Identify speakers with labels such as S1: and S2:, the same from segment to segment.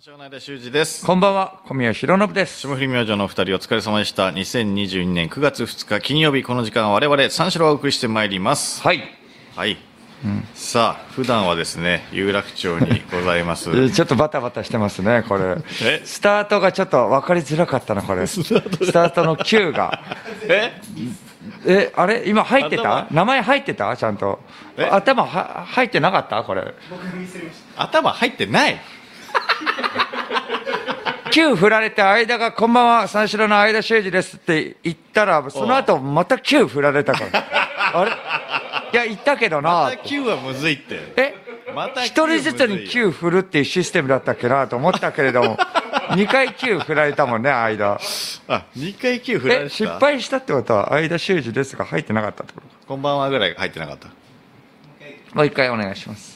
S1: 庄内田修司です。
S2: こんばんは、小宮弘信です。
S1: 霜降り明星のお二人お疲れ様でした。2022年9月2日金曜日、この時間は我々三四郎をお送りしてまいります。
S2: はい。
S1: はい。さあ、普段はですね、有楽町にございま す。
S2: ちょっとバタバタしてますね、これ。
S1: え
S2: スタートがちょっと分かりづらかったな、これ。 スタートの Q が。
S1: え
S2: え、あれ今入ってた
S1: 頭
S2: 名前入ってたちゃんと
S1: え。
S2: 頭は入ってなかったこれ。
S1: 頭入ってない
S2: Q 振られて、間が、こんばんは、三四郎の間修二ですって言ったら、その後また Q 振られたから。あれいや、言ったけどな
S1: また。9はむずいって。
S2: え
S1: また
S2: 一人ずつに9振るっていうシステムだったっけなと思ったけれど も、2回9振られたもんね、間。
S1: あ、2回9振られ
S2: え、
S1: てた。
S2: 失敗したってことは、間修二ですが入ってなかったってこと
S1: こんばんはぐらいが入ってなかった。
S2: もう一回お願いします。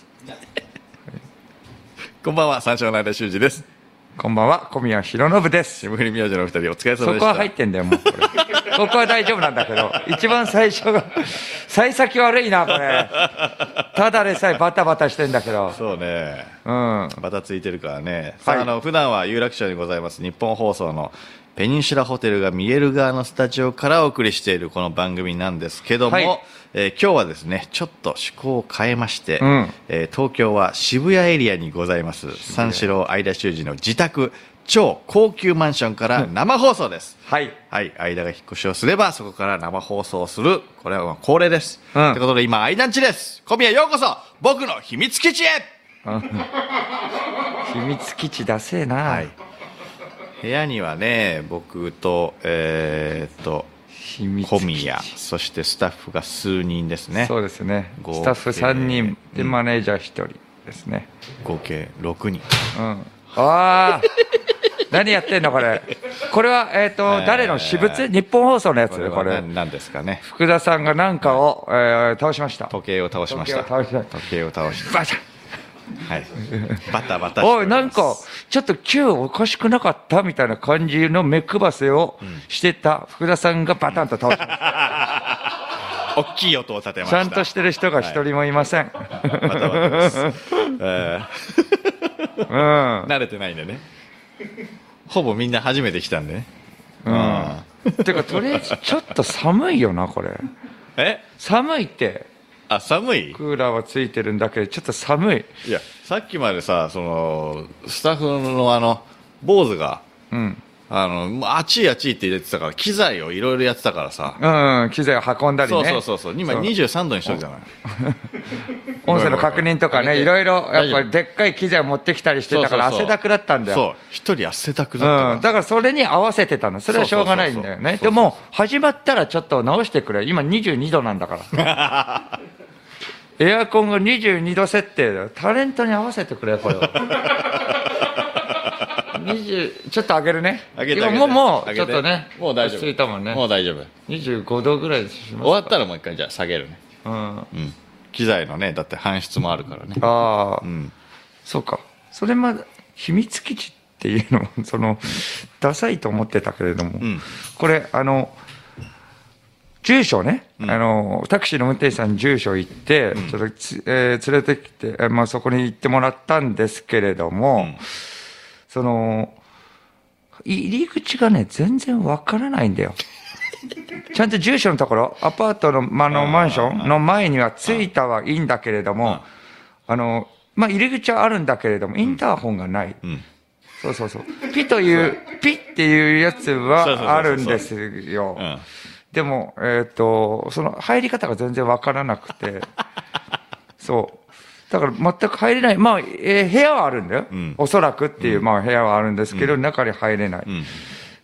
S1: こんばんは、三四郎の間修司です。
S2: こんばんは、小宮弘信です。
S1: 霜降り明星のお二人お疲れ様
S2: そ
S1: でした。
S2: こは入ってんだよ、も うこれ。ここは大丈夫なんだけど、一番最初が、幸先悪いな、これ。ただでさえバタバタしてんだけど。
S1: そうね。
S2: うん。
S1: バタついてるからね、
S2: はい
S1: さああの普段は有楽町にございます日本放送のペニンシュラホテルが見える側のスタジオからお送りしているこの番組なんですけども、
S2: はい
S1: えー今日はですねちょっと趣向を変えまして、
S2: うん
S1: えー東京は渋谷エリアにございます三四郎相田修二の自宅超高級マンションから生放送です。
S2: はい。
S1: はい、間が引っ越しをすればそこから生放送をするこれは恒例です。と、
S2: うん
S1: いうことで今間んちです小宮ようこそ僕の秘密基地へ
S2: 秘密基地だせえな。
S1: はい。部屋にはね、僕と、えーっと、
S2: 秘密基
S1: 小
S2: 地。
S1: 宮、そしてスタッフが数人ですね。
S2: そうですね。
S1: 合計
S2: スタッフ3人でマネージャー1人ですね。
S1: 合計6人。
S2: うん。ああ。 何やってんのこれ。これは、えっ、と、
S1: ー
S2: 誰の私物日本放送のやつ
S1: こ
S2: こ
S1: れ
S2: れ
S1: はななんですかね。
S2: 福田さんが何かを、えー倒しました。
S1: 時計を倒しました。
S2: 時計を倒した
S1: 時計を倒した。
S2: バシャン
S1: はい。バタバタしてお
S2: おい、
S1: ります
S2: なんか、ちょっと Q おかしくなかったみたいな感じの目配せをしてた福田さんがバタンと倒しました。
S1: 大きい音を立てまし
S2: ち
S1: た。
S2: ゃんとしてる人が一人もいません。
S1: バタバタです。え
S2: う
S1: ー
S2: ん。
S1: 慣れてないんでね。ほぼみんな初めて来たんでね。
S2: うん。 てか、とりあえず、ちょっと寒いよな、これ。
S1: え
S2: 寒いって。
S1: あ、寒い
S2: クーラーはついてるんだけど、ちょっと寒い。
S1: いや、さっきまでさ、その、スタッフのあの、坊主が、
S2: うん。
S1: あの、もう暑い暑いって入れてたから、機材をいろいろやってたからさ。
S2: うん、機材を運んだり
S1: そ
S2: ね。
S1: うそうそうそう。今23度にしとるじゃない。
S2: 音声の確認とかね、いろいろ、や
S1: 大
S2: っ
S1: 丈夫
S2: ぱりでっかい機材を持ってきたりしてたから
S1: そうそうそ
S2: 汗
S1: う
S2: だくだったんだよ。
S1: そう。一人汗だく
S2: うん、
S1: だっ
S2: だ
S1: たか
S2: からそれに合わせてたの。それはしょうがないんだよね。
S1: そうそうそうそう
S2: でも、始まったらちょっと直してくれ。今22度なんだから。 エアコンが22度設定だよ。タレントに合わせてくれ、これを。20ちょっと上げるね。
S1: ら。あげて
S2: 今
S1: あげて
S2: もう、もう、
S1: あ
S2: ち
S1: げ
S2: ょってとね。
S1: もう大丈
S2: 落ち着いたもん
S1: 夫。
S2: ね。
S1: もう大丈夫。
S2: 25度ぐらいにします
S1: 終わったらもう一回じゃあ下げるね。
S2: うん、あ
S1: うん。機材のね、だって搬出もあるからね。
S2: あ、
S1: うん。
S2: そうか。それまで、秘密基地っていうのも、そ の、ダサいと思ってたけれども、
S1: ん
S2: これ、あの、住所ね、あの、タクシーの運転手さんに住所行って、ちょっとつ、えー連れてきて、えーまあ、そこに行ってもらったんですけれども、その、入り口がね、全然わからないんだよ。ちゃんと住所のところ、アパートの,、まあのマンションの前には着いたはいいんだけれども、あの、まあ、入り口はあるんだけれども、インターホンがない。
S1: ん
S2: そうそうそう。ピという、ピっていうやつ
S1: そうそうそうそう
S2: はあるんですよ。
S1: うん。
S2: でも、えっ、と、その入り方が全然わからな くて、そう。だから全く入れない。まあ、えー部屋はあるんだよ。
S1: ん
S2: おそらくっていう、まあ部屋はあるんですけど、中に入れない。
S1: ん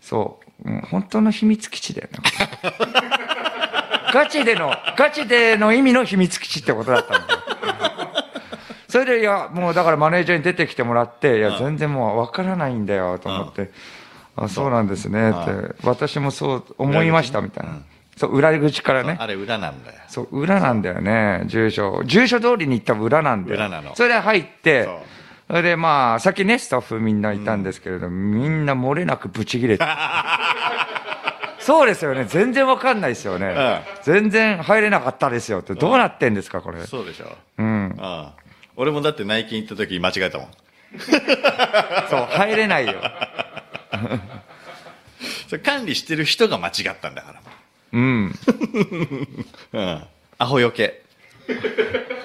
S2: そう、うん本当の秘密基地だよね。ガチでの、ガチでの意味の秘密基地ってことだったんだよ。それで、いや、もうだからマネージャーに出てきてもらって、いや、全然もうわからないんだよ、と思って。あ、そうなんですね、って。私もそう思いました、みたいな。そう、裏口からね。
S1: あれ裏なんだよ。
S2: そう、裏なんだよね、住所。住所通りに行ったら裏なんだよ。
S1: 裏なの
S2: それで入って
S1: そう、
S2: それでまあ、さっきね、スタッフみんないたんですけれども、みんな漏れなくブチ 切れて。そうですよね、全然わかんないですよね。全然入れなかったですよって、どうなってんですか、これ。
S1: そうでしょ。うん。ああ俺もだって内勤行った時間違えたもん。
S2: そう、入れないよ。
S1: それ管理してる人が間違ったんだから。
S2: うん。
S1: うん。アホよけ。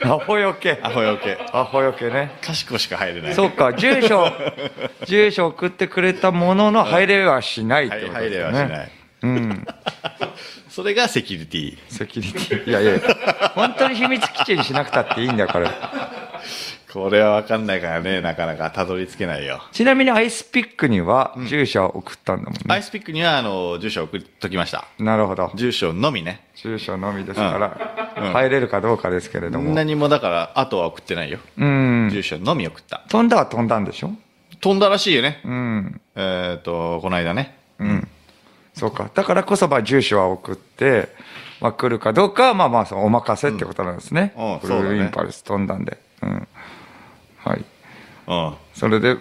S2: アホよけ。
S1: アホよけ。
S2: アホよけね。
S1: 賢しか入れない。
S2: そうか、住 所、住所送ってくれたものの入れはしないっ
S1: はい、
S2: てこと
S1: 入
S2: です
S1: れ
S2: よ
S1: はし
S2: ね。
S1: ない。
S2: うん。
S1: それがセキュリティ。
S2: セキュリティ。いやいや、本当に秘密基地にしなくたっていいんだから。
S1: これはわかんないからね、なかなかたどり着けないよ。
S2: ちなみにアイスピックには住所を送ったんだもん
S1: ア
S2: ね。
S1: イスピックには、あの、住所送っときました。
S2: なるほど。
S1: 住所のみね。
S2: 住所のみですから、
S1: うんうん
S2: 入れるかどうかですけれども。
S1: 何もだから、あとは送ってないよ。
S2: うん。
S1: 住所のみ送った。
S2: 飛んだは飛んだんでしょ
S1: 飛んだらしいよね。
S2: うん。
S1: えっ、と、この間ね。
S2: そうか。だからこそ、まあ、住所は送って、まあ、来るかどうかは、まあまあ、そのお任せってことなんですね。
S1: うんうん
S2: ブル
S1: そうだ
S2: ー
S1: ね
S2: インパルス飛んだんで。うん。はい。
S1: うん。
S2: それで、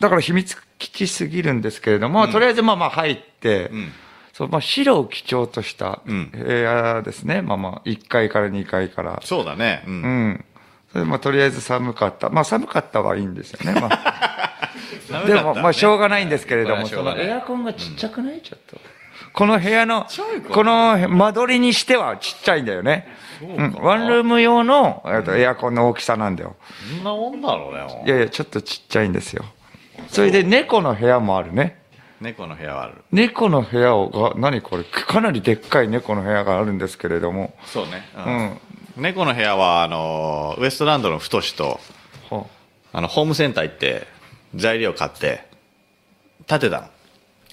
S2: だから秘密基地すぎるんですけれども、とりあえずまあまあ入って、
S1: ん
S2: そうまあ、白を基調とした
S1: うん
S2: 部屋ですね、まあまあ、1階から2階から。
S1: そうだね。うん。
S2: うん。それでまあ、とりあえず寒かった。まあ、寒かったはいいんですよね。 まあ、
S1: ダメ
S2: で
S1: だった
S2: も、まあ、しょうがないんですけれど
S1: こ
S2: も、
S1: れはしょ
S2: そう
S1: が
S2: の
S1: ない
S2: エアコンがちっちゃくない、ちょっと。この部屋の
S1: ちっちゃい、か
S2: この間取りにしてはちっちゃいんだよね。うん、ワンルーム用のえっとエアコンの大きさなんだよ。
S1: そんなもんだろうね
S2: い。やいや、ちょっとちっちゃいんですよ。それで猫の部屋もあるね。
S1: 猫の部屋はある。
S2: 猫の部屋をが、何これ、かなりでっかい猫の部屋があるんですけれども。
S1: そうね。う。
S2: うんん。
S1: 猫の部屋は、あの、ウエストランドの太しと、
S2: ほ
S1: あの、ホームセンター行って、材料買って、建てたの。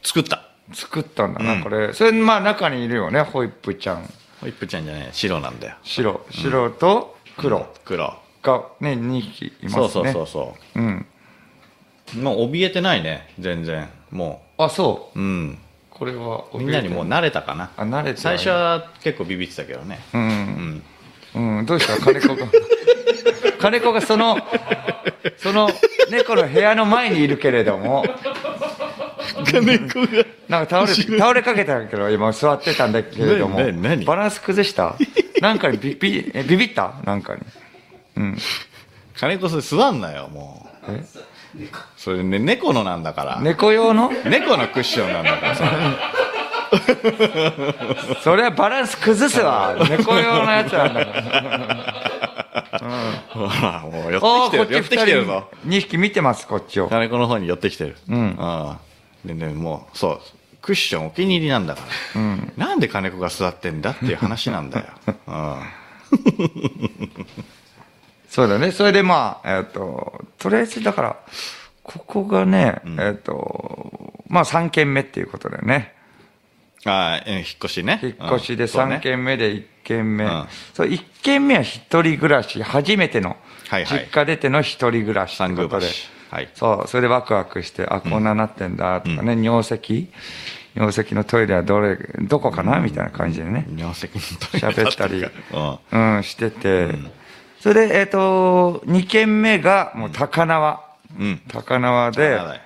S1: 作った。
S2: 作ったんだな、
S1: うん
S2: これ。それ、まあ中にいるよね、ホイップちゃん。
S1: ホイップちゃんじゃない、白なんだよ。
S2: 白。白と黒
S1: 黒。
S2: がね、2匹いますね。
S1: そうそうそうそ
S2: うん。
S1: う。もう怯えてないね、全然。も。
S2: あ、そう
S1: うん。
S2: う。これは、
S1: みんなにもう慣れたかな。
S2: あ、慣れて
S1: 最初
S2: は
S1: は結構ビビってたけどね。
S2: い。う。
S1: うんん。
S2: うん、どうした金 子が。金子がその、その猫の部屋の前にいるけれども、
S1: 猫が。
S2: なんか倒れ、倒れかけたけど、今座ってたんだけれども、
S1: 何何何
S2: バランス崩したなんかにビビ、えビビったなんかに。
S1: 金子それ座んなよ、もう。
S2: え
S1: それね、猫のなんだから。
S2: 猫用の
S1: 猫のクッションなんだから さ。
S2: それはバランス崩すわ。猫用のやつなんだから。
S1: ほら、もう寄
S2: お
S1: っ
S2: ー
S1: てき
S2: こ
S1: て
S2: っ
S1: る。
S2: ち
S1: 寄って
S2: 二
S1: きてる
S2: 人
S1: ぞ。、
S2: 2匹見てます、こっちを。
S1: 金子の方に寄ってきてる。
S2: ん
S1: うん。でね、もう、そう。クッションお気に入りなんだから。なんで金子が座ってんだっていう話なん だよ。うん。
S2: そうだね。それでまあ、えっ、と、とりあえずだから、ここがね、
S1: ん
S2: えっ、と、まあ3軒目っていうことだよね。
S1: ああ、うん引っ越しね。
S2: 引っ越しで
S1: うんそうね
S2: 3軒目で1軒目。
S1: うん
S2: そう、1軒目は一人暮らし、初めての、
S1: はいはい
S2: 実家出ての一人暮らしとい
S1: 三
S2: う
S1: 宮
S2: こと
S1: 橋
S2: で。。
S1: はい。
S2: そう、それでワクワクして、あ、こんななってんだとかね、尿石尿石のトイレはどれ、どこかなみたいな感じでね。
S1: 尿石の
S2: 喋ったり
S1: うん。
S2: うん、してて。それで、えっ、と、2軒目が、もう高輪。
S1: うん。
S2: 高輪で、
S1: はい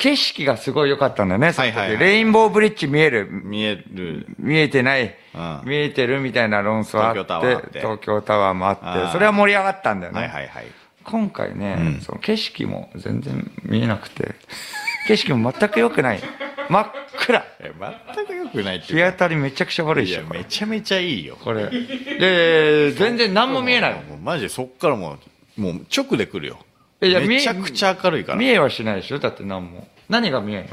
S2: 景色がすごい良かったんだよね、その時
S1: はいはいはい
S2: レインボーブリッジ見える、
S1: 見える。
S2: 見えてない、
S1: うん
S2: 見えてるみたいな論争あって、
S1: 東京タワーあって
S2: 東京タワーもあって、
S1: あー
S2: それは盛り上がったんだよね。
S1: はいはいはい。
S2: 今回ね、
S1: うん
S2: その景色も全然見えなくて、 景色も全く良くない。真っ暗。
S1: え全く良くないって
S2: 日
S1: いう
S2: 当
S1: か。
S2: たりめちゃくちゃ悪い
S1: い
S2: でし
S1: や、
S2: ょ、これ
S1: めちゃめちゃいいよ。
S2: これ。いやいやいや全然何も見えない。
S1: もうマジでそっからもう、もう直で来るよ。
S2: いや
S1: めちゃくちゃ明るいから。
S2: 見えはしないでしょだって何も。何が見えんの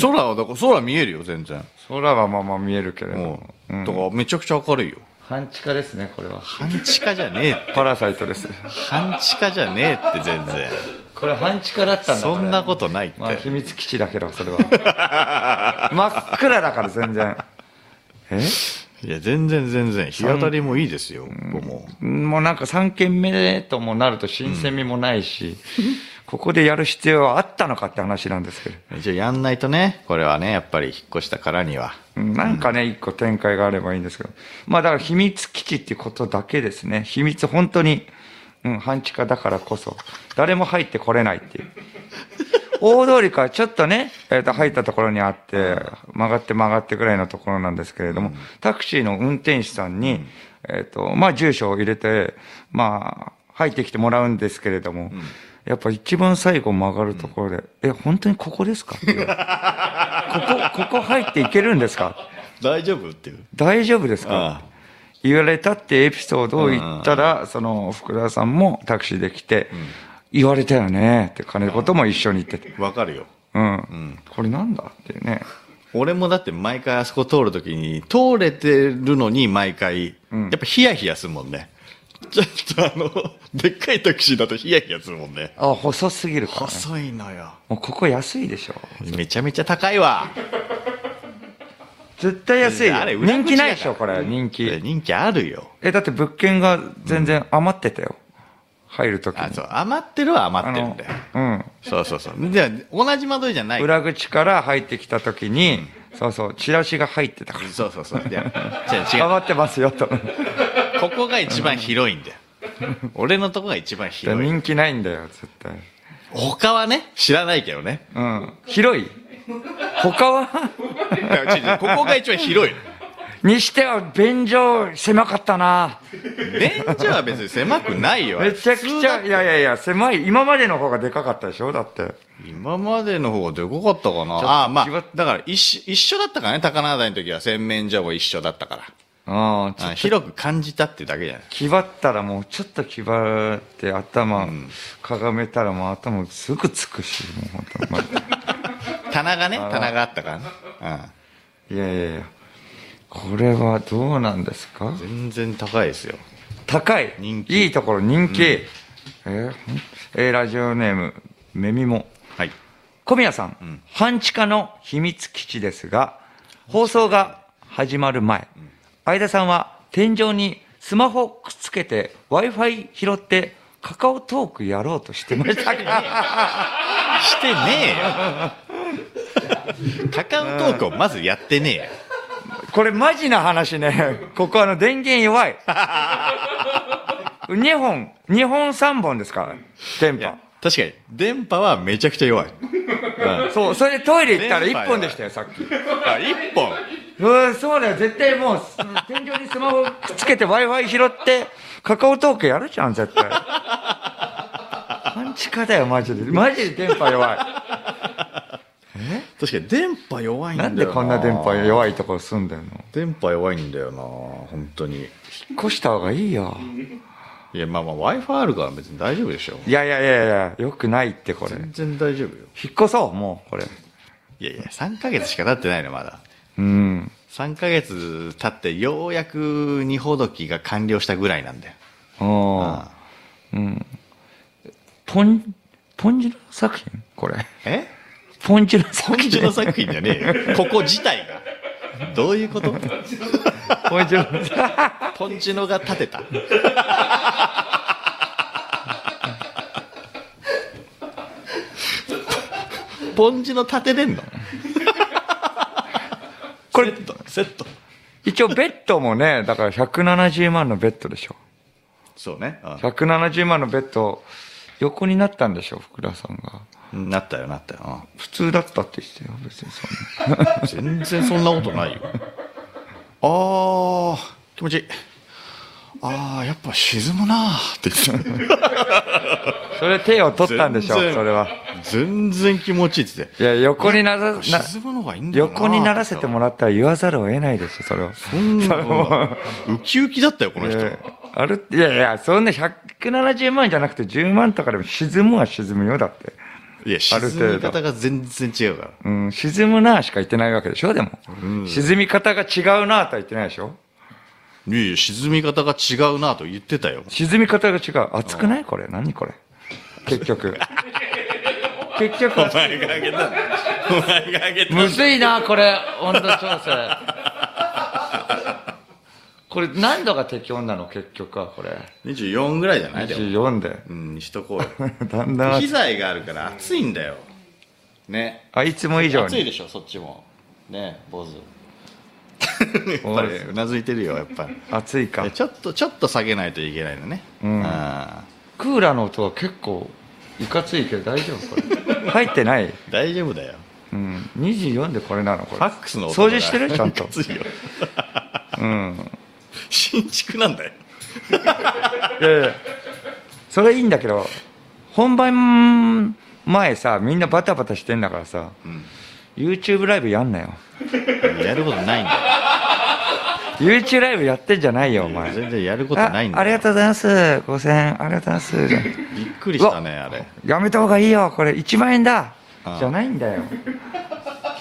S1: 空は、だから空見えるよ、全然。
S2: 空はまあまあ見えるけれど
S1: も
S2: も。
S1: う
S2: うん
S1: だからめちゃくちゃ明るいよ。
S2: 半地下ですね、これは。
S1: 半地下じゃねえ。
S2: パラサイトです。
S1: 半地下じゃねえって全然。
S2: これ半地下だったんだから
S1: そんなことないって。
S2: まあ秘密基地だけど、それは。 真っ暗だから全然。え
S1: いや、全然全然。日当たりもいいですよ、ここも。
S2: もうなんか3軒目ともなると新鮮味もないし、ここでやる必要はあったのかって話なんですけど。
S1: じゃあやんないとね、これはね、やっぱり引っ越したからには。
S2: うんなんかね、一個展開があればいいんですけど。まあだから秘密基地ってことだけですね。秘密本当に、うん、半地下だからこそ、誰も入ってこれないって いう。大通りからちょっとね、えっ、と、入ったところにあって、曲がって曲がってぐらいのところなんですけれども、タクシーの運転手さんに、えっ、と、まあ、住所を入れて、まあ、入ってきてもらうんですけれども、やっぱ一番最後曲がるところで、え、本当にここですかっていうこ こ、ここ入っていけるんですか
S1: 大丈夫っていう。
S2: 大丈夫ですか
S1: ああ
S2: 言われたってエピソードを言ったら、その福田さんもタクシーで来て、言われたよねって金子とも一緒に言ってて、
S1: わかるよ。
S2: うん、これなんだっていうね。
S1: 俺もだって毎回あそこ通るときに、通れてるのに毎回、やっぱヒヤヒヤするもんね。ちょっとあの、 でっかいタクシーだとヒヤヒヤするもんね。
S2: あ、細すぎるから、ね。
S1: 細いのよ。
S2: もうここ安いでしょ。
S1: めちゃめちゃ高いわ。
S2: 絶対安いよ
S1: あれ。裏口
S2: 人気ないでしょ、
S1: だか
S2: こ
S1: ら
S2: れ、人気。
S1: 人気あるよ。
S2: え、だって物件が全然余ってたよ。入るときに。
S1: あ、そう、余ってるは余
S2: あ
S1: ってるん
S2: の
S1: だよ。、
S2: うん。
S1: そうそうそう。で、同じ間取りじゃない。
S2: 裏口から入ってきたときに、そうそう、チラシが入ってたから。
S1: そうそうそう。いや 違う違う。
S2: 余ってますよ、と。
S1: ここが一番広いんだよ。俺のとこが一番広い。
S2: 人気 ないんだよ、絶対。
S1: 他はね、知らないけど ね。
S2: うん。広い他は
S1: だから違う違うここが一番広いの。
S2: にしては、便所狭かったな。
S1: 便所は別に狭くない よ。
S2: めちゃく
S1: 普
S2: ち
S1: 通だ
S2: ゃ、いやいやいや、狭い。今までの方がでかかったでしょだって。
S1: 今までの方がでかかったかな。ああ、まあ、だから一緒一緒だったからね、高輪台の時は洗面所も一緒だったから。
S2: あ
S1: あ広く感じたっていうだけじゃない。
S2: 気張ったらもうちょっと気張って頭かがめたらもう頭すぐつくし、もう本当にま あ
S1: 棚がね、棚があったからね。
S2: いやいやいや、これはどうなんですか
S1: うん。全然高いですよ。
S2: 高い
S1: 人気
S2: いいところ、人気、えーほんえーラジオネーム、めみも。
S1: はい。
S2: 小宮さん,、半地下の秘密基地ですが、放送が始まる前、相田さんは天井にスマホくっつけて Wi-Fi 拾ってカカオトークやろうとしてまし たが、
S1: してねえよ。カカオトークをまずやってねえよ。
S2: これマジな話ね。ここあの電源弱い。2本、2本3本ですから、電波。
S1: 確かに、電波はめちゃくちゃ弱い。
S2: そう、それでトイレ行ったら
S1: 電波弱い
S2: 1本でしたよ、さっき。
S1: あ、一本。
S2: うん、そうだよ。絶対もう、す天井にスマホくっ つけて Wi-Fi 拾って、カカオトークやるじゃん、絶 対。半地下だよ、マジで。マジで電波弱い。
S1: 確かに電波弱いんだ
S2: な
S1: よ
S2: んでこんな電波
S1: い
S2: 弱いところ住んでんの
S1: 電波弱いんだよな本当に。
S2: 引っ越した方がいいよ。
S1: いや、まあまあ Wi-Fi あるから別に大丈夫でしょ。
S2: いやいやいやいや、よくないって、これ。
S1: 全然大丈夫よ。
S2: 引っ越そう、もう、これ。
S1: いやいや、3ヶ月しか経ってないの、まだ。
S2: うん。
S1: 3ヶ月経ってようやく二ほどきが完了したぐらいなんだよ。
S2: ああ。ポン、ポンジュラ作品これ。
S1: え
S2: ポンジュラ作
S1: 本
S2: 品
S1: 日の作品じゃねえよ。ここ自体が。どういうこと
S2: ポンジュラ作品。
S1: ポンチノが立てた。ポンチノ立てれんの
S2: これ
S1: セット、セット。
S2: 一応ベッドもね、だから170万のベッドでしょ。
S1: そうね。
S2: 170万のベッド、横になったんでしょ、福田さんが。
S1: うんなったよ、なったよ。
S2: 普通だったって言ってたよ、別にそんな。
S1: うん全然そんなことないよ。あー、気持ちいい。あー、やっぱ沈むなーって言ってた。
S2: それ手を取ったんでしょ、そ
S1: 全然
S2: れは。
S1: 全然気持ちいいって言って
S2: いや、横になら、な、
S1: 沈むのがいいんだよな
S2: 横にならせてもらったら言わざるを得ないでしょ、それは。
S1: そんな もうウキウキだったよ、この
S2: い
S1: 人。
S2: やあるいやいや、そんな170万じゃなくて10万とかでも沈むは沈むよ、だって。
S1: いや、
S2: あ
S1: 沈
S2: る程度
S1: み方が全然違うから。
S2: うん、沈むなしか言ってないわけでしょ、でも。沈み方が違うなとは言ってないでしょ。
S1: いやいや、沈み方が違うなと言ってた よ。
S2: 沈み方が違う。熱くないこれ。何これ。結 局。結局熱い、
S1: 前が上げた。お前が上げた。
S2: むずいな、これ。温度調整。これ何度が適温なの結局は、これ。
S1: 24ぐらいじゃないでも。
S2: 24で。
S1: うん、にしとこうよ。
S2: だんだん
S1: 機
S2: 熱い。
S1: 材 があるから暑いんだよ。ね。
S2: あ、いつも以上
S1: 暑い
S2: に。
S1: でしょ、そっちも。ね、坊 主。やっぱり、うなず いてるよ、やっぱり。
S2: 熱いか
S1: え。ちょっと、ちょっと下げないといけないのね。
S2: ん
S1: あ
S2: クーラーの音は結構、いかついけど大丈夫こ れ。入ってない。
S1: ー大丈夫だよ。
S2: うん。24でこれなのこれ。
S1: ファックスの音
S2: 掃除して るちゃんと。
S1: 暑いよ。
S2: うん。
S1: 新築なんだよ。
S2: いやいやそれいいんだけど、本番前さ、みんなバタバタしてんだからさ、YouTube ライブやんなよ。
S1: やることないんだよ
S2: YouTube ライブやってんじゃないよ、お前。
S1: 全然やることないんだ
S2: あありがとうございます。5000円、ありがとうございます。
S1: うびっくりしたねあれ
S2: やめた方がいいよ、これ1万円だ。
S1: ああ
S2: じゃないんだよ。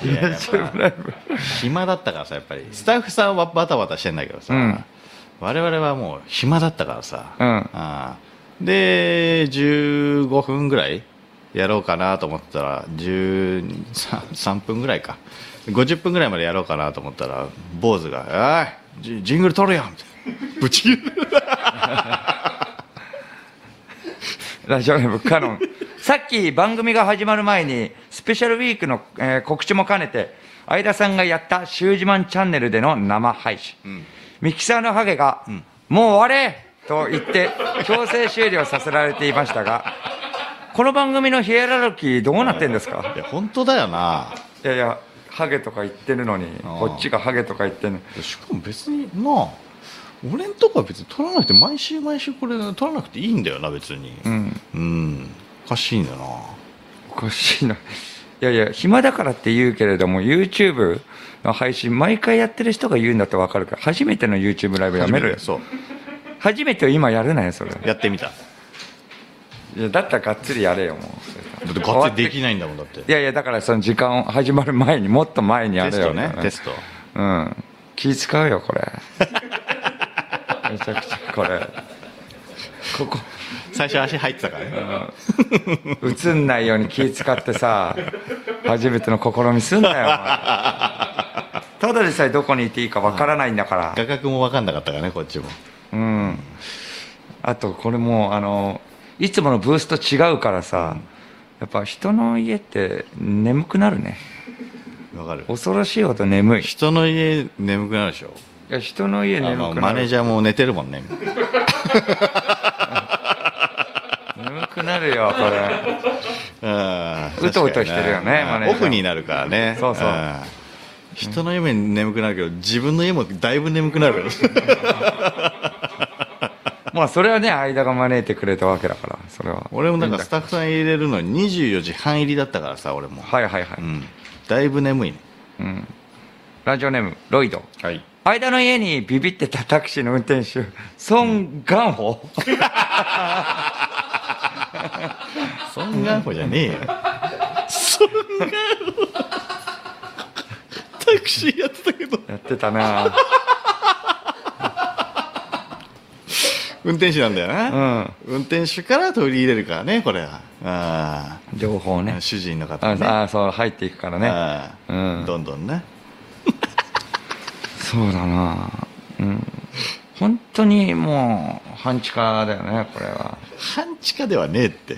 S1: いややっ
S2: YouTube
S1: ぱ
S2: ライブ。
S1: 暇だったからさやっぱりスタッフさんはバタバタしてんだけどさ、
S2: うん
S1: 我々はもう暇だったからさ、
S2: うん
S1: あーで15分ぐらいやろうかなと思ったら13分ぐらいか50分ぐらいまでやろうかなと思ったら坊主が「おいジジングル撮るよ」みたい なぶち切れ
S2: ラジオネームカ ノン。さっき番組が始まる前に、スペシャルウィークの、えー告知も兼ねて、相田さんがやったシュージマンチャンネルでの生配信。ミキサーのハゲが、もう終われと言って、強制終了させられていましたが、この番組のヒエラルキーどうなってんですか
S1: いや本当だよない
S2: やいや、ハゲとか言ってるのに、
S1: あー
S2: こっちがハゲとか言ってるの
S1: しかも別になあ俺んとこは別に撮らなくて毎週毎週これ撮らなくていいんだよな別に
S2: うん、
S1: うんおかしいんだよな
S2: おかしいな。いやいや、暇だからって言うけれども、YouTube の配信、毎回やってる人が言うんだってわかるから、初めての YouTube ライブやめろよ。
S1: そう
S2: 初めてを今やるなよ、それ。
S1: やってみた
S2: いやだったらがっつりやれよ、もう。
S1: だってガッツリできないんだもんだって
S2: いやいや、だからその時間を始まる前に、もっと前 にや
S1: テ
S2: れ
S1: ス
S2: よ。
S1: トねテスト
S2: うん。気使うよ、これ。 めちゃくちゃこれ。ここ、
S1: 最初足入ってたからね
S2: 映んないように気使ってさ、初めての試みすんなよ、お前ただでさえどこにいていいかわからないんだから。
S1: 画角も分かんなかったからねこっちも
S2: うん。あと、これもう、あの、いつものブースと違うからさ、やっぱ人の家って眠くなるね。
S1: 分かる
S2: 恐ろしいほど眠い。い
S1: 人の家眠くなるでしょ
S2: や、人の家
S1: あ
S2: 眠
S1: の
S2: く
S1: マ
S2: な
S1: ネー
S2: る。
S1: ジャーも寝てるもんね
S2: 眠くなるよ、これ。
S1: うん
S2: うとうとしてるよね
S1: うん
S2: マネージャー
S1: オフになるからね
S2: そうそうん
S1: 人の夢に眠くなるけど自分の家もだいぶ眠くな る
S2: まあ、それはね、間が招いてくれたわけだから、それは。
S1: 俺もなんかスタッフさん入れるのに24時半入りだったからさ俺も、
S2: はいはいはい。
S1: うん、だいぶ眠いね
S2: ラジオネーム、ロイド。
S1: はい
S2: 間の家にビビってたタクシーの運転手、ソン・ガンホ、
S1: そんな子じゃねえよそんな子タクシーやってたけど
S2: やってたな
S1: 運転手なんだよな、
S2: うん
S1: 運転手から取り入れるからねこれはあ
S2: 両方
S1: あ
S2: ね。
S1: 主人の方
S2: あ
S1: ね
S2: あ、そう、入っていくからね。
S1: ああ
S2: うん
S1: どんどんね
S2: そうだなうん。本当にもう、半地下だよね、これは。
S1: 半地下ではねえって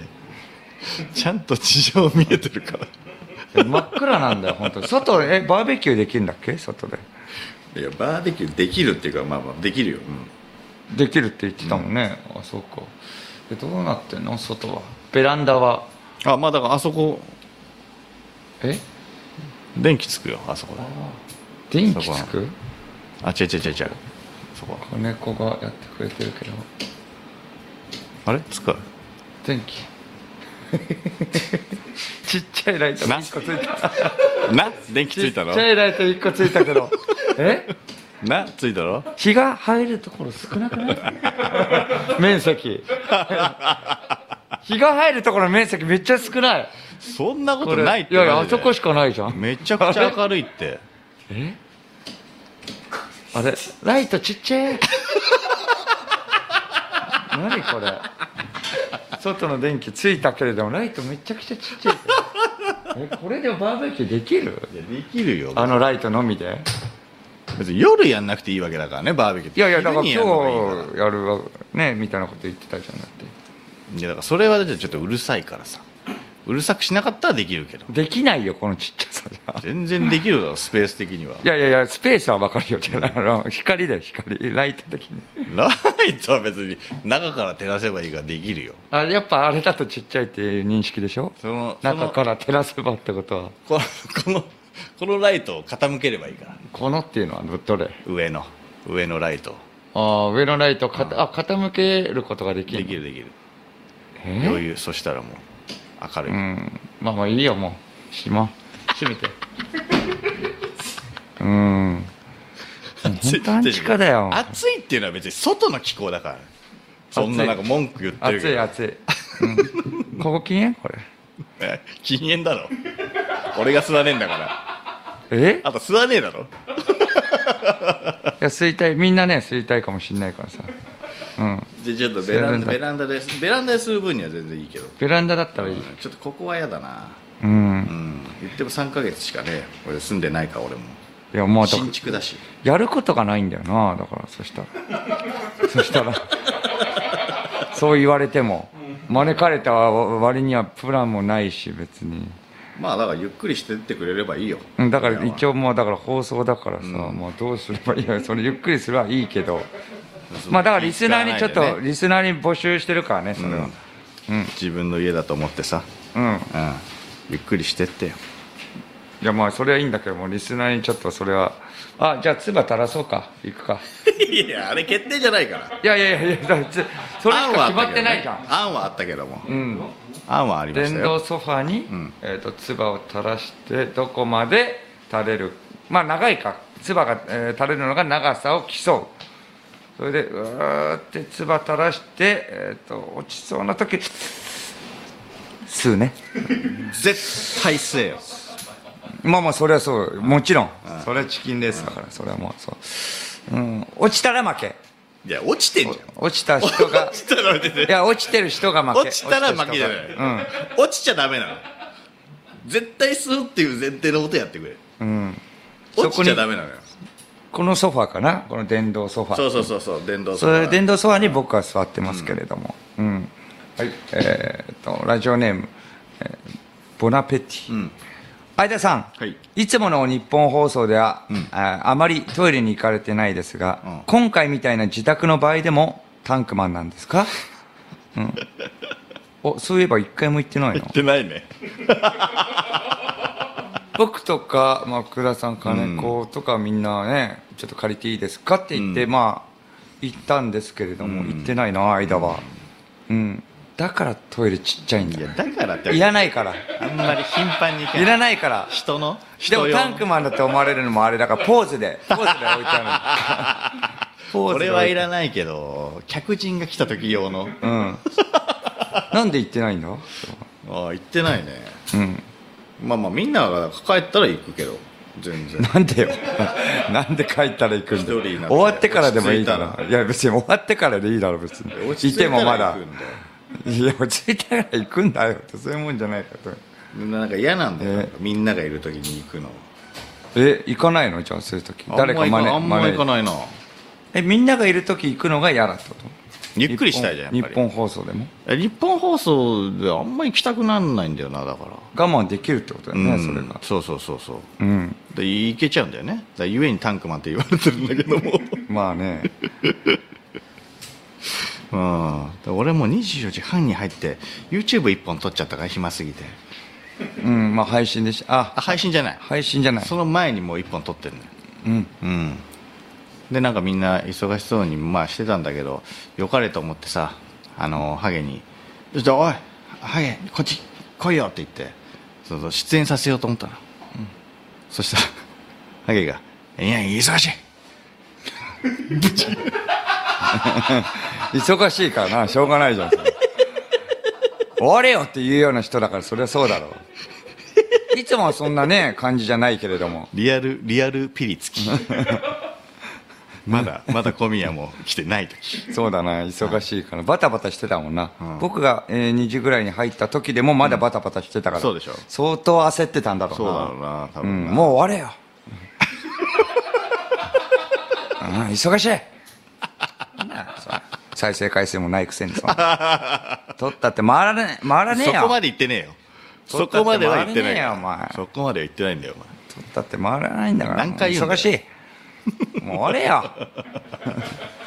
S1: ちゃんと地上見えてるから
S2: 真っ暗なんだよ、本当に。外、え、バーベキューできるんだっけ外で。
S1: いやバーベキューできるっていうかまあまあできるよ、
S2: できるって言ってたもんね。あ、そうか。え、どうなってんの外は。ベランダは。
S1: あまあだからあそこ
S2: え
S1: 電気つくよあそこだ
S2: 電気つく
S1: あ違う違う違う違うそこ
S2: 子猫がやってくれてるけど。
S1: あれつく
S2: 電気。 ちっちゃいライト
S1: な
S2: 1個ついた。
S1: な電気つ
S2: ち
S1: いた
S2: っ
S1: の
S2: ちゃいライト1個ついたけど。 え
S1: なついたろ
S2: 日が入るところ少なくない 面積日が入るところの面積めっちゃ少ない
S1: そんなこ
S2: ことれ
S1: ないって
S2: いやいや
S1: マ
S2: あ
S1: ジで
S2: そこしかないじゃん
S1: めちゃくちゃ明るいって
S2: えあれライトちっちゃい 何これ外の電気ついたけれどもライトめちゃくちゃちっちゃいけどえこれでバーベキューできる
S1: いやできるよ
S2: あのライトのみで
S1: 別に夜やんなくていいわけだからねバーベキューっ
S2: い
S1: て
S2: やいやだから
S1: 昼にやるのがいい
S2: 今日やるわねみたいなこと言ってたじゃんだって
S1: いやだからそれはちょっとうるさいからさうるさくしなかったらできるけど
S2: できないよこのちっちゃさじゃ
S1: 全然できるだろスペース的に はい
S2: やいやいや、スペースは分かるよ。じゃああの、光だよ、光。ライト的に。
S1: ライトは別に中から照らせばいいからできるよ
S2: あやっぱあれだとちっちゃいっていう認識でしょ
S1: そのそ
S2: 中
S1: の
S2: から照らせばってことは。
S1: このこのこのライトを傾ければいいから
S2: このっていうのはどれ
S1: 上の上のライトを
S2: ああ、上のライトをかた、あ、傾けることができる。
S1: できるできる
S2: え
S1: 余裕そしたらもう明るい、
S2: うんまあまあいいよもう暇
S1: 閉めて
S2: うん本当アンチ化だよ
S1: 暑いっていうのは別に外の気候だからそんななんか文句言ってる
S2: 暑
S1: け
S2: い
S1: ど
S2: 暑い、うん、ここ禁煙これ
S1: え禁煙だろ俺が吸わねえんだから
S2: え
S1: あと吸わねえだろ
S2: いや吸いたいみんなね吸いたいかもしんないからさうん
S1: でちょっとベラン
S2: 吸わねえんだ
S1: ベランダですベランダでする分には全然いいけど
S2: ベランダだったらいい
S1: ちょっとここは嫌だな
S2: うん
S1: うん言っても3ヶ月しかね俺住んでないから俺も
S2: いやもうだから
S1: 新築だし
S2: やることがないんだよなだからそしたらそしたらそう言われても招かれた割にはプランもないし別に
S1: まあだからゆっくりしてってくれればいいよ
S2: うんだから
S1: 今は
S2: 一応もうだから放送だからさ、もうどうすればいいよそれゆっくりすればいいけどまあだからリスナーにちょっと、リスナーに募集してるからねそれは
S1: 自分の家だと思ってさ、
S2: うん、
S1: うん、ゆっくりして ってよ
S2: いやまあそれはいいんだけどもリスナーにちょっとそれはあじゃあ唾垂らそうか行くか
S1: いやあれ決定じゃないから
S2: いやいやいやいやだってそれしか決まってないじゃん、
S1: 案はあったけども
S2: うん
S1: 案はありました
S2: 電動
S1: よ
S2: ソファに、えー、と唾を垂らしてどこまで垂れるまあ長いか唾が、えー垂れるのが長さを競うそれでうーって唾垂らして、えー、と落ちそうな時吸うね
S1: 絶対せえよ
S2: まあまあそれはそうもちろんそれはチキンレースだからそれはもうそう、うん、落ちたら負け
S1: いや落ちてんじゃん
S2: 落ちた人が
S1: 落ちたら別に
S2: いや落ちてる人が負け
S1: 落ちたら負けじゃない
S2: 落ちた人がうん
S1: 落ちちゃダメなの絶対吸うっていう前提のことやってくれ
S2: そこに
S1: 落ちちゃダメなのよ
S2: このソファーかなこの電動ソファー
S1: そうそうそうそう電動ソ
S2: そ
S1: フ
S2: れ
S1: ァ
S2: 電動ソファに僕は座ってますけれども、うんはいえーっとラジオネーム、えーボナペティ、相田さん、
S1: はい
S2: つもの日本放送では、あーあまりトイレに行かれてないですが、
S1: うん
S2: 今回みたいな自宅の場合でもタンクマンなんですか、 うん、おそういえば一回も行ってないの
S1: 言ってないね
S2: 僕とか、まあ、福田さん金子とかみんなねちょっと借りていいですかって言って、まあ行ったんですけれども、行ってないな間はうんだからトイレちっちゃいんだ
S1: いやだからって
S2: いらないから
S1: あんまり頻繁に行け
S2: いらないから
S1: 人の
S2: で
S1: 人
S2: も
S1: 用
S2: タンクマンだと思われるのもあれだからポーズでポーズで置いてあるポーズ
S1: 俺
S2: で置
S1: は
S2: て
S1: いらないけど客人が来た時用の
S2: うん なんで行ってないんだ
S1: ああ行ってないね
S2: うん
S1: まあまあみんなが帰ったら行くけど全 然
S2: なんでよなんで帰ったら行くんだ
S1: 一人にな
S2: よ
S1: って
S2: 終わってからでもいいだ
S1: 落ち着
S2: ろいや別に終わってからでいいだろ別に
S1: 落ち着い
S2: い
S1: た
S2: て
S1: ら行
S2: も
S1: くん
S2: ま
S1: だ
S2: だいや落ち着いたから行くんだよってそういうもんじゃないかと
S1: なんか嫌なんだよ、
S2: え
S1: なんかみんながいる時に行くの
S2: え行かないのじゃあそういう時誰か真似
S1: あんま行かあんま行か
S2: い
S1: ないな
S2: えみんながいる時行くのが嫌だってこと
S1: ゆっくりしたいじゃん
S2: 日
S1: やっぱ
S2: 本
S1: り
S2: 日本放送でも
S1: え日本放送であんま行きたくなんないんだよなだから
S2: 我慢できるってことだよね、
S1: うん
S2: それが
S1: そうそうそうそう
S2: うん
S1: で行けちゃうんだよねだからゆえにタンクマンって言われてるんだけど も
S2: まあね
S1: うん、俺もう24時半に入って YouTube1 本撮っちゃったから暇すぎて
S2: うんまあ配信でしあ
S1: あ配信じゃない
S2: 配信じゃない
S1: その前にもう1本撮ってるのよ
S2: うん
S1: うんでなんかみんな忙しそうにまあしてたんだけどよかれと思ってさあのハゲに「ちょっとおいハゲこっち来いよ」って言ってそうそう出演させようと思ったの、そしたら ハゲが「いや忙しい
S2: 忙しいからなしょうがないじゃん それ終われよって言うような人だからそりゃそうだろういつもはそんなね感じじゃないけれども」
S1: リアルリアルピリつき まだまだ小宮も来てない時
S2: そうだな忙しいからバタバタしてたもんな、僕が、えー2時ぐらいに入った時でもまだバタバタしてたから、
S1: そうでしょ
S2: 相当焦ってたんだろうな
S1: そうだろうな多
S2: うん
S1: 分な、
S2: もう終われよ うん忙しい なんだそれ再生回数もないくせにそんな取ったって回らねえ回らねえ
S1: そ
S2: よ
S1: こまで言ってねえよそこまでは言ってない
S2: そこまでは言ってねえよお前
S1: そこまでは言ってないんだよお前
S2: 取ったって回らないんだから
S1: 何回言うんだ
S2: 忙
S1: よ
S2: しいもう終われ よ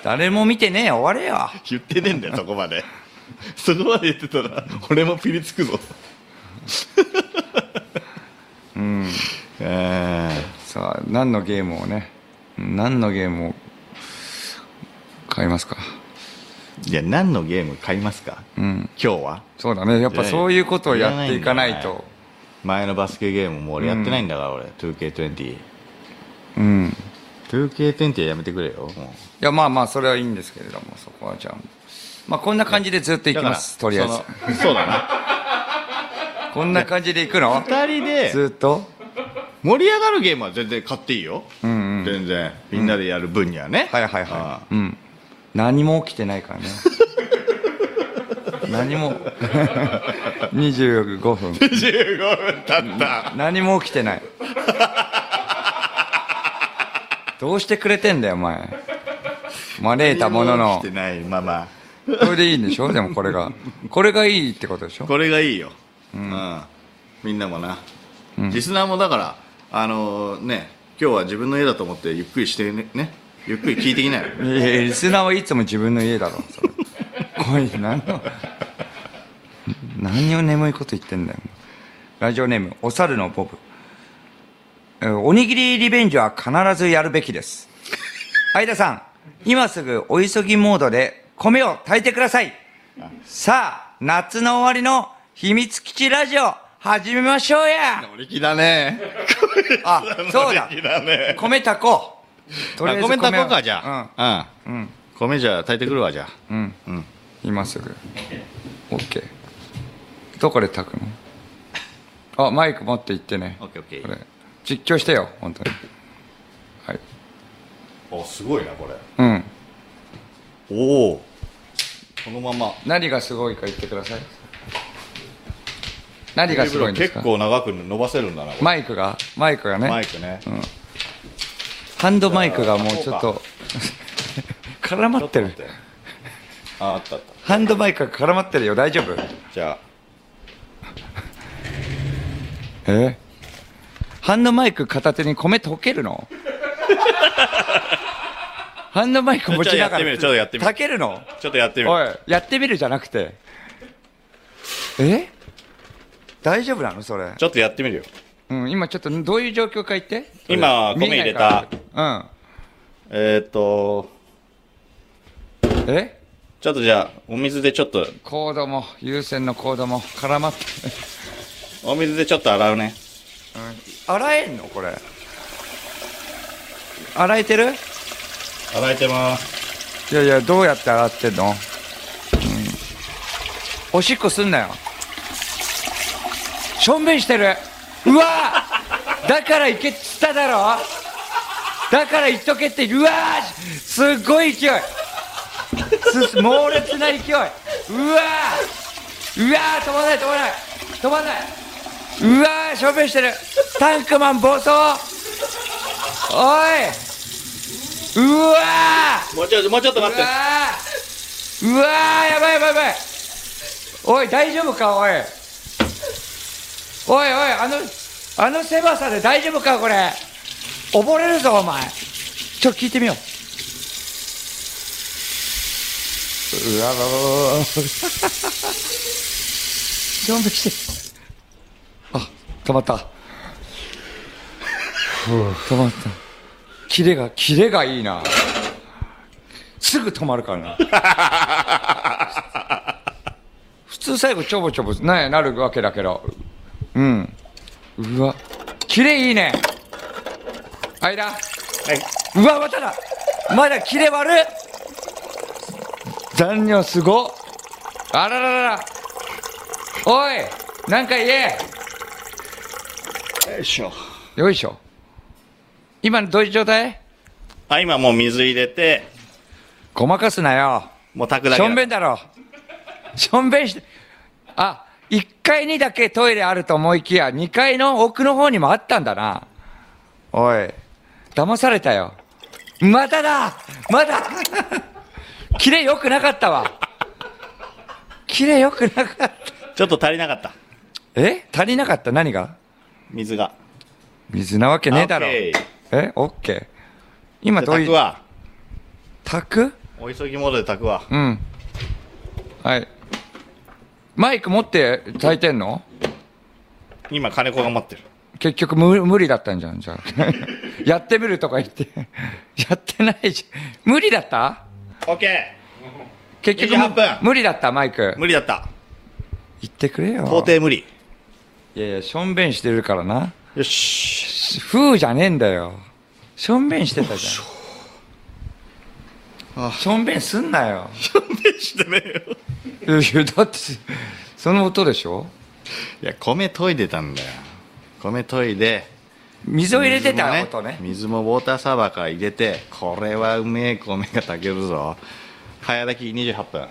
S2: 誰も見てねえよ終われよ
S1: 言ってねえんだよそこまで そこまで言ってたら俺もピリつくぞ うん
S2: さあ何のゲームをね何のゲームを買いますか
S1: じゃあ何のゲーム買いますか、今日は
S2: そうだね。やっぱそういうことをやっていかないと。
S1: 前のバスケゲームも俺やってないんだから、俺 2K20
S2: うん。い
S1: 2K20 はやめてくれよも
S2: や、まあまあ、それはいいんですけれども、そこはじゃあ。まあ、こんな感じでずっと
S1: う
S2: いきます、とりあえず。
S1: そのそうだな
S2: こんな感じでいくの
S1: 2人 で
S2: ずっと
S1: 盛り上がるゲームは全然買っていいよ、
S2: ん
S1: 全然みんなでやる分にはね、
S2: はいはい
S1: あ
S2: はい。うん。何も起きてないからね。何 も。25分。
S1: 15分経った
S2: 何も起きてない。どうしてくれてんだよ、お前。招いたものの
S1: 来て。ないまま
S2: これでいいんでしょでもこれが。これがいいってことでしょ
S1: これがいいよ、うんみんなもな、リスナーもだからあのね今日は自分の家だと思ってゆっくりしてねねゆっくり聞いてきな よ
S2: いやいやリスナーはいつも自分の家だろ。それおい、何の、何を眠いこと言ってんだよ。ラジオネーム、お猿のボブ。えーおにぎりリベンジは必ずやるべきです。相田さん、今すぐお急ぎモードで米を炊いてください。さあ、夏の終わりの秘密基地ラジオ、始めましょうや
S1: 乗り気だ ね
S2: あ、そうだ
S1: 乗り。気だね
S2: 米炊こう。とりあえ
S1: あ
S2: ず
S1: 米炊こう
S2: を
S1: かじゃあうん、
S2: うん。うん
S1: 米じゃあ炊いてくるわじゃあ
S2: うん、
S1: うん
S2: 今すぐ OK どこで炊くのあマイク持って行ってね
S1: オッケーオッケー
S2: これ実況してよ本当にはい
S1: おすごいなこれ
S2: うん
S1: おおこのまま
S2: 何がすごいか言ってください何がすごいんですか
S1: 結構長く伸ばせるんだなこ
S2: マイクがマイクが
S1: れ
S2: ね
S1: マイクね、
S2: ハンドマイクがもうちょっ
S1: じ
S2: と 絡まってる
S1: ちょっと待ってああったあった
S2: ハンドマイクが絡まってるよ大丈夫
S1: じゃあ
S2: えハンドマイク片手に米溶けるの ハンドマイク持ちながら
S1: ちょっとやってみるちょっとやってみる
S2: 炊けるの
S1: ちょっとやってみる
S2: おいやってみるじゃなくてえ大丈夫なのそれ、
S1: ちょっとやってみるよ
S2: うん、今ちょっとどういう状況か言って
S1: 今
S2: 見えない
S1: 米入れ
S2: から
S1: えー、っと
S2: うんえ
S1: ちょっとじゃあお水でちょっと
S2: コードも優先のコードも絡まって
S1: お水でちょっと洗うね
S2: 洗えんのこれ洗えてる
S1: 洗えてます
S2: いやいやどうやって洗ってんの、うん、おしっこすんなよしょんべんしてるうわーだから行けっつっただろだから行っとけってうわーすっごい勢いす猛烈な勢いうわーうわー飛ばない飛ばない飛ばないうわーしょんべんしてるタンクマン暴走おいうわー
S1: もうちょっともうちょっと
S2: うわーうわーやばいやばいやばいおい大丈夫かおいおいおいあのあの狭さで大丈夫かこれ溺れるぞお前ちょっと聞いてみよううわわわわわ準備して あ止まった止まったキレがキレがいいなすぐ止まるからな。 普通最後ちょぼちょぼななるわけだけど。うん。うわ。キレいいね。あいだ。うわ、まただ。まだキレ悪い。残尿すごっ。あらららら。おい、なんか言え。
S1: よいしょ
S2: よいしょ。今どういう状態
S1: あ今もう水入れて
S2: ごまかすなよ。
S1: もう炊くだ
S2: し
S1: け
S2: ょんべんだろしょんべんしてあ一1階にだけトイレあると思いきや2階の奥の方にもあったんだなおい騙されたよまただまだ キレ良くなかったわキレ良くなかった
S1: ちょっと足りなかった
S2: え足りなかった何が
S1: 水が
S2: 水なわけねえだろ
S1: オッケー
S2: えオッケー今
S1: じゃあ
S2: どう
S1: 炊
S2: い
S1: く
S2: う
S1: わ
S2: 炊く
S1: お急ぎモードで炊くわ
S2: うんはいマイク持って炊いてんの
S1: 今金子が持ってる
S2: 結局無無理だったんじゃんじゃあ やって みるとか言ってやってないじゃん無理だった
S1: オッケ
S2: 結局
S1: 28分、
S2: 無理だった、マイク。
S1: 無理だった
S2: 言ってくれよ。
S1: 到底無理
S2: いやいや、しょんべんしてるからな。
S1: よし
S2: 風じゃねえんだよ。しょんべんしてたじゃん。しょんべんすんなよ。
S1: しょんべん してねえよ
S2: いやいやだって、その音でしょ
S1: いや米研いでたんだよ米研いで
S2: 水を入れてた音ね。
S1: 水もウォーターサーバーから入れてこれはうめえ米が炊けるぞ早炊き28分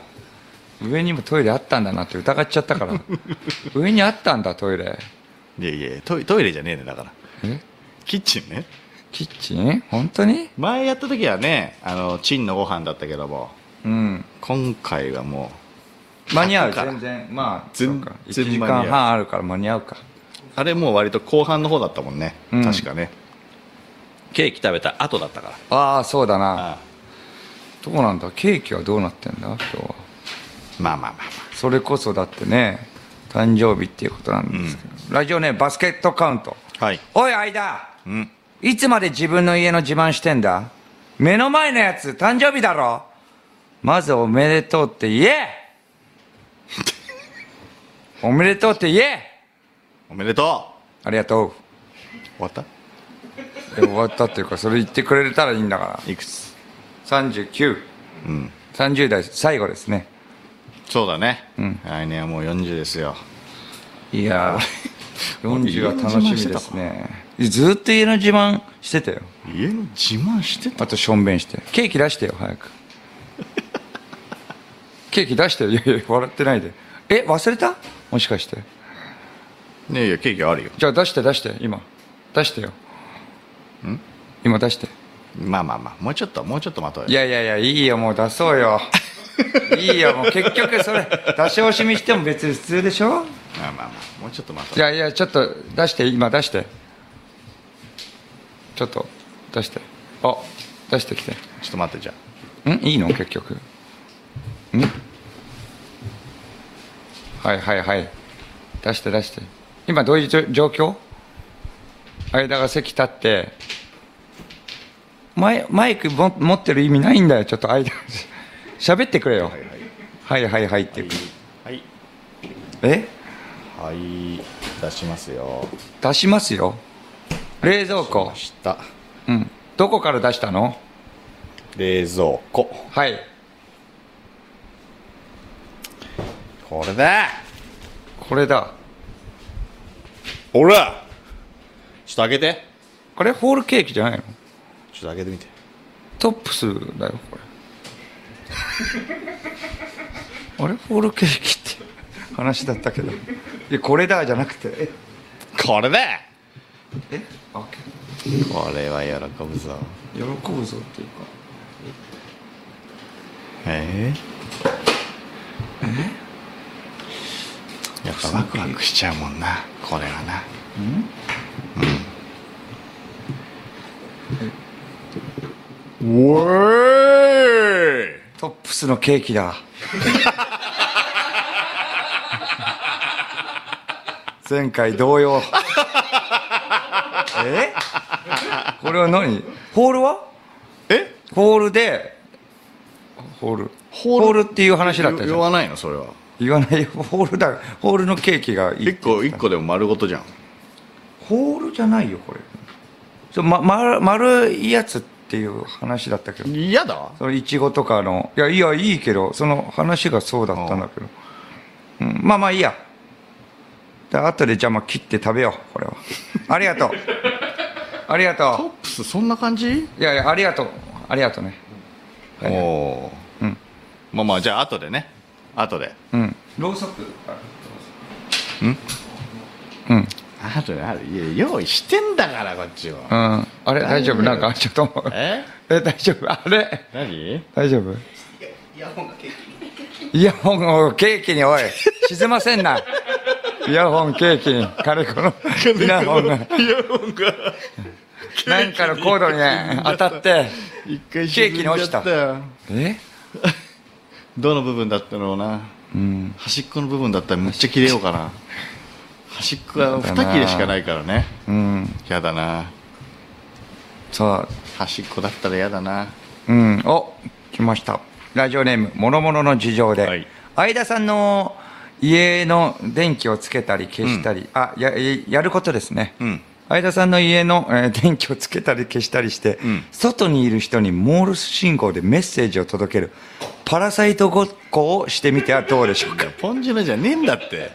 S2: 上にもトイレあったんだなって疑っちゃった から。上にあったんだ、トイレ。
S1: いやいやトイトイレじゃねえねだから
S2: え
S1: キッチンね
S2: キッチン本当に
S1: 前やった時はねあのチンのご飯だったけども
S2: うん。
S1: 今回はも
S2: 間に合う、
S1: から
S2: 全然。まあ、
S1: 全
S2: そうか。1
S1: 全
S2: 時
S1: 然間に合う
S2: 間半あるから間に合うか。
S1: うあれもう割と後半の方だったもんね、
S2: うん
S1: 確かねケーキ食べた後だったから
S2: ああ、そうだな。
S1: ああ
S2: どうなんだケーキはどうなってんだ今日は。
S1: まあまあまあ
S2: それこそだってね誕生日っていうことなんですけど、ラジオねバスケットカウント
S1: まあはい
S2: おい間
S1: うん
S2: いつまで自分の家の自慢してんだ目の前のやつ誕生日だろまずおめでとうって言 えおめでとうって言え
S1: おめでと
S2: ありがと
S1: う終わった
S2: うで終わったっていうかそれ言ってくれたらいいんだから
S1: いくつ
S2: 3930
S1: うん
S2: 代最後ですね
S1: そうだね、
S2: ん
S1: 来年はもう40ですよ
S2: いやー40は楽しみですねずーっと家の自慢してたよ
S1: 家の自慢してた
S2: あとしょんべんしてケーキ出してよ早くケーキ出してよいやいや笑ってないでえ忘れたもしかして
S1: ねえいやケーキあるよ
S2: じゃあ出して出して今出してよん今出して
S1: まあまあまあもうちょっともうちょっと待とうよ
S2: いやいやいやいいよもう出そうよいいよもう結局それ出し惜しみしても別に普通でしょ
S1: まあまあまあもうちょっと待とう
S2: いやいやちょっと出して今出してちょっと出してあ出してきて
S1: ちょっと待ってじゃ
S2: んいいの結局んはいはいはい出して出して今どういうじょ状況間が席立ってマイマイクも持ってる意味ないんだよちょっと間 喋ってくれよ
S1: あはいはい
S2: はいはいはいっていうか
S1: はい
S2: え
S1: はい出しますよ
S2: 出しますよ冷蔵庫
S1: 出した
S2: うんどこから出したの
S1: 冷蔵庫
S2: はい
S1: これだ
S2: これだ
S1: ほらちょっと開けて
S2: あれホールケーキじゃな
S1: ち
S2: いの
S1: ょっと開けてみて
S2: トップスだよこ れあれホールケーキって話だったけどいやこれだじゃなくてえ
S1: これだ
S2: えあ
S1: これは喜ぶぞ
S2: 喜ぶぞっていうか
S1: ええやっぱワクワクしちゃうもんなこれはなうんうえ
S2: トップスのケーキ だ前回同 様えこれは何ホールは
S1: え
S2: ホールでホールホールっていう話だったじゃん
S1: 言わないのそれは
S2: 言わないよホールだホールのケーキがいい
S1: 一個一個でも丸ごとじゃん
S2: ホールじゃないよこれそう、ま、丸丸いやつっていう話だったけど
S1: 嫌だ
S2: そのいちごとかのいやいやいいけどその話がそうだったんだけど、うん、まあまあいいやで後でじゃあまあ切って食べようこれはありが とうありが
S1: トッ
S2: と
S1: プスそんな感じ
S2: ういやいやありがとうありがとうね
S1: おおー
S2: うん
S1: まあまあじゃあ後でね後で
S2: うんろうそくうんうん
S1: 後であるいや用意してんだからこっちは
S2: あれ大丈夫なんかあっちゃうと思う
S1: え
S2: え大丈夫あれ
S1: 何
S2: 大丈夫イヤホンがケーキイヤホンをケーキにおい沈ませんなイヤホンケーキに金子のイヤホンが
S1: イヤホンが
S2: なんかのコードにね当たって
S1: 一回
S2: ケーキに落ちた
S1: 沈んじゃっよ
S2: え
S1: どの部分だったろうな、
S2: うん
S1: 端っこの部分だったらめっちゃ切れようかな端っこは2切れしかないからね
S2: うん
S1: やだな
S2: さ
S1: 端っこだったらやだな
S2: あうんお来ましたラジオネーム「もろもろの事情で」
S1: はい
S2: 相田さんの家の電気をつけたり消したり、あややることですね、
S1: うん
S2: 相田さんの家の、えー電気をつけたり消したりして、
S1: ん
S2: 外にいる人にモールス信号でメッセージを届けるパラサイトごっこをしてみてはどうでしょうか
S1: ポンジュラじゃねえんだって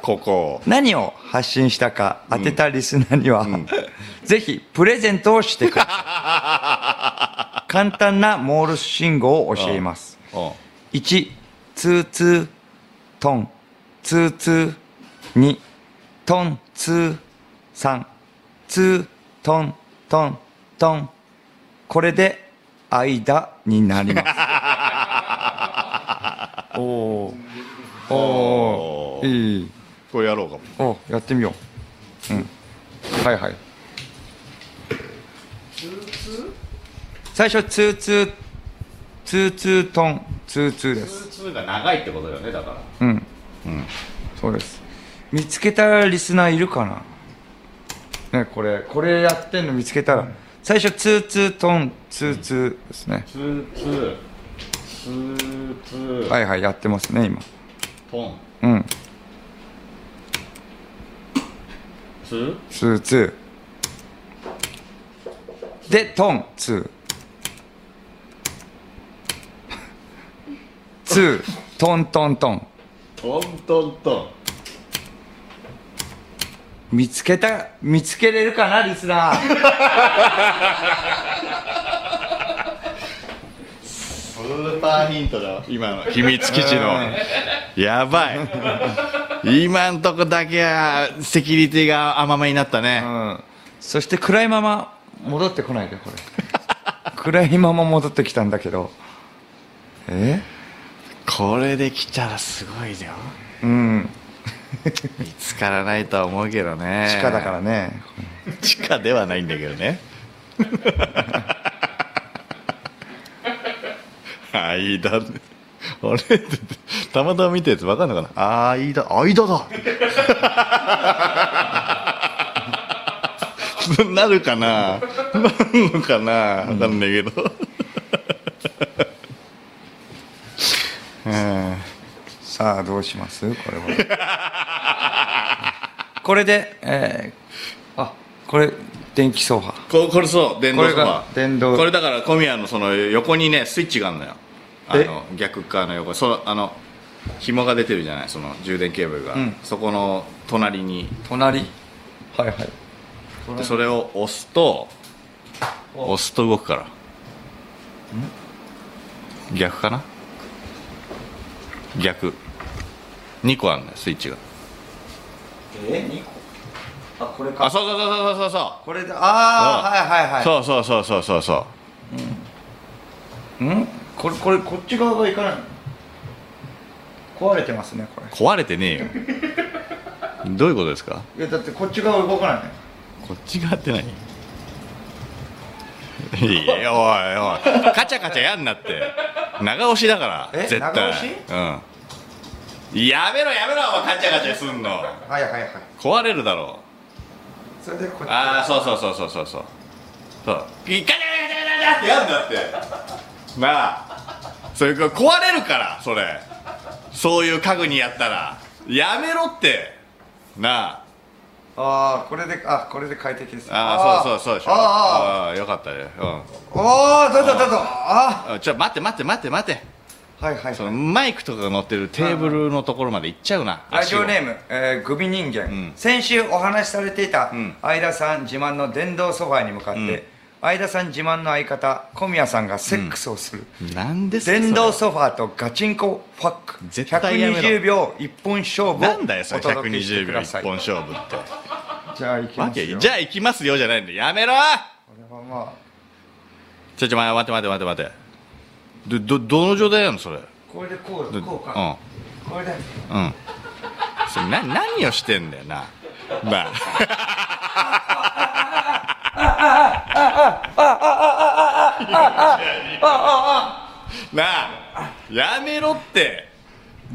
S1: ここ
S2: 何を発信したか当てたリスナーには、 ぜひプレゼントをしてくださ い簡単なモールス信号を教えます
S1: うん
S2: 1ツーツートンツーツー2トンツー3ツートントントンこれで間になります おーお
S1: おー
S2: ーいい
S1: これやろうかも
S2: おやってみよううんはいはい最初ツーツーツーツートンツーツーです
S1: 2が長いってことだよねだから
S2: うん、そうです見つけたリスナーいるかなねこれこれやってんの見つけたら最初ツーツートンツーツーですね、
S1: 22ツーツー
S2: はいはいやってますね今
S1: ポン
S2: うん
S1: ツー
S2: ツーツーでトンツーツートントントン
S1: トントントン
S2: 見つけた見つけれるかなリスナー
S1: スーパーヒントだわ今の秘密基地のやばい今んとこだけはセキュリティが甘めになったね、
S2: うんそして暗いまま戻ってこないでこれ暗いまま戻ってきたんだけどえ
S1: これできたらすごいよ
S2: うん
S1: 見つからないとは思うけどね
S2: 地下だからね
S1: 地下ではないんだけどね間ねあれってたまたま見たやつ分かんのかな間間だなるかななるのかな分かんないけどうん
S2: さあどうしますこれはこれで、えーあこれ電気ソファ
S1: ここれそう電動ソフ
S2: これ
S1: ァ
S2: が電動
S1: これだから小宮のその横にねスイッチがあるのよあの逆側の横そのあの紐が出てるじゃないその充電ケーブルが、
S2: ん
S1: そこの隣に
S2: 隣はいはい
S1: でそれを押すと押すと動くから逆かな逆2個あるのよスイッチが
S2: え二2個あこれ
S1: あそうそうそうそうそうそう
S2: これでああはいはいはい
S1: そうそうそうそうそうそうん
S2: これこれこっち側がいかないの壊れてますねこれ
S1: 壊れてねえ よどういうことですか
S2: いやだってこっち側動かないね
S1: こっち側って何いやいやおいおいカチャカチャやんなって長押しだから
S2: え
S1: 絶対
S2: 長押し
S1: うんやめろやめろお前カチャカチャすんの
S2: はいはいはい
S1: 壊れるだろ
S2: それでこっ
S1: う
S2: ち
S1: ああそうそうそうそうそうそうそういカチャカチャカチャカチャってやんだってなあそれから壊れるからそれそういう家具にやったらやめろってなあ
S2: ああこれであこれで快適です
S1: ああそうそうそうでしょ
S2: あ
S1: ああよかったねうん
S2: ーあーあーだだだだあ
S1: あちょ待って待って待って待って
S2: ーはいはい
S1: そ
S2: は
S1: の
S2: い
S1: マイクとかが乗ってるテーブルのところまで行っちゃうな
S2: ラジオネ
S1: ム
S2: ーム、えー、グミ人間、
S1: ん
S2: 先週お話しされていた
S1: ん
S2: 相田さん自慢の電動ソファーに向かって、
S1: ん
S2: 相田さん自慢の相方小宮さんがセックスをする、
S1: なんですか
S2: 電動
S1: そ
S2: ソファーとガチンコファック
S1: 絶対やめろ
S2: 120秒一本勝負
S1: れな
S2: を
S1: んだよそ
S2: お
S1: れ
S2: 届けして
S1: 120
S2: く
S1: 秒
S2: だ
S1: 一
S2: さい
S1: 本勝負って
S2: じゃあ行き
S1: わ
S2: ます
S1: け
S2: よ
S1: じゃあ行きますよじゃないんだやめろ
S2: これはまあ
S1: ちょちょ待って待って待って待ってどどどの状態なのそれ
S2: これでこう
S1: ど
S2: こうか、これで
S1: うんうんそれな何をしてんだよななあ
S2: ああ
S1: なあやめろって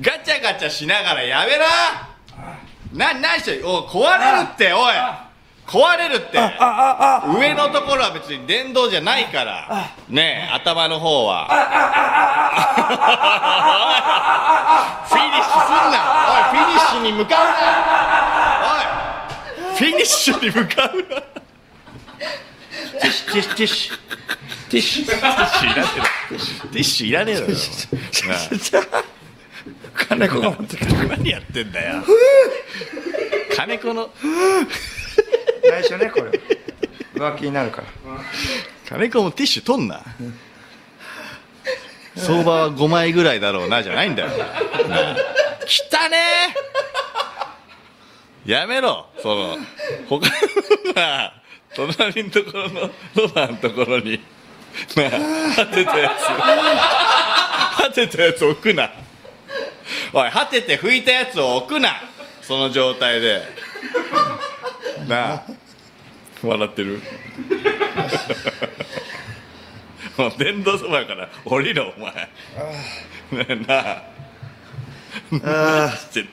S1: ガチャガチャしながらやめなな何しておい壊れるっておい
S2: あ
S1: 壊れるって
S2: ああ
S1: 上のところは別に電動じゃないからねえ頭の方はおいフィニッシュすんなおいフィニッシュに向かうなおいフィニッシュに向かうなティッシュティッシュティッシュティッシュティッシュティッシュいらねえだろティッシュいらねえだろなあ
S2: 金子が持ってきた
S1: 何やってんだよ 金子の
S2: 来週ねこれ浮気になるから
S1: 金子もティッシュ取んな相場は5枚ぐらいだろうなじゃないんだよきたねえやめろその他のな隣のところのロバのところになあ果てたやつ果てたやつ置くなおい果てて拭いたやつを置くなその状態でなあ笑ってるもう電動そばから降りろお前ねえなあ何してんの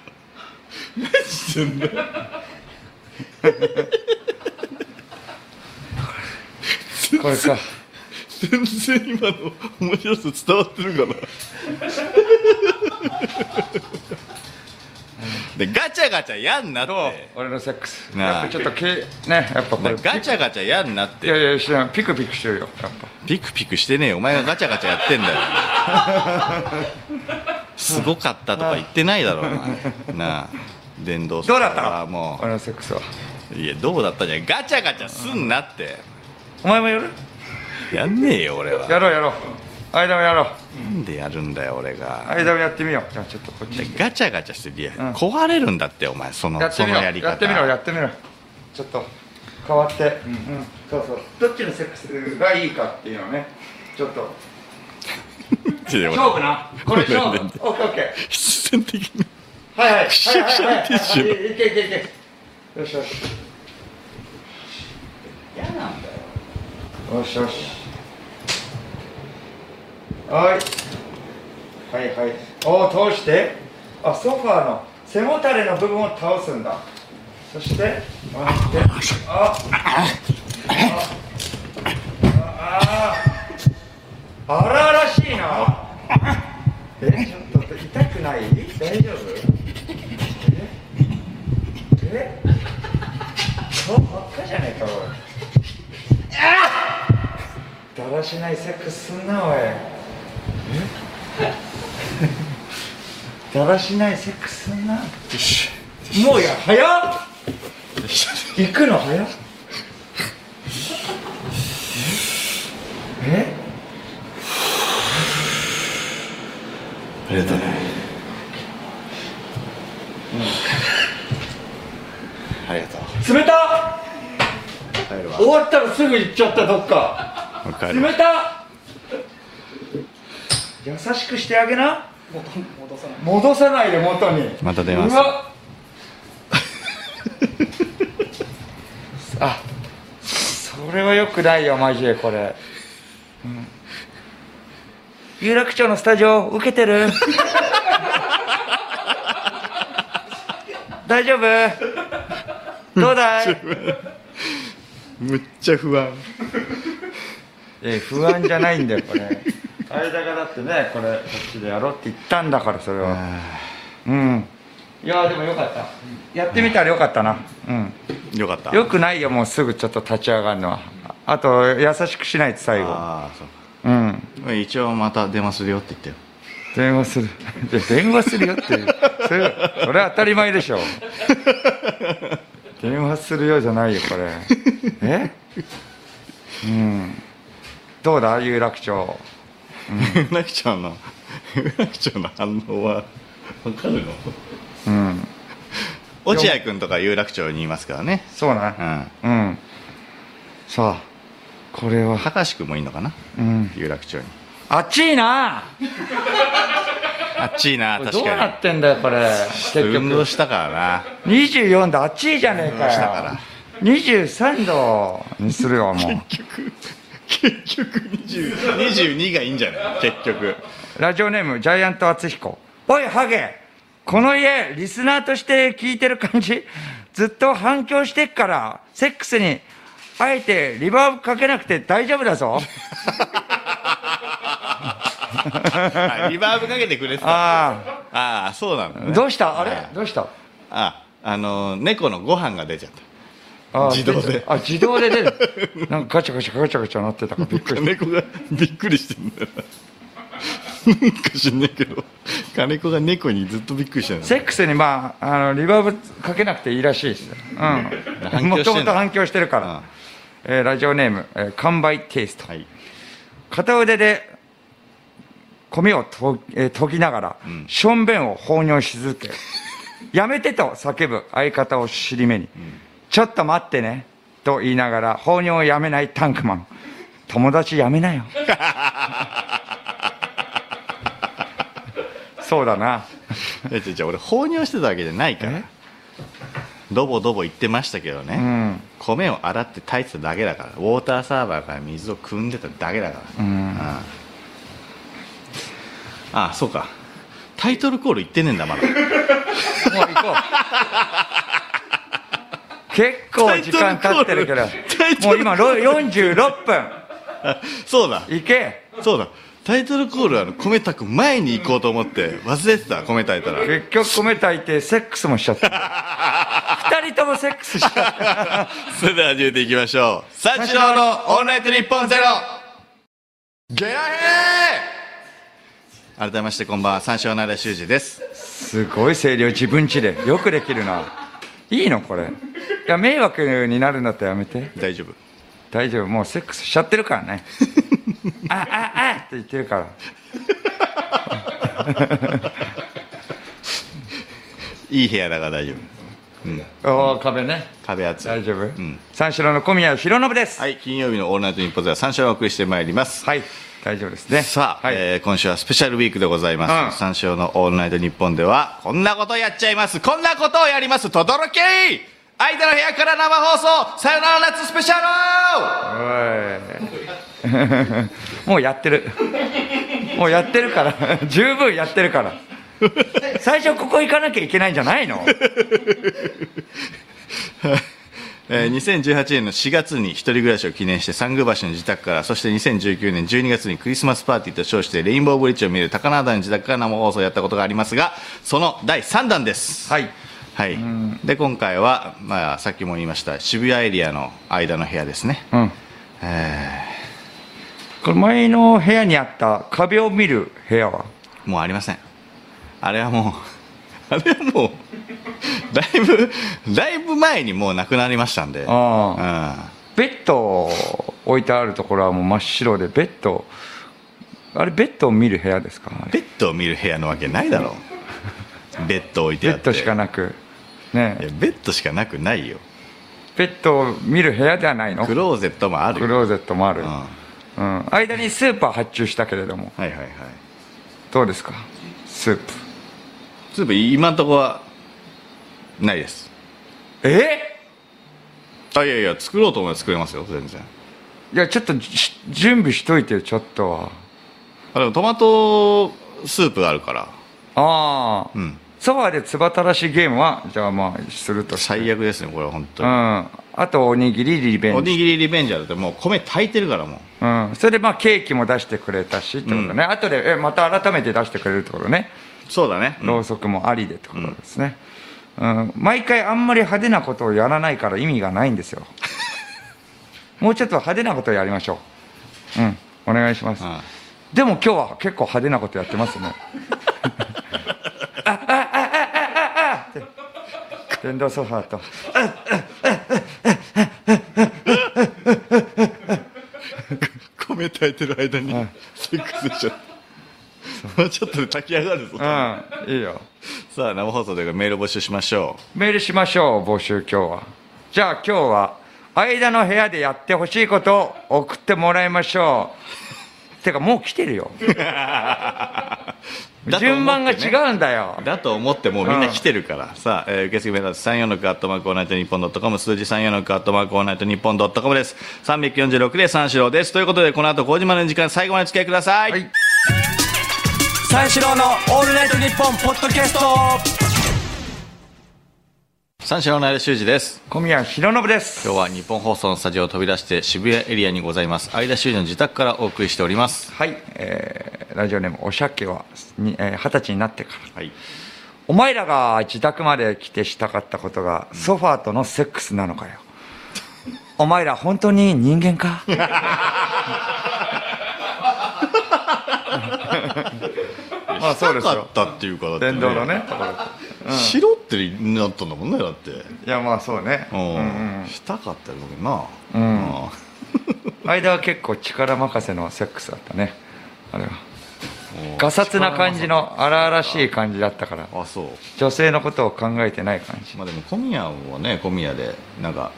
S1: 何してんの
S2: これさ
S1: 全然今の面白さ伝わってるかなでガチャガチャ嫌になって
S2: 俺のセックス
S1: なあ
S2: やっぱちょっとけねやっぱこれ
S1: なガチャガチャ嫌になって
S2: いやいや知らんピクピクしてるよやっぱ
S1: ピクピクしてねえよお前がガチャガチャやってんだよすごかったとか言ってないだろお 前なあ電動
S2: どうだった
S1: ああも
S2: 俺のセックスは
S1: ういやどうだったじゃんガチャガチャすんなって
S2: お前もやる
S1: やんねえよ俺は
S2: やろうやろう間もやろう
S1: なんでやるんだよ俺が
S2: 間もやってみようじゃあちょっとこっち
S1: でガチャガチャしてりゃ
S2: ん
S1: 壊れるんだってお前その
S2: やって
S1: そ
S2: み
S1: の
S2: ろ
S1: やり方
S2: やってみろやってみろちょっと変わってうんうんそうそうどっちのセックスがいいかっていうのをねちょっと
S1: ちょっと
S2: 勝
S1: 待
S2: 負なこれ勝負 オッケーオッケー
S1: って必然的に
S2: はいはい。
S1: シャシャティッシュ
S2: はいはいはいいけいけいけ。よしよし。嫌なんだよ。よしよし。はい。はいはい。おお通して。あソファーの背もたれの部分を倒すんだ。そして。あであ。あああ荒々しい な。えちょっと痛くない？大丈夫？え顔真っ赤じゃねえかおいだらしないセックスすんなおいえ だらしないセックスすんなもうや早っ行くの早っええ
S1: ありがとうね、ありがとう
S2: 冷た
S1: 帰るわ
S2: 終わったらすぐ行っちゃったどっか
S1: 帰るわ
S2: 冷た優しくしてあげな戻さないで元に
S1: また電話す
S2: う
S1: る
S2: わ あそれはよくないよマジでこれ、うん有楽町のスタジオ受けて る大丈夫どうだい
S1: むっちゃ不安
S2: え不安じゃないんだよ これ間がだってねこれこっちでやろうって言ったんだからそれはうんいやでもよかったやってみたらよかったなうん
S1: よかった
S2: よくないよもうすぐちょっと立ち上がるのはあと優しくしないと最後
S1: ああそう
S2: うん
S1: 一応また出まするよって言って よ
S2: 電話するで 電話するよってそれそれは当たり前でしょ電話するよじゃないよこれ えうんどうだ有楽町
S1: うなぎちゃんのうなぎちゃんの反応はわかるの
S2: うん
S1: 落合君とか有楽町にいますからね
S2: そうな
S1: うん
S2: うん。さあ、これは、
S1: 高橋君もいいのかな
S2: うん。
S1: 有楽町に
S2: 熱いな
S1: あっちいな
S2: これ
S1: 確
S2: どうな
S1: か
S2: ってんだよ、これ。結
S1: に運動
S2: 局。
S1: したからな
S2: 24度、熱いじゃねえか
S1: 運動した
S2: よ
S1: か。
S2: 23度にするよ、もう。
S1: 結局20 22がいいんじゃない結局
S2: ラジオネーム、ジャイアント厚彦。おい、ハゲこの家、リスナーとして聞いてる感じずっと反響してっから、セックスに、あえてリバーブかけなくて大丈夫だぞ。
S1: あリバーブかけてくれてた
S2: あ
S1: ああそうなんだ、
S2: あ、
S1: ね、
S2: どうしたあ
S1: は
S2: れ
S1: い
S2: どうした
S1: ああの猫のご飯が出ちゃった
S2: あ
S1: 自動で
S2: あ、自動で出る。なんかガチャガチャガチャガチャなってたからびっくりし
S1: 金子がびっくりしてんだよ ななんか知んないけど金子が猫にずっとびっくりしてる
S2: た。セックスにまあ、あの、リバーブかけなくていいらしいですよ。うん。
S1: 反響してんだ
S2: もともと反響してるか
S1: うん
S2: ら。えーラジオネーム、えー完売テイスト。
S1: はい
S2: 片腕で米をと、えー研ぎながら、しょんべんを放尿し 続け、やめてと叫ぶ相方を尻目に、ちょっと待ってねと言いながら、放尿をやめないタンクマン、友達や めなよ。そうだな。
S1: えじゃじゃ俺放尿してたわけじゃないからドボドボ言ってましたけどね、
S2: ん
S1: 米を洗って炊いてただけだからウォーターサーバーから水を汲んでただけだから、あああそうかタイトルコール言ってねえんだ まだ
S2: もう行こう。結構時間経ってるけど
S1: タイ、ト
S2: もう
S1: ルコ
S2: 今ろ46分。
S1: そうだ
S2: 行け。
S1: そうだタイトルコールはあの米炊く前に行こうと思って忘れてた米炊いたら
S2: 結局米炊いてセックスもしちゃった二人ともセックスしちゃった
S1: それでは始めていきましょう三四郎のオールナイトニッポンゼロゲラヘー改めましてこんばんは三四郎の間修二です
S2: すごい声量自分ちでよくできるないいのこれいや迷惑になるんだったらやめて
S1: 大丈夫
S2: 大丈夫もうセックスしちゃってるからねあああって言ってるから
S1: いい部屋だから大丈夫
S2: おお壁ね
S1: 壁厚い
S2: 大丈夫、
S1: ん
S2: 三四郎の小宮弘信ですはい、
S1: はい金曜日のオールナイトニッポンゼロ三四郎をお送りしてまいります
S2: 大丈夫ですね
S1: さあ、
S2: はい
S1: えー今週はスペシャルウィークでございます、
S2: うん
S1: 三四郎の「オールナイトニッポン」ではこんなことやっちゃいますこんなことをやりますとどろけい間の部屋から生放送さよなら夏スペシャル
S2: おい もうやってるもうやってるから 十分やってるから最初ここ行かなきゃいけないんじゃないの
S1: えー2018年の4月に一人暮らしを記念して三宮橋の自宅からそして2019年12月にクリスマスパーティーと称してレインボーブリッジを見る高輪台の自宅から生放送をやったことがありますがその第3弾です
S2: はい
S1: はい、で今回は、まあ、さっきも言いました渋谷エリアの間の部屋ですね、
S2: うんこれ前の部屋にあった壁を見る部屋は
S1: もうありませんあれはもう あれはもうだいぶだいぶ前にもうなくなりましたんで
S2: あベッドを置いてあるところはもう真っ白でベッドあれベッドを見る部屋ですかあ
S1: うん、
S2: れ
S1: ベッドを見る部屋のわけないだろうベッド置いて
S2: ベ
S1: あっ
S2: ッ
S1: て
S2: ドしかなくね
S1: い
S2: え
S1: やベッドしかなくないよ
S2: ベッドを見る部屋ではないの
S1: ク
S2: ク
S1: ローゼットもあるよ
S2: ローゼットもある、
S1: うんは
S2: うん、間にスープは発注したけれども
S1: いはいはい
S2: どうですかスープ
S1: スープ今んとこはないです
S2: え
S1: あいやいや作ろうと思えば作れますよ全然
S2: いやちょっとし準備しといてよちょっとは
S1: あでもトマトスープがあるから
S2: ああ、
S1: うん
S2: ソファーでつばたらしゲームはじゃあまあするとして
S1: 最悪ですねこれは本当
S2: うん
S1: に、
S2: あとおにぎりリベ
S1: お
S2: ン
S1: に
S2: ジ、
S1: ぎりリベンジャーだってもう米炊いてるからもう
S2: うん、それでまあケーキも出してくれたしってことね、あとでえまた改めて出してくれるってことね
S1: そうだね、
S2: ろうそくもありでってことですね、うん毎回あんまり派手なことをやらないから意味がないんですよもうちょっと派手なことをやりましょううんお願いします、
S1: うん
S2: でも今日は結構派手なことやってますねあああああああって電動ソファーと
S1: 米炊いてる間にセックスしちゃった もうちょっとで炊き上がるぞ、
S2: うんいいよ
S1: さあ生放送でメール募集しましょ
S2: メールしましょう募集今日はじゃあ今日は間の部屋でやってほしいことを送ってもらいましょう てかもう来てるよ
S1: うだと思ってね
S2: 順番が違うんだよ
S1: だと思ってもうみんな来てるから、さあ、えー受付メールは34のクアットマークオールナイトニッポンドットコム数字34のクアットマークオールナイトニッポンドットコムです346で三四郎ですということでこの後5時までの時間最後までお付き合いください、
S2: はい
S3: 三四郎のオールナイトニッポンポッドキャスト
S1: 三四郎の間修二です
S2: 小宮弘信です。
S1: 今日は日本放送のスタジオを飛び出して渋谷エリアにございます相田修二の自宅からお送りしております
S2: はい、えーラジオネームおしゃけはにえー二十歳になってから。
S1: はい
S2: お前らが自宅まで来てしたかったことがソファーとのセックスなのかよ。お前ら本当に人間かまあそうです
S1: したか
S2: よ
S1: っ。たっていうから
S2: 電動のね、ところ
S1: 白ってなったんだもんねだって
S2: いやまあそうね。
S1: う
S2: うんうん
S1: んしたかったよ僕なうん
S2: 間は結構力任せのセックスだったねあれはガサツな感じの荒々しい感じだったから
S1: あそう
S2: 女性のことを考えてない感じ
S1: まあでも小宮はね小宮でなんか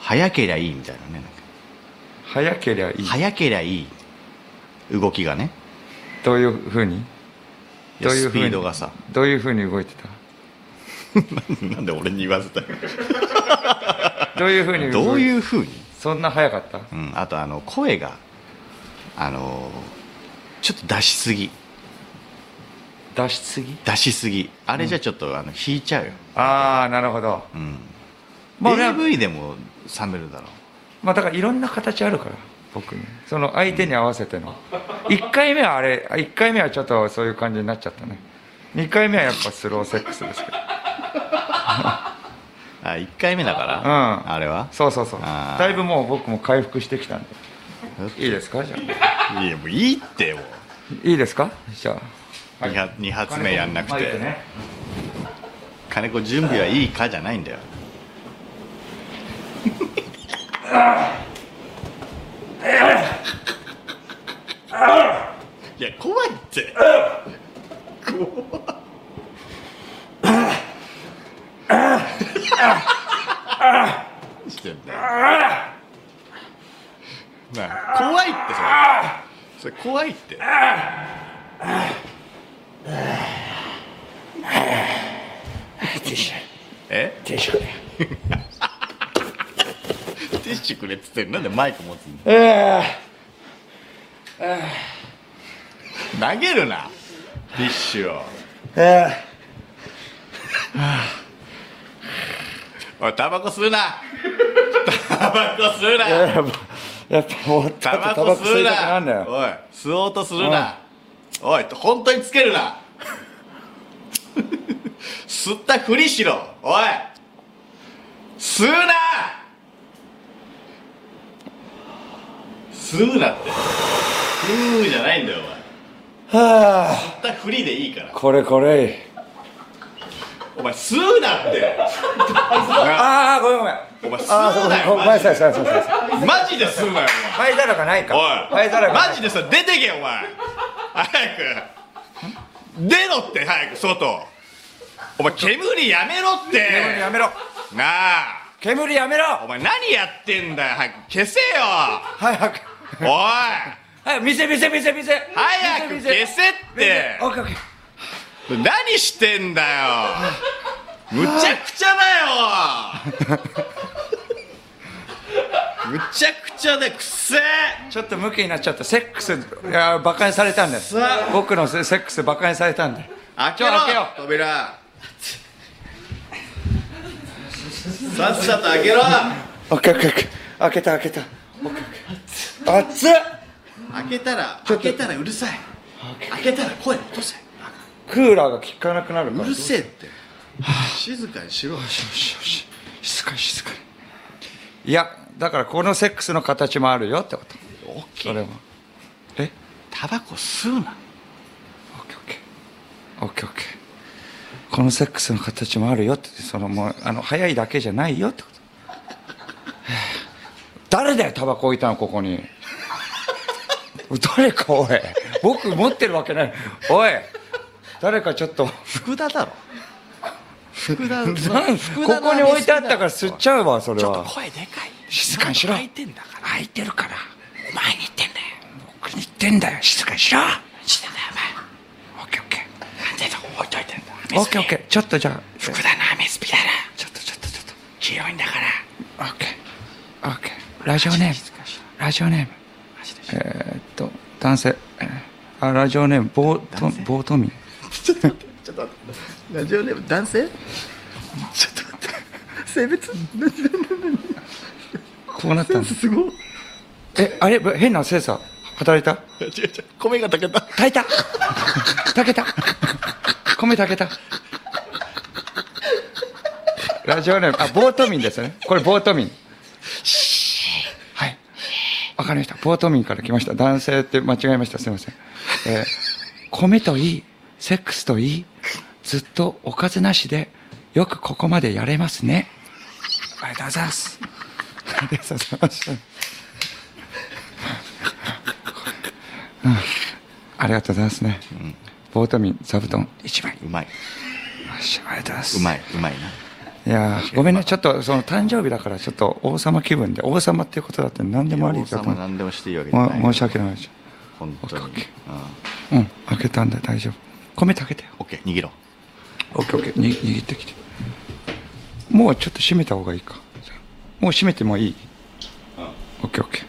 S1: 早けりゃいいみたいなねなんか
S2: 早けりゃいい
S1: 早けりゃいい動きがね
S2: どういうふうに
S1: いや
S2: どういう
S1: ス
S2: ふう
S1: ピ
S2: に
S1: ードがさ
S2: どういうふうに動いて
S1: なんで俺に言わせた
S2: たどういうふうに動いて
S1: どういうふうに、
S2: そんな早かった
S1: うん、あとあの声があのーちょっと出しすぎ
S2: 出しすぎ
S1: 出しすぎあれじゃちょっと、あの引いちゃうよ、
S2: ああなるほど
S1: うん
S2: まあね
S1: AV でも冷めるだろ
S2: まあだからいろんな形あるから僕ねその相手に合わせての1回目はあれ1回目はちょっとそういう感じになっちゃったね2回目はやっぱスローセックスですけど
S1: うあ1回目だから、
S2: うん
S1: あれは
S2: そうそうそう
S1: あー
S2: だいぶもう僕も回復してきたんでいいですすかじゃ
S1: いやもういいってもう
S2: あいいですかじゃあ、
S1: 二発二発目やんなくて
S2: マイクね
S1: 金子準備はいいかじゃないん だよいや怖いって怖 いしてんだよなあ怖いってそれそれ怖いってえティッシュくれっつってんのなんでマイク持つの投げるなティッシュをおいタバコ吸うなタバコ吸う
S2: いや
S1: な
S2: やっぱやっぱ終わった
S1: タ
S2: 後
S1: バ
S2: タ
S1: コ
S2: バコ吸
S1: 吸う
S2: いたくなんだ
S1: な
S2: よ
S1: おい吸おうとするなおい本当につけるな吸ったふりしろおい吸うな吸うなってふうじゃないんだよお前
S2: はあ
S1: 吸ったふりでいいから
S2: これこれ
S1: お前吸うなってな
S2: ああごめんごめん
S1: お前
S2: あ
S1: 吸うな
S2: ーご
S1: よ
S2: めんごめんごめんな
S1: マジ
S2: さい
S1: で
S2: さいさいさい
S1: マジで吸うなよお前
S2: 灰皿がないか
S1: おい
S2: 灰皿がない
S1: マジでさ出てけお前早く出ろって早く外お前煙やめろって
S2: 煙やめろ
S1: なあ
S2: 煙やめろ
S1: お前何やってんだよ早く消せよ
S2: 早く
S1: おい
S2: はい店店店店
S1: 早く消せって
S2: オッケーオッケー
S1: 何してんだよむちゃくちゃだよむちゃくちゃでくせえ
S2: ちょっとムキになっちゃったセックスいやバカにされたんです
S1: さあ
S2: 僕のセセックスバカにされたんで
S1: 開けろ
S2: ちょ開けよ
S1: 扉さっさと開けろ
S2: オッケーオッケーオッケー開けた開けたオッケーオッケー熱っ
S1: 開けたら
S2: ちょ
S1: 開
S2: っと
S1: けたらうるさい開けたら声落とせ
S2: クーラーが効かなくなるか
S1: う
S2: ら
S1: るせえって静かにしろ
S2: 静かに静かにいやだからこのセックスの形もあるよってこと
S1: 大き
S2: それ
S1: い
S2: もえ
S1: タバコ吸うな
S2: オッケーオッケーオッケーオッケーこのセックスの形もあるよってそのもうあの早いだけじゃないよってこと へえ誰だよタバコ置いたのここに誰かおい僕持ってるわけないおい誰かちょっと
S1: 福田だろ福 田
S2: なんここに置いてあったから吸っちゃうわそれ
S1: ちょっと
S2: は
S1: 声でかい
S2: 静かにしろ
S1: 開いてんだから
S2: 開いてるから
S1: お前に言ってんだよ
S2: 僕に言ってんだよ静かにしろ
S1: してんだよ
S2: オッケーオッケ
S1: お前なんでそこ置いといてんだ
S2: ーオッケーオッケーちょっとじゃあ
S1: 福田のアメスピだな
S2: ちょっとちょっとちょっと
S1: 黄色いんだから
S2: オッケーオッケーラジオネー
S1: 静かにし
S2: ムラジオネーム
S1: マジで
S2: えーっと男性えーあラジオネームボート
S1: 男性
S2: ボートミン
S1: ちょっと待って、ちょっと待って。ラジオネーム、男性ちょっと待って。
S3: 性別何
S2: こうなったんです。
S3: すごい
S2: え、あれ変なセンサー。働いた
S1: 違う違う米が炊けた
S2: 炊いた炊けた米炊けたラジオネーム、あ、ボート民ですね。これボート民。はい。わかりました。ボート民から来ました。男性って間違えました。すいません。えー米といい、セックスといい、ずっとおかずなしで、よくここまでやれますね。ありがとうございます。ありがとうございます。ありがとうございますね。ボート民、座布団一枚。よ
S1: うまい
S2: しありがとうございます。
S1: うまいうまい
S2: いやーごめんね、ちょっとその誕生日だから、ちょっと王様気分で、王様っていうことだって何で
S1: な
S2: もあり
S1: 王
S2: だと
S1: 様
S2: 思う
S1: 何でもしていいわけじゃない
S2: も申し訳ないでし
S1: 本当に
S2: オッケょ。うん、開けたんだ、大丈夫。米炊けたよ。
S1: オッケー握ろう
S2: オッケーオッケー、に握ってきて。もうちょっと閉めた方がいいか。もう閉めてもいいオッケーオッケ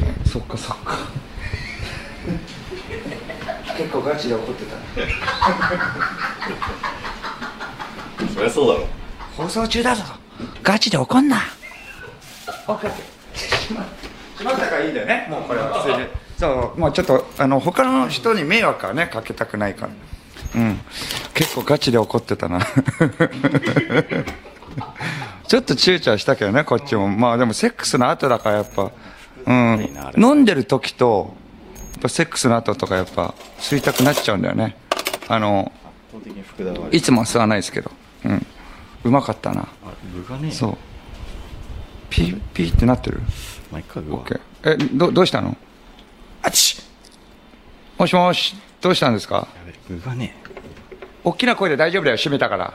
S2: ー。ふぅそっかそっか。 結構ガチで怒ってた。
S1: そりゃそうだろ
S2: 放送中だぞガチで怒んなしまったからいいんだよねもうこれはそれでそうもうちょっとあの他の人に迷惑はねかけたくないからうん結構ガチで怒って たなちょっと躊躇はしたけどねこっちもまあでもセックスの後だからやっぱうん
S1: いなあれ
S2: 飲んでる時とやっぱセックスの後とかやっぱ吸いたくなっちゃうんだよねあの
S1: 圧倒的に福田はい
S2: つもは吸わないですけどうんうまかったな
S1: あ具がね
S2: そうう。ピー、ピーってなってる
S1: 毎回具
S2: オ
S1: は
S2: ッケー。え、ど、どうしたのあちもしもし、どうしたんですか
S1: やべ具がね
S2: 大きな声で大丈夫だよ、閉めたから。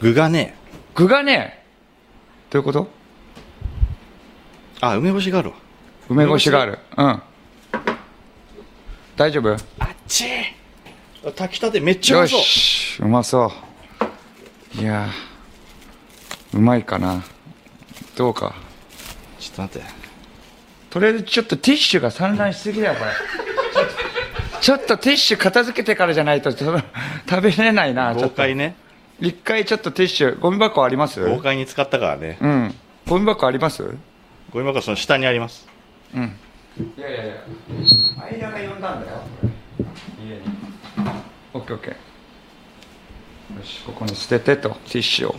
S1: 具がね
S2: 具がね、どういうこと
S1: あ梅干しがあるわ
S2: 梅干しがある。うん。大丈夫
S1: あっちー炊きたてめっちゃう
S2: よ
S1: まそう
S2: し、うまそう。いやーうまいかな。どうか。
S1: ちょっと待って
S2: とりあえずちょっとティッシュが散乱しすぎだよこ れちょっとちょっとティッシュ片付けてからじゃないとちょっと食べれないなちょ
S1: 豪
S2: っと
S1: 快ね
S2: 一回ちょっとティッシュゴミ箱あります
S1: 豪
S2: う
S1: 快に使ったからね
S2: んゴミ箱あります
S1: ゴミ箱その下にあります
S2: いやいやいや間が呼んだんだよ家にオッケーオッケーよしここに捨ててとティッシュを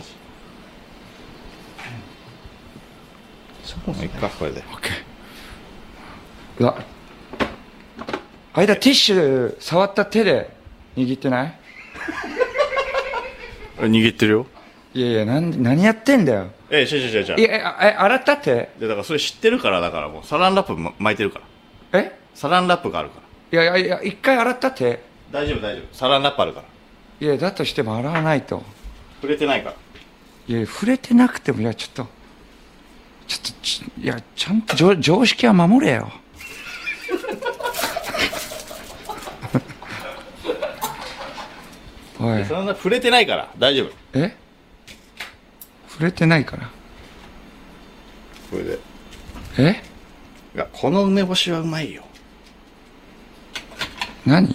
S1: もういっかこれで
S2: オッケーうわ間ティッシュ触った手で握ってない
S1: 握ってるよ
S2: いやいやなん何やってんだよ
S1: ええ違う違う違う
S2: い
S1: 違う
S2: や、えあえ、洗ったって
S1: でだからそれ知ってるからだからもうサランラップま巻いてるから
S2: え
S1: サランラップがあるから
S2: いやいやいや、一回洗ったって
S1: 大丈夫大丈夫サランラップあるから
S2: いや、だとしても洗わないと。
S1: 触れてないから
S2: いや、触れてなくても、いや、ちょっと、ちょっとち、いや、ちゃんと常常識は守れよ。 おい
S1: サ、ランラップ触れてないから大丈夫
S2: え触れてないから。
S1: これで
S2: え
S1: いやこの梅干しはうまいよ
S2: 何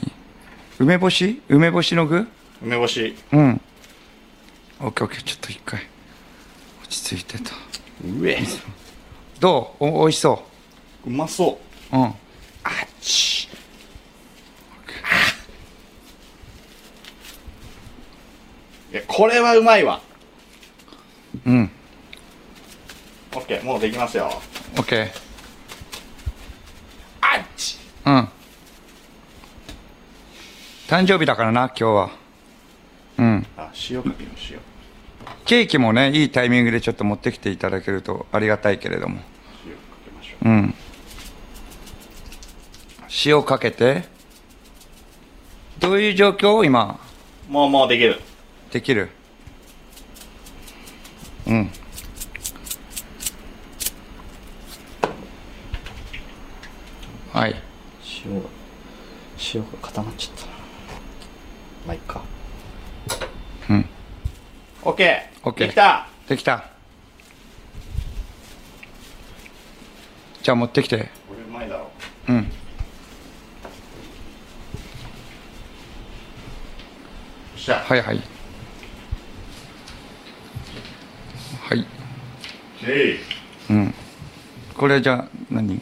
S2: 梅干し梅干しの具
S1: 梅干し
S2: うん。オッケーオッケー、ちょっと一回、落ち着いてと。
S1: うえ
S2: どうお美味しそう。
S1: まそう
S2: うん。
S1: うあっちいやこれはうまいわ
S2: うん。
S1: オッケーもうできますよ
S2: オッケ
S1: あっち
S2: ー。うん。誕生日だからな、今日は。うん。
S1: あ塩かけよう塩
S2: ケーキもね、いいタイミングでちょっと持ってきていただけるとありがたいけれども。
S1: 塩かけましょ
S2: うん。塩かけて。どういう状況を今、
S1: うもうもうできる
S2: できるうん。はい。
S1: 塩が塩が固まっちゃったなまあいっか
S2: うん
S1: オッケー
S2: オッケー
S1: できた
S2: できたじゃあ持ってきて
S1: これうまいだろ
S2: うん
S1: よっしゃ
S2: はいはいはい。
S1: えい
S2: これじゃあ何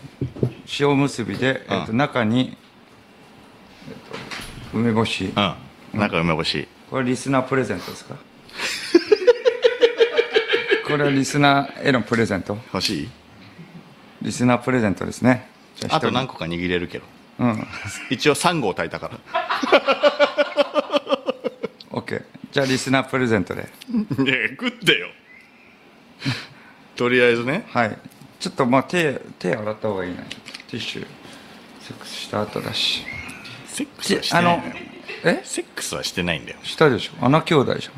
S2: 塩結びで、えっと
S1: う
S2: 中に、えっと梅干し
S1: うんなんか梅干し
S2: これリスナープレゼントですか これはリスナーへのプレゼント
S1: 欲しい
S2: リスナープレゼントですねじゃ
S1: あと
S2: 一人
S1: 何個か握れるけど
S2: うん
S1: 一応3合炊いたから
S2: OK じゃあリスナープレゼントで
S1: ねえ食ってよとりあえずね
S2: はいちょっとまあ手手洗った方がいいなティッシュセックスした後だし
S1: セックスはして
S2: あ
S1: ない
S2: の
S1: んだよ
S2: え
S1: セックスはしてないんだよ
S2: したでしょ穴兄弟じゃ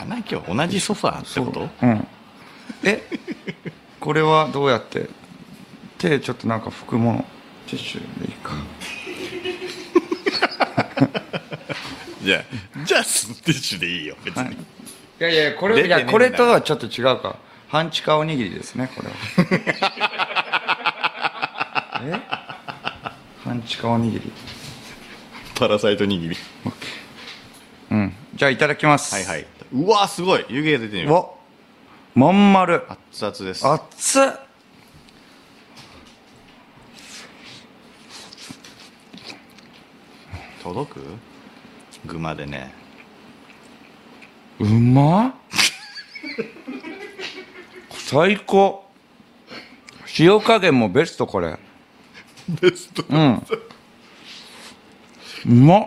S2: ん
S1: あなんか今日同じソファーってこと
S2: うんえこれはどうやって手ちょっとなんか拭くものティッシュでいいか
S1: じゃあじゃあスティッシュでいいよ別に、
S2: はいいやいやこ
S1: 出
S2: れ
S1: て
S2: い
S1: ねえんだ
S2: やこれとはちょっと違うか半地下おにぎりですね これはえ半地下おにぎり
S1: パラサイト握り
S2: うんじゃあいただきます
S1: はいはいうわーすごい湯気が出てるよ
S2: おまん丸
S1: 熱々です
S2: 熱っ
S1: 届く具までね
S2: うまっ最高塩加減もベストこれ
S1: ベスト
S2: うん。うまっ。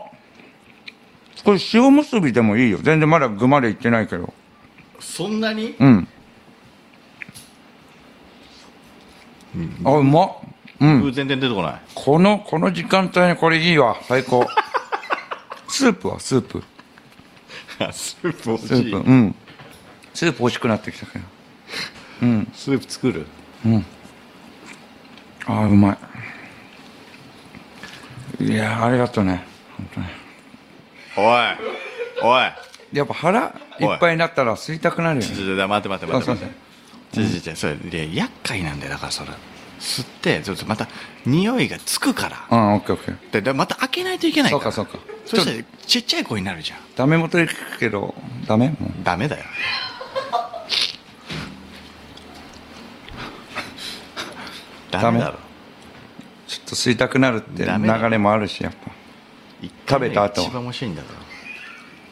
S2: これ塩結びでもいいよ。全然まだ具までいってないけど。
S1: そんなに
S2: うん。あ、うまっ。うん。
S1: 具全然出てこない
S2: この、この時間帯にこれいいわ。最高。 スープはスープ。
S1: あスープ欲
S2: スー
S1: し
S2: プ。
S1: い
S2: うん。スープ欲しくなってきたけど。
S1: スープ作る
S2: ああ、うまい。いやーありがとうね。本当に。
S1: おいおい
S2: やっぱ腹いっぱいになったら吸いたくなるよね。
S1: ちょちょちょ待って待って
S2: あ
S1: 待っ
S2: すい
S1: て
S2: ま
S1: 待
S2: せ
S1: っ
S2: ん。
S1: て違う違う違うそれで厄介なんだよだからそれ吸ってちょっとまた匂いがつくから
S2: うん、オッケーオッケー。
S1: ででまた開けないといけないから
S2: そうかそうか
S1: そしたらちっちゃい子になるじゃん
S2: ダメ元で聞くけど、ダメもう。
S1: ダメだよダメだろ
S2: ちょっと吸いたくなるって
S1: ダメだ
S2: 流れもあるし、やっぱ。
S1: 一
S2: 食
S1: 回
S2: べ
S1: 目
S2: た
S1: が
S2: 後は
S1: 一番面白いんだから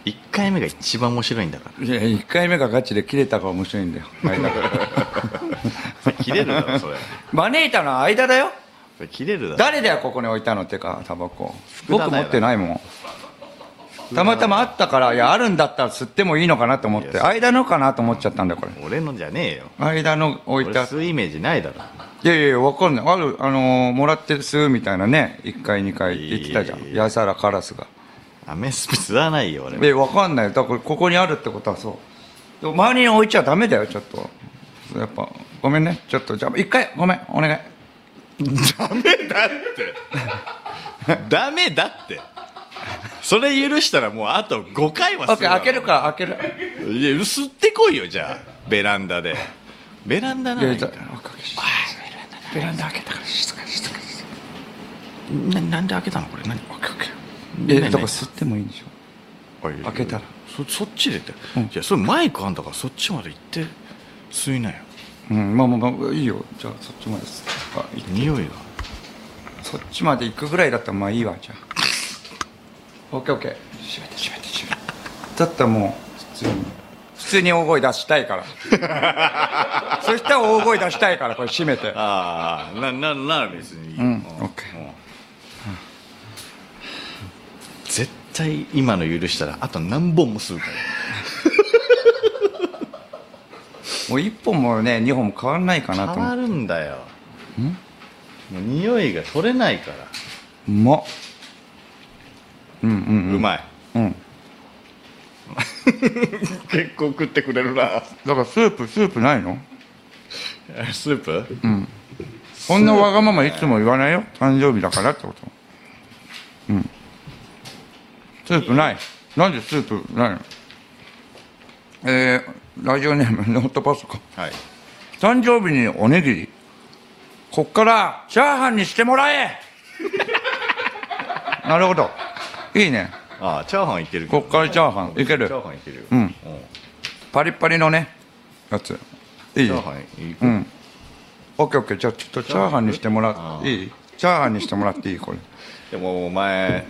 S1: 一回目が一番面白いんだか
S2: いや、1回目がガチで切れたが面白い んだよ。間が
S1: ら切れるだろそれ
S2: 招いたのは間だよ。
S1: それ切れるだろ
S2: 誰だよ、ここに置いたのってか、タバコ。
S1: 福田だ
S2: 僕
S1: よ
S2: 持ってないもん。たまたまあったから、いや、あるんだったら吸ってもいいのかなと思っ
S1: い
S2: て、
S1: やそう
S2: 間のかなと思っちゃったんだよ、これ。
S1: 俺のじゃねえよ
S2: 間の置い
S1: 俺
S2: た。
S1: 吸うイメージないだろ
S2: いやいやいや、わかんない。ある、あのーもらって吸うみたいなね、1回、2回言ってたじゃ
S1: いやいや
S2: ん。
S1: いや
S2: やさらカラスが。
S1: アメスピ吸わないよ俺
S2: えわかんないよだからここにあるってことはそうでも周りに置いちゃダメだよちょっとやっぱごめんねちょっとじゃあ一回ごめんお願い
S1: ダメだって ダメだってそれ許したらもうあと5回は
S2: オッ
S1: 吸う
S2: ケ
S1: だ
S2: ー
S1: ろ
S2: 開けるから開ける
S1: いや吸ってこいよじゃあベランダでベランダないら
S2: や
S1: いい
S2: じ
S1: か
S2: ゃあ開けしベランダ開けたから静かに静かに静
S1: な
S2: か
S1: なんで開けたのこれ何オッケーオッケ
S2: に
S1: ー
S2: えだから
S1: 何
S2: 吸ってもいいんでしょ
S1: 何
S2: 開けたら
S1: そそっちでって、いやそれマイクあんだからそっちまで行って吸いなよ
S2: うんまあまあまあいいよじゃあそっちまで吸っあい
S1: 匂いが
S2: そっちまで行くぐらいだったらまあいいわじゃあオッケーオッケー閉めて閉めて閉めてだったらもう普通に普通に大声出したいから そしたら大声出したいからこれ閉めて
S1: ああなななら別にいいよ
S2: うん
S1: うん
S2: OK
S1: うん絶対今の許したらあと何本も吸うから
S2: もう一本もね二本も変わんないかなと
S1: 変
S2: 思
S1: わ
S2: う
S1: るんだよもう匂いが取れないから、
S2: うまっうん
S1: うまい
S2: うんうん
S1: 結構食ってくれるな
S2: だからスープスープないの
S1: スープ
S2: こんなわがままいつも言わないよ誕生日だからってことうんスープないなんでスープないのえー、ラジオネームノートパソコン
S1: はい
S2: 誕生日におにぎりこっからチャーハンにしてもらえ なるほどいいね
S1: ああチャーハンいけるけど
S2: こっからチャーハンいける
S1: チャーハンいけるよ
S2: うんパリッパリのねやついい
S1: チャーハンいく、うん、
S2: オッケーオッケーじゃあちょっとチャーハンにしてもらっていいチャーハンにしてもらっていいこれ
S1: でもお前、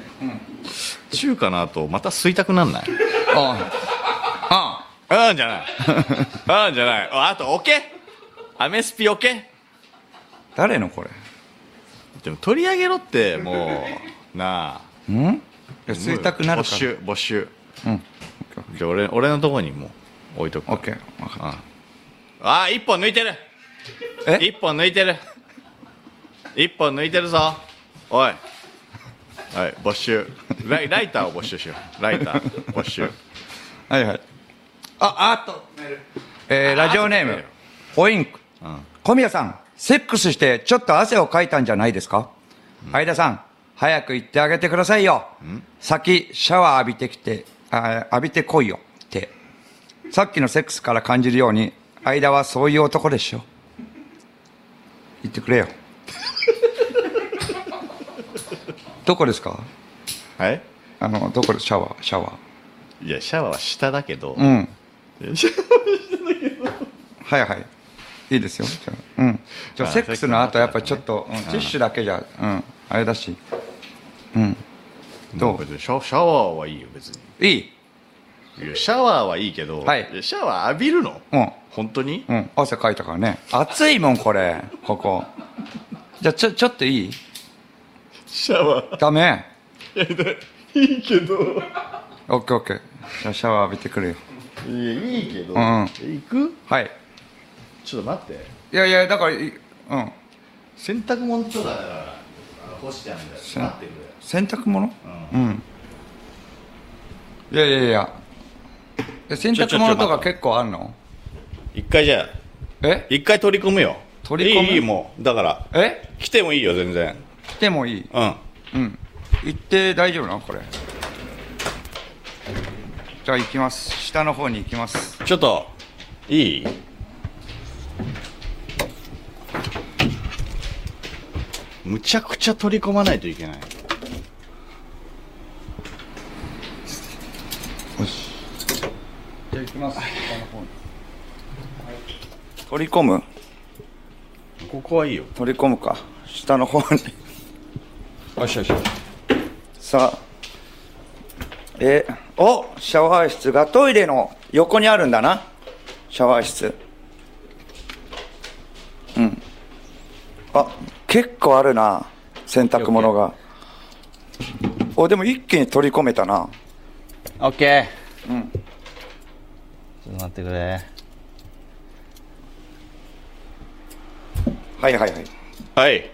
S1: 中華の後また吸いたくなんない
S2: あ
S1: うんじゃないう んじゃないあと置けアメスピ置け
S2: 誰のこれ
S1: でも取り上げろってもうなあ
S2: んいや 吸いたくなる
S1: 没
S2: から
S1: 収没収
S2: うん
S1: じゃあ俺俺のとこにもう置いとく
S2: オ
S1: か
S2: ッケー分かっ
S1: ああ一本抜いてる
S2: え
S1: 一本抜いてる一本抜いてるぞおいはい没収ライライターを没収しようライタ ー没収
S2: たはいはいああっとメールえーラジオネ
S1: あ
S2: ー
S1: とメー
S2: ム
S1: ル
S2: オインク
S1: うん
S2: 小宮さんセックスしてちょっと汗をかいたんじゃないですか相田さん早く行ってあげてくださいよ先シャワー浴びてきてあ浴びてこいよってさっきのセックスから感じるように相田はそういう男でしょ言って くれよどこですか
S1: はい
S2: あのどこでシャワーシャワー
S1: いやシャワーは下だけ ど、
S2: うん
S1: シャ
S2: はいはいいいですよじゃあ,、うん、じゃあ
S1: あ
S2: セックスの後やっぱちょっと、うん、ティッシュだけじゃ、うん、あれだしどう
S1: も別にシャシャワーはいいよ別に
S2: いい
S1: いやシャワーはいいけど、
S2: はい
S1: やシャワー浴びるの、
S2: うん
S1: 本当に、
S2: うん汗かいたからね暑いもんこれここじゃあちょちょっといい
S1: シャワー
S2: ダメ
S1: いいけど
S2: オッケーオッケーじゃあシャワー浴びてくるよ
S1: いやいいけど、
S2: ん
S1: 行く
S2: はい
S1: ちょっと待って
S2: いやいやだからいうん
S1: 洗濯物とかだからあの干してあるんだよ
S2: ゃ
S1: 待ってくれ
S2: 洗濯物うん、いやいやいやえ洗濯物とか結構あんの
S1: 一回じゃあ
S2: え
S1: 一回取り込むよ
S2: 取り込む
S1: いいいいもうだから
S2: え
S1: 来てもいいよ全然
S2: 来てもいい
S1: うん
S2: うん行って大丈夫なのこれじゃあ行きます下の方に行きます
S1: ちょっといいむちゃくちゃ取り込まないといけない
S2: よしじゃあ行きます下の方に
S3: 取り込む
S1: ここはいいよ
S3: 取り込むか下の方に
S2: よしよし
S3: さあえおシャワー室がトイレの横にあるんだなシャワー室うんあ結構あるな洗濯物がおでも一気に取り込めたな
S4: オッケーうんちょっと待ってくれ
S3: はいはいはい
S1: はい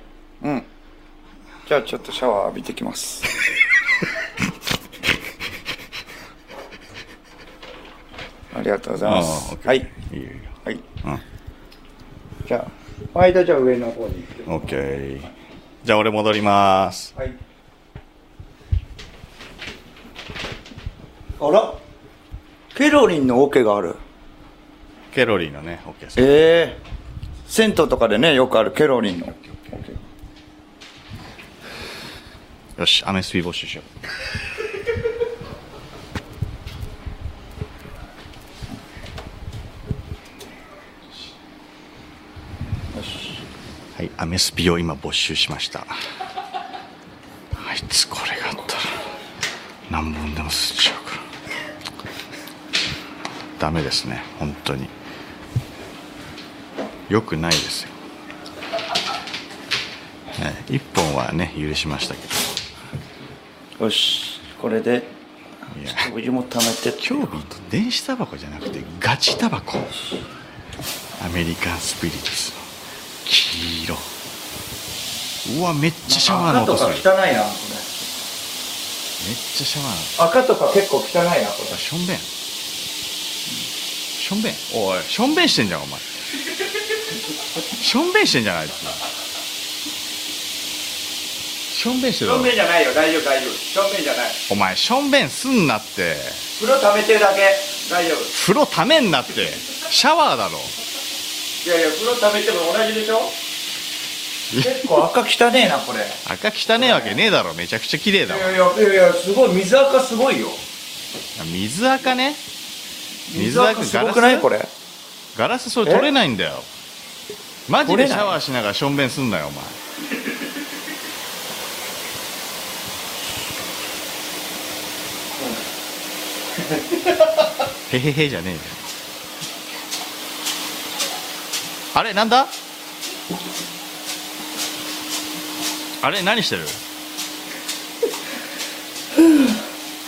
S3: じゃあちょっとシャワー浴びてきます。 ありがとうございます
S1: あーオッ。ケー
S3: はい。
S1: いいよいいよ
S3: はい。
S1: ん
S3: じゃあ、間じゃあ上の方に行って。
S1: オッケーじゃあ俺戻ります
S3: はい。あらケロリンの桶がある。
S1: ケロリーのねオッケー
S3: ええ銭湯とかでね、よくあるケロリンの。
S1: よしアメスピ募集しようはいアメスピを今没収しましたあいつこれがあったら何本でも吸っちゃうからダメですね本当によくないですよはい一本はね許しましたけど
S3: よし。これで、ちょっとお湯も溜めてって。
S1: 興味と電子タバコじゃなくてガチタバコアメリカンスピリッツの黄色うわめっちゃシャワーの音するめっち
S3: 赤とか汚いな、こ
S1: ゃシャ
S3: れ。赤とか結
S1: ワーの音
S3: 構汚いな、これ。
S1: あしょんべんしょんべんおいしょんべんしてんじゃんお前しょんべんしてんじゃないしょんべんしてるだろ
S3: 正面じゃないよ大丈夫大丈夫正面じゃない
S1: お前しょんべんすんなって
S3: 風呂溜めてるだけ大丈夫
S1: 風呂ためんなってシャワーだ
S3: い
S1: ろ
S3: やいや風呂溜めても同じでしょ結構赤汚ねえなこれい
S1: 赤汚ねえわけねえだろめちゃくちゃ綺麗だわ
S3: やいやいやいやすごい水垢すごいよ
S1: 水垢ね
S3: 水垢
S1: 水垢
S3: すごくな
S1: ガラ
S3: い
S1: ス
S3: これ
S1: ガラスそれ取れないんだよマジでシャワーしながらしょんべんすんなよお前へへへじゃねえよあれなんだあれ何してる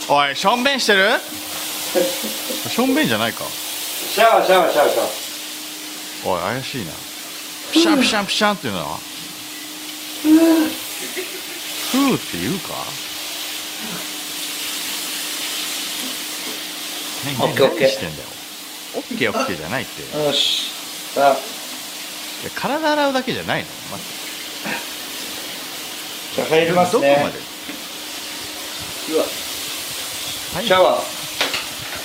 S1: おいしょんべんしてる しょんべんじゃないか
S2: シャワーシャワーシャワーシャワー
S1: おい怪しいなピシャンピシャンピシャンっていうのはふーって言うか何
S2: オッケーオッ
S1: 何
S2: ケー
S1: 何してんだよオッケーオッケーじゃないってい
S2: よしさあ
S1: や体洗うだけじゃないの、待って
S2: じゃあ入ります
S1: どこ
S2: ね
S1: まで
S2: うわ
S1: 入
S2: シャワー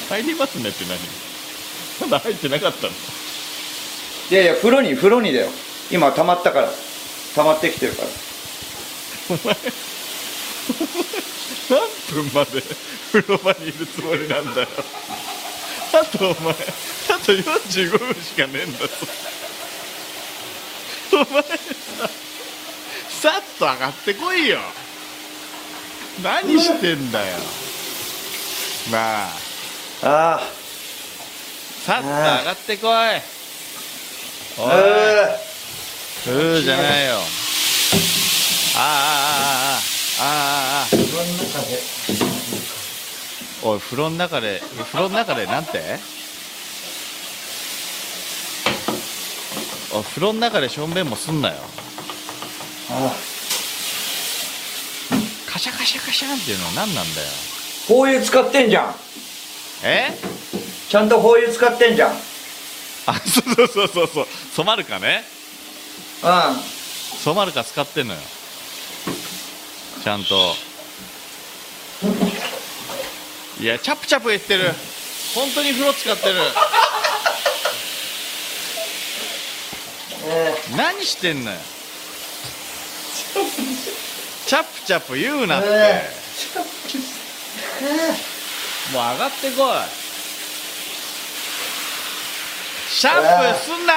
S1: 入りますねって何まだ入ってなかったの
S2: いやいや風呂に風呂にだよ今溜まったから溜まってきてるから
S1: 何分まで風呂場にいるつもりなんだよあとお前あと45分しかねえんだぞお前ささっと上がってこいよ何してんだよなあ
S2: あ
S1: さっと上がってこいおいう
S2: あ
S1: うーじゃないよああああああああああ
S2: 自分の中で
S1: おい風呂の中で風呂の中でなんておい風呂の中でしょんべんもすんなよ
S2: あ
S1: カシャカシャカシャンっていうのは何なんだよ
S2: ホイー使ってんじゃん
S1: え
S2: ちゃんとホイー使ってんじゃんうん
S1: あそうそうそうそう染まるかね染まるか使ってんのよちゃんといやチャプチャプ言ってる本当に風呂使ってる
S2: え
S1: 何してんのよチャプチャプ言うなって、
S2: え
S1: もう上がってこいシャンプーすんな、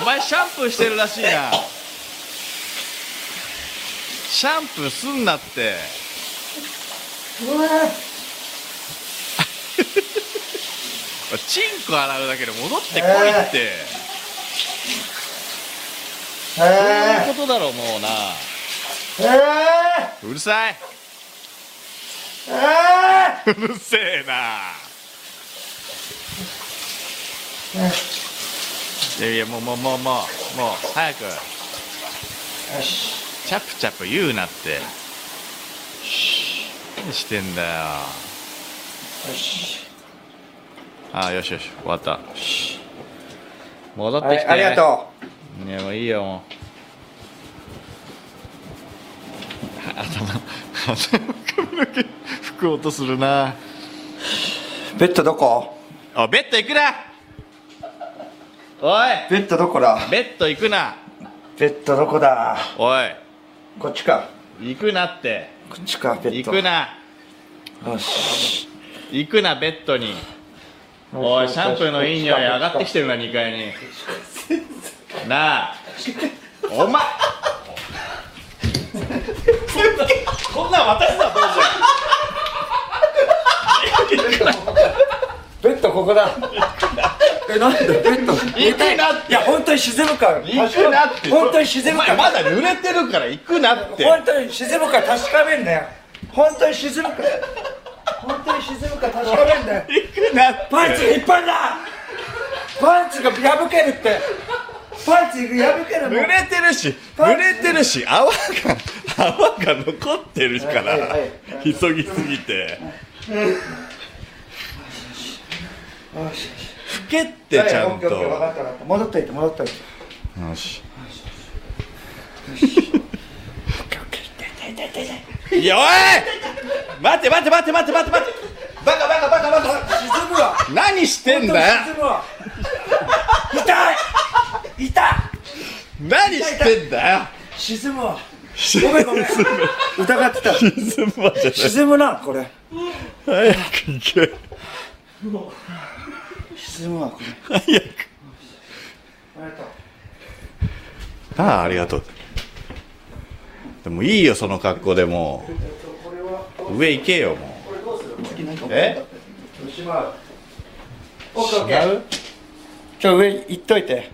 S1: お前シャンプーしてるらしいなシャンプーすんなってチンコ洗うだけで戻ってこいって、
S2: ええ
S1: そういうことだろうもうな
S2: ええ
S1: うるさい
S2: え
S1: うるせえなえいやいやもうもうもうもうもう早く
S2: えよし
S1: チャプチャプ言うなって何してんだよ
S2: よし
S1: ああよしよし終わった戻ってきて、
S2: はいありがと
S1: ういやもういいよもうは頭頭髪の毛拭く音するな
S2: うベッドどこ
S1: おベッド行くなおい
S2: ベッドどこだ
S1: ベッド行くな
S2: ベッドどこだ
S1: おい
S2: こっちか
S1: 行くなって
S2: こっちかベッ
S1: 行
S2: ド
S1: くな
S2: よし
S1: 行くなベッドにおいシャンプーのいい匂い上がってきてるな2階になあお 前こんなん私だどう
S2: ベッドここ だえなんでベッド
S1: 行くなって
S2: いや本当に沈むから
S1: 行くなって
S2: 本当に沈む
S1: お
S2: か
S1: 前ま
S2: ら
S1: だ濡れてるから行くなって
S2: 本当に沈むか確かめんだよ本当に沈むか本当に沈むか確かめんだよ
S1: 行くなって
S2: パンチがいっぱいだパンチが破けるってパンチが破けるもん
S1: 濡れてるし濡れてるし泡が泡が残ってるか
S2: はいは
S1: ら
S2: いはい
S1: 急ぎすぎて
S2: よしよし
S1: 拭けってちゃ
S2: オ
S1: ん
S2: ッケーオッケー分か
S1: と
S2: った分かった戻っといて戻っといて
S1: よし
S2: 痛い痛い痛い痛い
S1: いやおい待って待って待って待って待って待ってバカバカバカバカ
S2: 沈むわ
S1: 何してん
S2: 沈
S1: だよ
S2: むわ痛い痛い
S1: 何してんだよ
S2: 沈むわごめんごめん疑ってた
S1: 沈むわじゃない
S2: 沈むなこれ
S1: 早く行け
S3: 沈むわこれ
S1: 早くああありがとうでもいいよその格好でもう上行けよもうえ違う
S3: ちょ上行っといて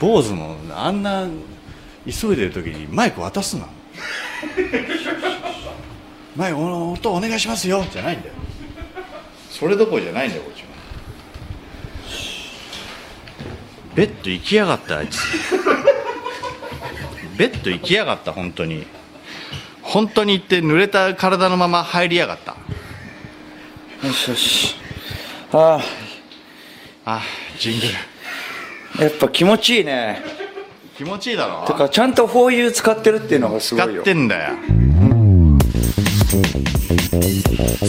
S1: 坊主のあんな急いでる時にマイク渡す なマイクお音お願いしますよじゃないんだよそれどころじゃないんだよこっちはベッド行きやがったあ いつベッド行きやがった本当に本当に行って濡れた体のまま入りやがった
S3: よしよしあ
S1: あジングル
S3: あやっぱ気持ちいいね
S1: 気持ちいいだろ
S3: てかちゃんとホーユー使ってるっていうのがす
S1: 使
S3: ご
S1: っ
S3: いよ
S1: てんだよ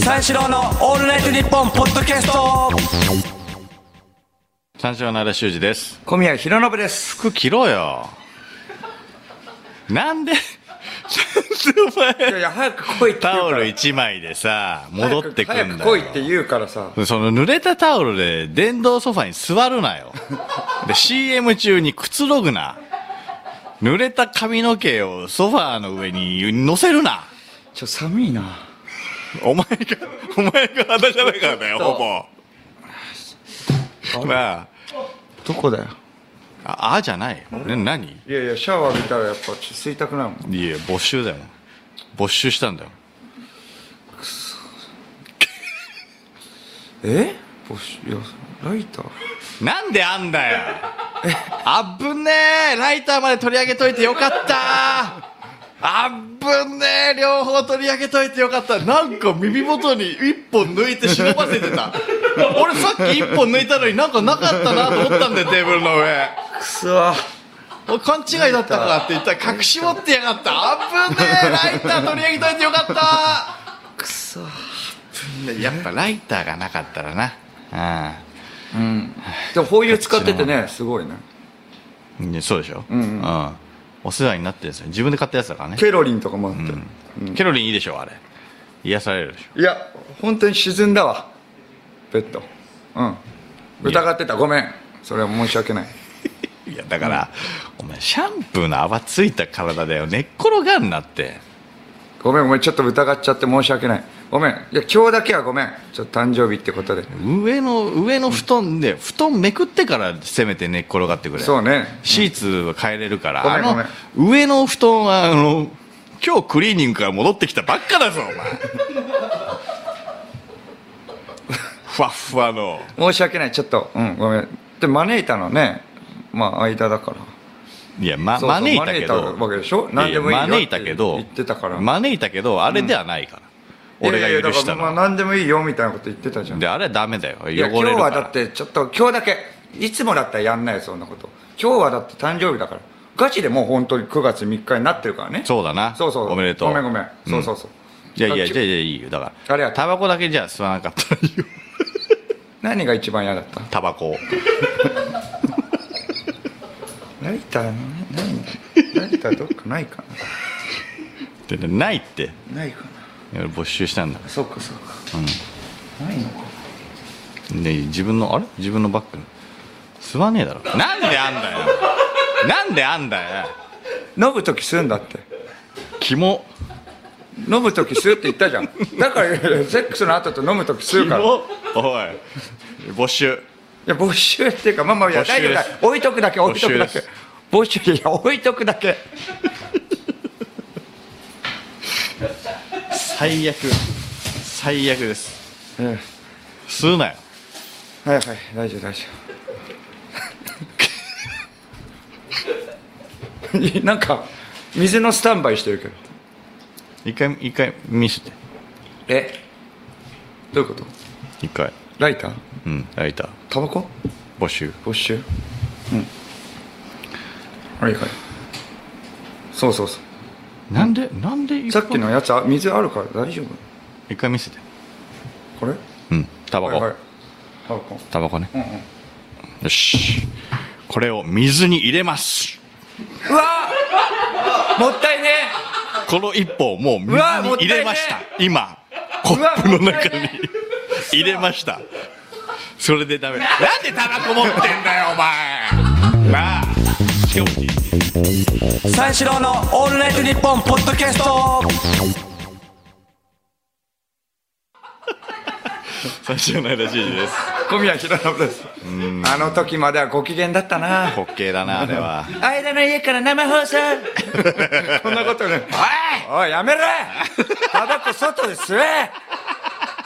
S3: 三四郎の「オールナイトニッポン」ポッドキャスト
S1: 三四郎の修二です
S2: 小宮弘信です。
S1: 服着ろよなんでなんでお
S2: いや
S1: 前
S2: いや、早く来いって言うから。
S1: タオル1枚でさ戻ってくんだ
S2: 早く来いって
S1: よ
S2: 言うからさ。
S1: その濡れたタオルで電動ソファに座るなよで CM 中にくつろぐな濡れた髪の毛をソファーの上に乗せるな
S2: ちょ、寒いな。
S1: お前がお前が裸じゃないからだよ
S2: ちょっと
S1: ほぼな
S2: どこだよ。
S1: あああじゃないよね何
S2: いやいや、シャワー浴びたらやっぱちょっと吸いたくなるもん。
S1: いや没収だよ没収したんだよ
S2: えボシいや、ライター
S1: なんであんだよあっぶねえライターまで取り上げといてよかったあっぶねえ両方取り上げといてよかったなんか耳元に一本抜いて忍ばせてた俺さっき一本抜いたのになんかなかったなと思ったんだよテーブルの上
S2: くそわ。
S1: 俺勘違いだったかって言ったら隠し持ってやがったあっぶねえライター取り上げといてよかった
S2: くそ
S1: やっぱライターがなかったらなあ
S2: でも、ホーユー使っててね、すごいね。
S1: あ、ねそうでしょ、うんうん、お世話になってるんですよ自分で買ったやつだからね
S2: ケロリンとかもあって。
S1: ケロリンいいでしょあれ癒されるでしょ
S2: いや、本当に沈んだわ。ベッド。うん。疑ってた。ごめん。それは申し訳ない。
S1: いやだから、お前シャンプーの泡ついた体だよ寝っ転がんなって
S2: ごめん、ごめん。ちょっと疑っちゃって申し訳ない。ごめん。いや、今日だけはごめん。ちょっと誕生日ってことで。
S1: 上の上の布団で布団めくってからせめて寝っ転がってくれ
S2: そうね。
S1: シーツは変えれるから、
S2: ごめん
S1: あの上の布団はあの今日クリーニングから戻ってきたばっかだ ぞお前ふわっふわの
S2: 申し訳ないちょっとうんごめんで招いたのねまあ間だから
S1: いや、ま、
S2: そうそう
S1: 招いたけど
S2: 招いたわけでしょ何でもいいよ
S1: や招いたけど
S2: って言ってたから
S1: 招いたけどあれではないから、俺
S2: いやいや
S1: が許
S2: だから
S1: したの
S2: まあ、何でもいいよみたいなこと言ってたじゃんい
S1: であれはダメだよ汚れ
S2: や
S1: る
S2: 今
S1: か
S2: 日
S1: ら
S2: はだってちょっと今日だけいつもだったらやんないよそんなこと今日はだって誕生日だからガチでもう本当に9月3日になってるからね
S1: そうだな
S2: そうそう
S1: おめでとう
S2: ごめんごめん、
S1: うん
S2: そうそうそう
S1: いやいや
S2: だ
S1: い
S2: から
S1: やいやいいよだか
S2: ありが
S1: ら
S2: とう
S1: タバコだけじゃ吸わなかったらいいよ
S2: 何が一番嫌だった
S1: タバコを
S2: ライターね何ライターどっかないか
S1: ででないってい
S2: なないか
S1: や俺没収したんだ
S2: なそうかそうかうんないのか
S1: で自分のあれ自分のバッグ吸わねえだろなんであんだよなんであんだよ
S2: 飲む時すんだって
S1: キモ
S2: 飲む時吸うって言ったじゃんだからいやいやセックスの後と飲む時吸う
S1: キ
S2: からい
S1: モおい没収
S2: や没収っていうかまあまあいや
S1: 没収
S2: 大丈夫だ
S1: です
S2: 置いとくだけ置いとくだ
S1: 没収で
S2: け
S1: す
S2: 没収いや置いとくだけ
S1: 最悪最悪です
S2: え
S1: 吸うなよ
S2: えはいはい大丈夫大丈夫 いやなんか水のスタンバイしてるけど
S1: 一回一回見せて
S2: えどういうこと
S1: 一回
S2: ライター
S1: うんライター
S2: タバコ
S1: 没収
S2: 没収うんはいはいそうそうそう
S1: なんでなんで一
S2: さ
S1: 本
S2: っきのやつあ水あるから大丈夫
S1: 一回見せて
S2: これ
S1: うんタバコ、
S2: はいはいタバコ
S1: タバコね、よしこれを水に入れます
S2: うわーもったいね
S1: この一歩をもう水
S2: う
S1: に
S2: わもった
S1: 入
S2: いね
S1: れました今コップの中に 入れましたそれでダメだなんでタバコ持ってんだよお前なあしかも
S5: 三四郎のオールナイトニッポンポッドキャスト
S1: 最初のラジオです
S2: 小宮浩信ですあの時まではご機嫌だったな
S1: 滑稽だなあれは
S2: 間の家から生放送 こんなことねおいおいやめろ タバコ外で吸え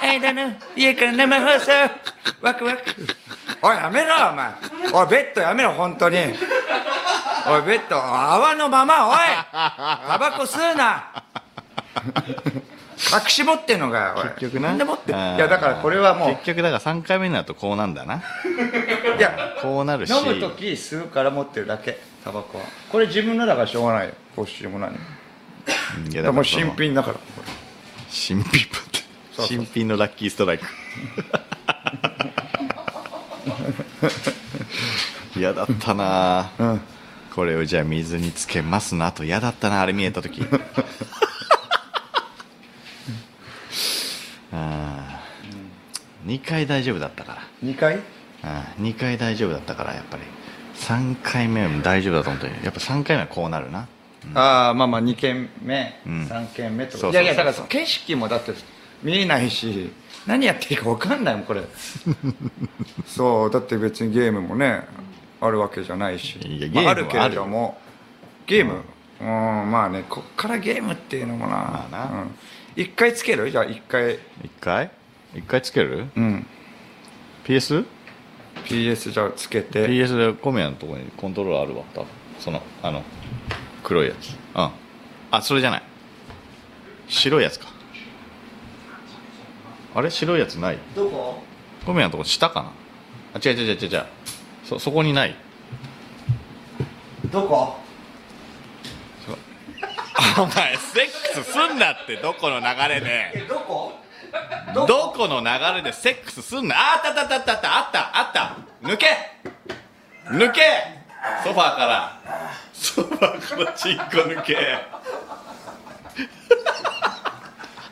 S2: 間の家から生放送ワクワクおいやめろお前おいベッドやめろ本当においベッド泡のま まおいタバコ吸うな隠し持ってんのかよおい
S1: 結局なん
S2: で持ってんい
S1: あー
S2: やだからこれはもう
S1: 結局だから3回目になるとこうなんだない
S2: や
S1: こうなるし
S2: 飲む時吸うから持ってるだけタバコはこれ自分のだからしょうがないよコッシーも何も
S1: いや
S2: い
S1: だ
S2: や
S1: か
S2: も
S1: ら
S2: う
S1: その
S2: 新品だから
S1: 新品パテ
S2: そうそう
S1: 新品のラッキースト ライク嫌だったな、これをじゃあ水につけますなと嫌だったなあれ見えた時 あ2回大丈夫だったから
S2: 2回
S1: あ2回大丈夫だったからやっぱり3回目も大丈夫だと思ったけどやっぱ3回目はこうなるな
S2: ああまあまあ2軒目、
S1: ん
S2: 3軒目と
S1: そうそうそう
S2: いやいやだからその景色もだって見えないし何やっていいか分かんないもん これそうだって別にゲームもねあるわけじゃないし
S1: いや
S2: まあ、あ
S1: ゲームは
S2: るけれどもゲームうんまあねこっからゲームっていうのもな,、
S1: まあな
S2: うん、1回つけるじゃあ1回
S1: 1回1回つける
S2: うん
S1: PS?
S2: PS じゃあつけて
S1: PS で小宮のところにコントローラーあるわ多分そのあの黒いやつうんあそれじゃない白いやつかあれ白いやつない
S2: どこ
S1: 小宮のとこ下かなあ違う違う違う違う違うそそこにない
S2: どこ
S1: お前セックスすんなってどこの流れで
S2: どこ
S1: どこの流れでセックスすんなああったあったあったあったあったあった抜け抜けソファーからソファーからチンコ抜け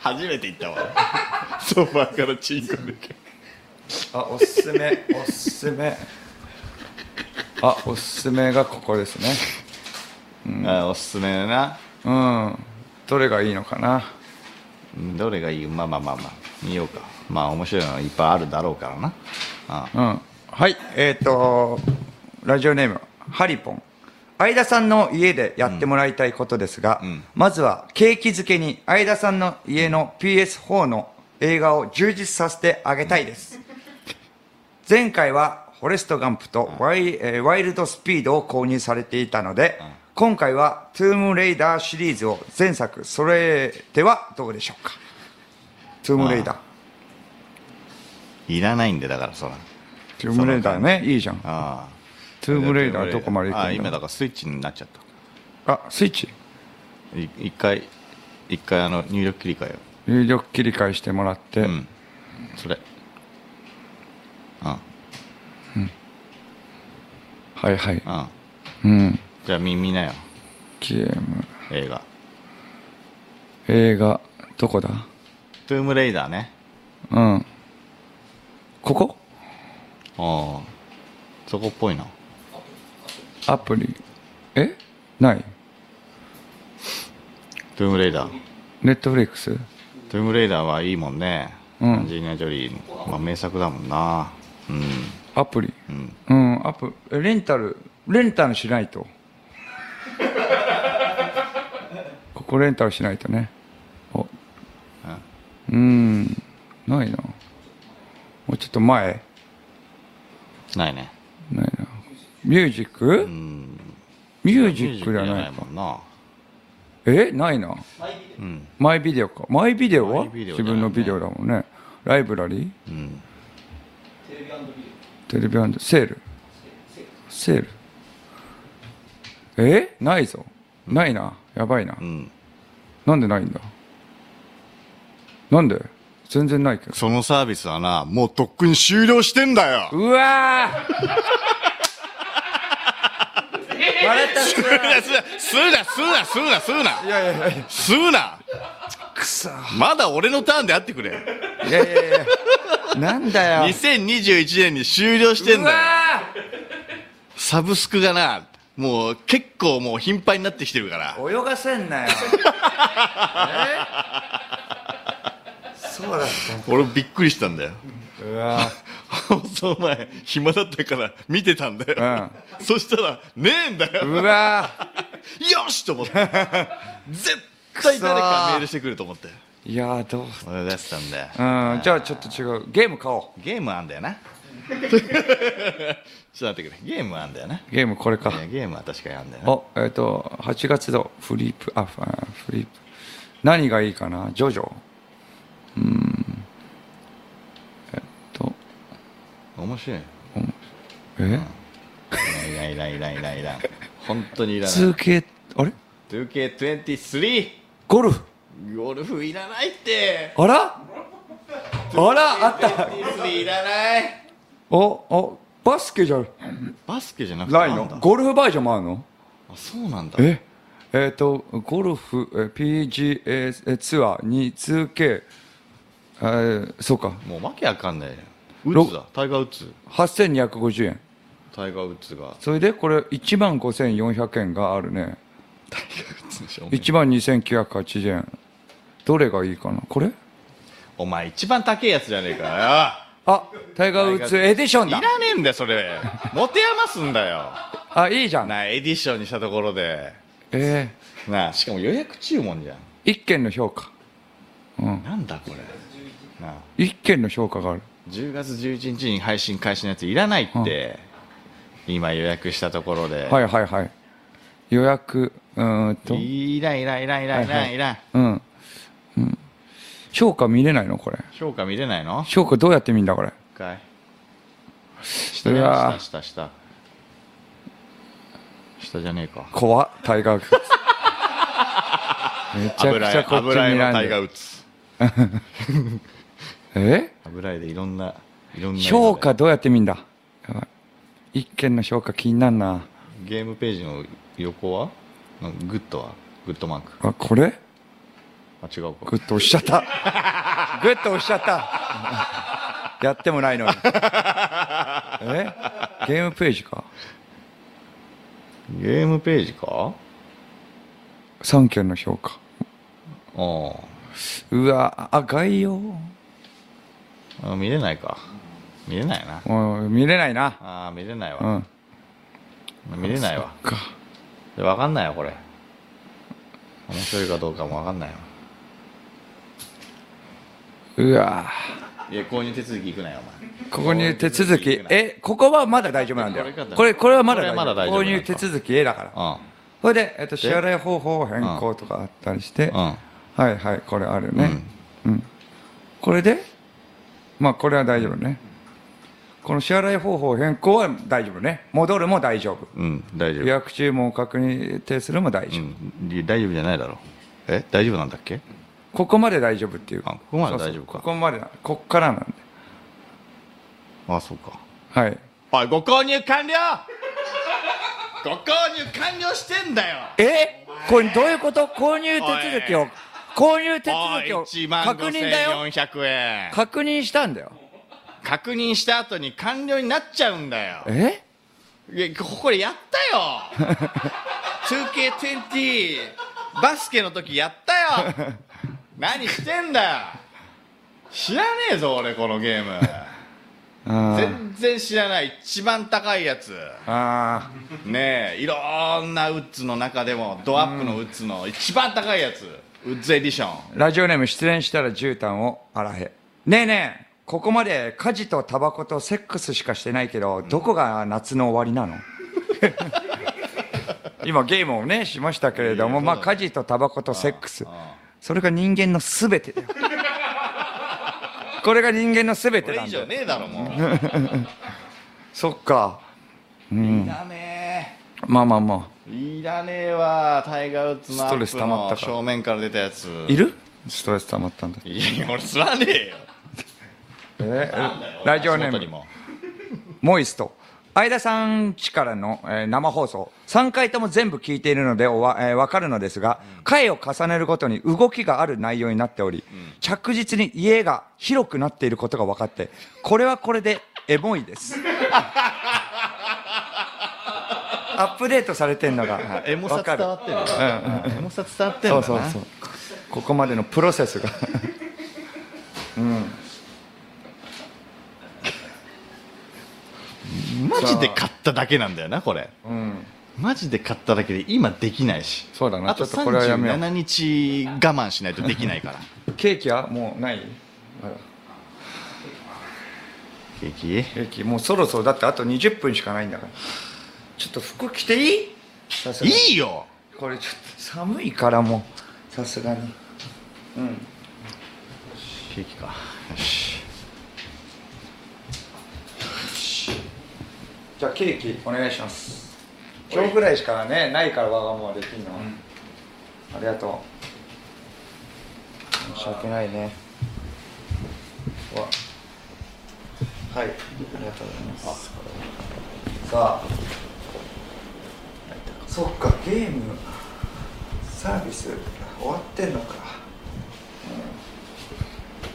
S1: 初めて行ったわソファーからチンコ抜け
S2: あおすすめおすすめあおすすめがここですね
S1: あおすすめだな
S2: うんどれがいいのかな
S1: どれがいいまあまあまあまあ見ようかまあ面白いのいっぱいあるだろうからなあ
S2: うんはいえっ、とラジオネームハリポン相田さんの家でやってもらいたいことですが、
S1: ん
S2: まずはケーキ漬けに相田さんの家の PS4 の映画を充実させてあげたいです、前回はフォレストガンプとワイ,、えーワイルドスピードを購入されていたので、今回はトゥームレイダーシリーズを前作揃えてはどうでしょうかトゥームレイダー
S1: いらないんでだからそら
S2: トゥームレイダーねいいじゃん
S1: ああ
S2: トゥームレイダーどこまで行くんだ
S1: あ今だからスイッチになっちゃった
S2: あスイッチ
S1: い一回一回あの入力切り替えよ
S2: 入力切り替えしてもらって、
S1: ううんそれあ
S2: はいはい
S1: あ
S2: うん
S1: じゃあみ見なよ
S2: ゲーム
S1: 映画
S2: 映画どこだ
S1: 「トゥームレイダーね」
S2: うんここ
S1: ああそこっぽいな
S2: アプリえない
S1: 「トゥームレイダー」
S2: ネットフリックス
S1: 「トゥームレイダー」はいいもんね、
S2: うん
S1: アンジェリーナ・ジョリーの、まあ、名作だもんなうん
S2: アプリ
S1: うん
S2: うんアプえレンタルレンタルしない とここレンタルしないとねおうんないなもうちょっと前
S1: ないね
S2: ないなミュージックミュージックじゃ
S1: ミュー
S2: ない
S1: も
S2: か
S1: んな
S2: えないな
S1: うん
S2: マイビデオかマイビデオは
S1: マイビデオ
S2: 自分のビデオだもんねライブラリー
S1: うん
S2: テレビセールセールえないぞないなやばいな
S1: うん
S2: なんでないんだなんで全然ないけど
S1: そのサービスはなもうとっくに 終了してんだよ
S2: うわー笑った
S1: するな、するな、するな、するな、するな、
S2: いやいやいや
S1: するな。
S2: くそい
S1: まだ俺のターンであってくれ。
S2: やいやいやなんだよ
S1: 2021年に終了してん
S2: う
S1: だよ。
S2: わ
S1: サブスクがな、もう結構もう頻繁になってきてるから。
S2: ー泳がせんなよえそうだっ
S1: 俺びっくりしたんだよ。
S2: たうわ
S1: 放送前、暇だったから見てたんだよ。そしたら、ねえんだよ。
S2: うわ
S1: よしと思って。絶対誰かメールしてくると思って。
S2: いやーどう
S1: 俺がやってたんだよ。
S2: うんじゃあちょっと違うゲーム買お
S1: ゲームあんだ よな。ちょっと待ってくれ。ゲームあんだよな。
S2: うゲームこれか
S1: いやゲームは確かにあんだよな。
S2: おえっ、と8月のフリップあフあフリップ何がいいかなジョジョうーんえっと
S1: 面白い。
S2: え
S1: いらんいらんいらんいらんいらん。本当にいらない。
S2: 続けあれ
S1: 2K23!
S2: ゴルフ
S1: ゴルフいらないって
S2: あらあらあった
S1: 23いらない
S2: おおバスケじゃ
S1: バスケじゃなくて
S2: ない
S1: あんだ
S2: のゴルフバージョンもあるの
S1: あそうなんだ
S2: ええっ、とゴルフえ PGA えツアーに 2K えー、そうか
S1: もうわけわかんないよ
S2: ろ
S1: ウッズだタイガーウッズ
S2: 8250円
S1: タイガーウッズが
S2: それでこれ1万5400円があるね
S1: お前
S2: 1万2980円どれがいいかなこれ
S1: お前一番高いやつじゃねえか
S2: あタイガーウッズエディション
S1: よい
S2: だ
S1: らねえんだよそれ持て余すんだよ
S2: あいいじゃん
S1: なあエディションにしたところで
S2: え
S1: なあしかも予約注文じゃん
S2: ー、一件の評価
S1: なんだこれなあ
S2: 一件の評価がある
S1: 10月11日に配信開始のやついらないって、今予約したところで、
S2: はいはいはい予約うーんと
S1: い、らんいらんいらんいらんいらんいらん
S2: うん、うん、評価見れないのこれ
S1: 評価見れないの
S2: 評価どうやって見んだこれ
S1: 一回下ね
S2: うわー
S1: 下下下下じゃねえか
S2: 怖っタイガーウ ッズめちゃく
S1: 油
S2: ちゃ
S1: 絵
S2: こっちに
S1: 油絵の
S2: らん
S1: タ
S2: で
S1: イガー
S2: る
S1: 打つ
S2: え
S1: 油絵でいろんないろんな色で
S2: 評価どうやって見んだやばい一件の評価気になんな
S1: ゲームページの横はうんグッドはグッドマーク
S2: あこれ
S1: あ違うか
S2: グッと押しちゃった。 グッと押しちゃった。 やってもないのに。えゲームページか。
S1: ゲームページか
S2: 3件の評価。
S1: あ
S2: うわ、あ、概要。
S1: ああ見れないか見れないな
S2: うん見れないな。
S1: ああ見れないわ、
S2: うん。
S1: 見れないわ
S2: か。
S1: でわかんないわこれ面白いかどうかもわかんないわ
S2: うわ
S1: いや購入手続き行くなよお前
S2: ここに手続き、え、ここはまだ大丈夫なんだ
S1: これか
S2: よ。これ、これはま
S1: こ
S2: だ大
S1: れはまだ大
S2: 丈夫。
S1: 丈夫
S2: 購入手続き、えだから。
S1: あ
S2: それで、えっと、支払い方法を変更とかあったりして、
S1: うん
S2: はいはい、これあるよね。うん。これで、まあ、これは大丈夫ね。この支払い方法変更は大丈夫ね。戻るも大丈夫。
S1: うん大丈
S2: 予
S1: 夫
S2: 約注文を確認するも大丈夫。
S1: うんいや大丈夫じゃないだろえ大丈夫なんだっけ
S2: ここまで大丈夫っていう。
S1: あここまで
S2: そうそう
S1: 大丈夫か
S2: ここまでな、こっからなんで。
S1: あそうか
S2: はい。
S1: はいご購入完了 ご購入完了してんだよ
S2: えこれどういうこと購入手続きを、購入手続き
S1: 1
S2: を
S1: 万
S2: 確認だよ。
S1: 5400円
S2: 確認したんだよ。
S1: 確認した後に完了になっちゃうんだよ
S2: え
S1: いやここれやった よ 2K20 バスケの時やったよ何してんだよ知らねえぞ俺このゲーム
S2: あー
S1: 全然知らない一番高いやつ
S2: あ
S1: ねえいろんなウッズの中でもドアップのウッズの一番高いやつ、ウッズエディション
S2: ーラジオネーム失恋したら絨毯を洗え。ねえねえ、ここまで家事とタバコとセックスしかしてないけど、どこが夏の終わりなの 今ゲームをね、しましたけれども、
S1: いや
S2: まあ
S1: そう
S2: 家事とタバコとセックス。それが人間のすべ てだよ。これが人間のすべ
S1: こ
S2: て
S1: れ
S2: な
S1: 以
S2: んだ
S1: 上
S2: よ。
S1: ねえだろもう
S2: そっか。
S1: いらね
S2: まあまあま
S1: えいらねえわタイガー・ウッズのア
S2: ストレス溜まっ
S1: ップ
S2: た
S1: の
S2: か
S1: 正面から出たやつ
S2: あ。いるストレス溜まったんだ。
S1: いやいや俺知らねえよ
S2: えーラジオネ
S1: 足元
S2: ー
S1: に
S2: ム、
S1: も
S2: モイスト。相田さんちからの、えー生放送、3回とも全部聞いているのでおわ、えーわかるのですが、回を重ねるごとに動きがある内容になっており、着実に家が広くなっていることが分かって、これはこれでエモい です。アップデートされてんのが、はい
S1: エモさ
S2: わか
S1: 伝
S2: る
S1: わってるなうんエモさ伝わってる
S2: そ
S1: ん
S2: う
S1: だ
S2: そ
S1: な
S2: うそう。ここまでのプロセスが。
S1: マジで買っただけなんだよなこれ
S2: うん。
S1: マジで買っただけで今できないし
S2: そうだな
S1: あと
S2: ちょっとこれはやめよう
S1: 37日我慢しないとできないから
S2: ケーキはもうないあら
S1: ケーキ
S2: ケーキもうそろそろだってあと20分しかないんだからちょっと服着ていいさすがに
S1: いいよ
S2: これちょっと寒いからもうさすがに
S1: ケーキかよし
S2: じゃあケーキお願いします今日ぐらいしかねないからわがままできんの、ありがとう申し訳ないねうわはいありがとうございますさあそっかゲームサービス終わってんのか、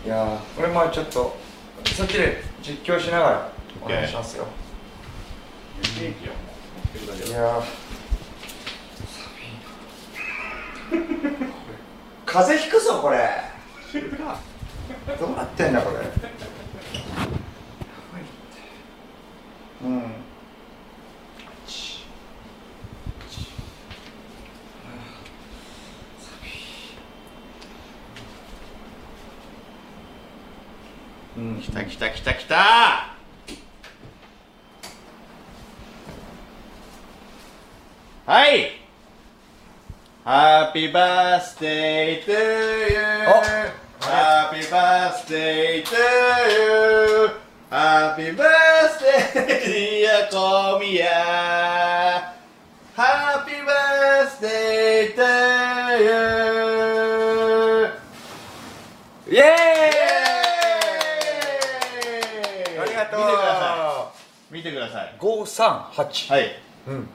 S2: うん、いやーこれまあちょっとそっちで実況しながらお願いしますよ、いやー寒 いな風邪ひくぞこれどうなってんだこれやばいってうんちちうん
S1: 来た来た来た来たはいハッピーバースデートゥーユーハッピーバースデートゥーユーハッピーバース デーディアコミヤハッピーバースデートゥーユー
S2: イエーイ
S1: あ
S2: ありがとう
S1: 見てください見てくだ
S2: 五三八
S1: さいはいっ
S2: うん
S1: て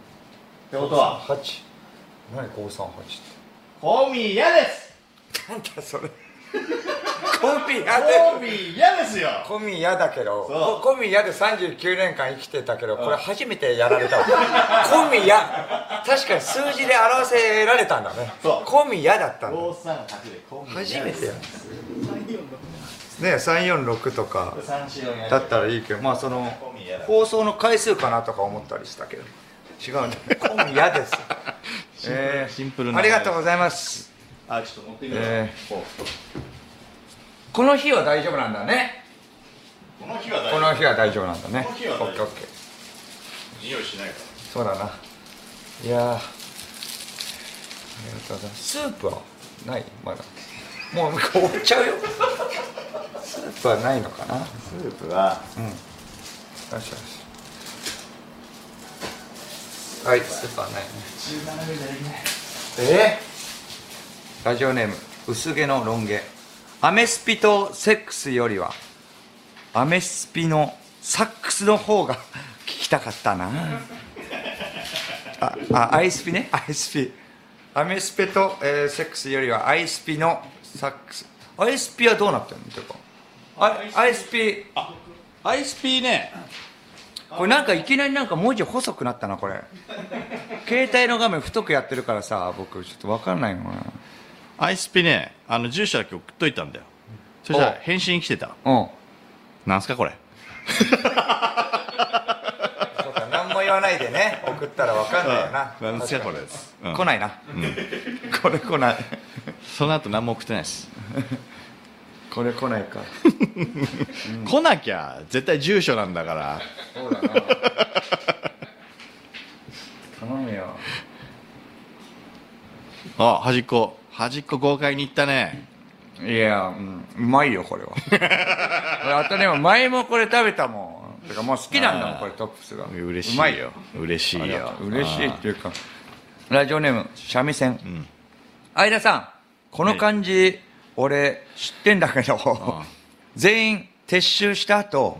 S1: ことは
S2: 八何五三八って
S1: コミヤです
S2: なんだそれ コミヤ
S1: コ
S2: で
S1: ミヤですよ
S2: コミヤだけど
S1: そう
S2: コミヤで39年間生きてたけどこれ初めてやられ たわコミヤ確かに数字で表せられたんだね
S1: そう
S2: コミヤだったんだ
S1: 五三八でコミヤ
S2: 初めてやね346とか
S1: 三四四
S2: だったらいいけどまあその
S1: コミヤだ
S2: 放送の回数かなとか思ったりしたけど違うんだコミヤですえ ー
S1: シンプルな
S2: ありがとうございます
S1: あちょっと持ってみよう
S2: え
S1: こ
S2: この日は大丈夫なんだね
S1: うこの日は大
S2: こ
S1: 丈
S2: の日は大丈夫なんだね
S1: この日は大丈夫
S2: オッケーオッケー
S1: 夫匂いしないか
S2: そうだないやーありがとうございますスープはないまだもう終わっちゃうよスープはないのかなよ
S1: らスープは
S2: しよしはいスープはないね
S1: 17秒じゃできない
S2: えーラジオネーム薄毛のロン毛アメスピとセックスよりはアメスピのサックスの方が聞きたかったなああアイスピねアイスピアメスピと、えーセックスよりはアイスピのサックスアイスピはどうなってるのていうかあアイスピ
S1: アイスピーね
S2: これなんかいきなりなんか文字細くなったなこれ携帯の画面太くやってるからさ僕ちょっと分かんないのかな
S1: アイスピーねあの住所だけ送っといたんだよそしたら
S2: お
S1: 返信来てた
S2: うん
S1: なんすかこれ
S2: そうか何も言わないでね送ったら分かんないよな
S1: うんなんすかこれ
S2: 確かに
S1: ですうん
S2: 来ないな、 これ来ない
S1: その後何も送ってないです
S2: これ来ないか
S1: 来なきゃ絶対住所なんだから
S2: そうだな頼むよ
S1: あ端っこ端っこ豪快に行ったね
S2: いや、うん、うまいよこれは これあとでも前もこれ食べたもんてかもう好きなんだもんこれトップスが
S1: 嬉しいう
S2: まいよ
S1: 嬉しいよ
S2: 嬉しいっていうかラジオネーム三味線、
S1: ん
S2: 相田さんこの感じ、俺知ってんだけど
S1: あ
S2: 全員撤収した後、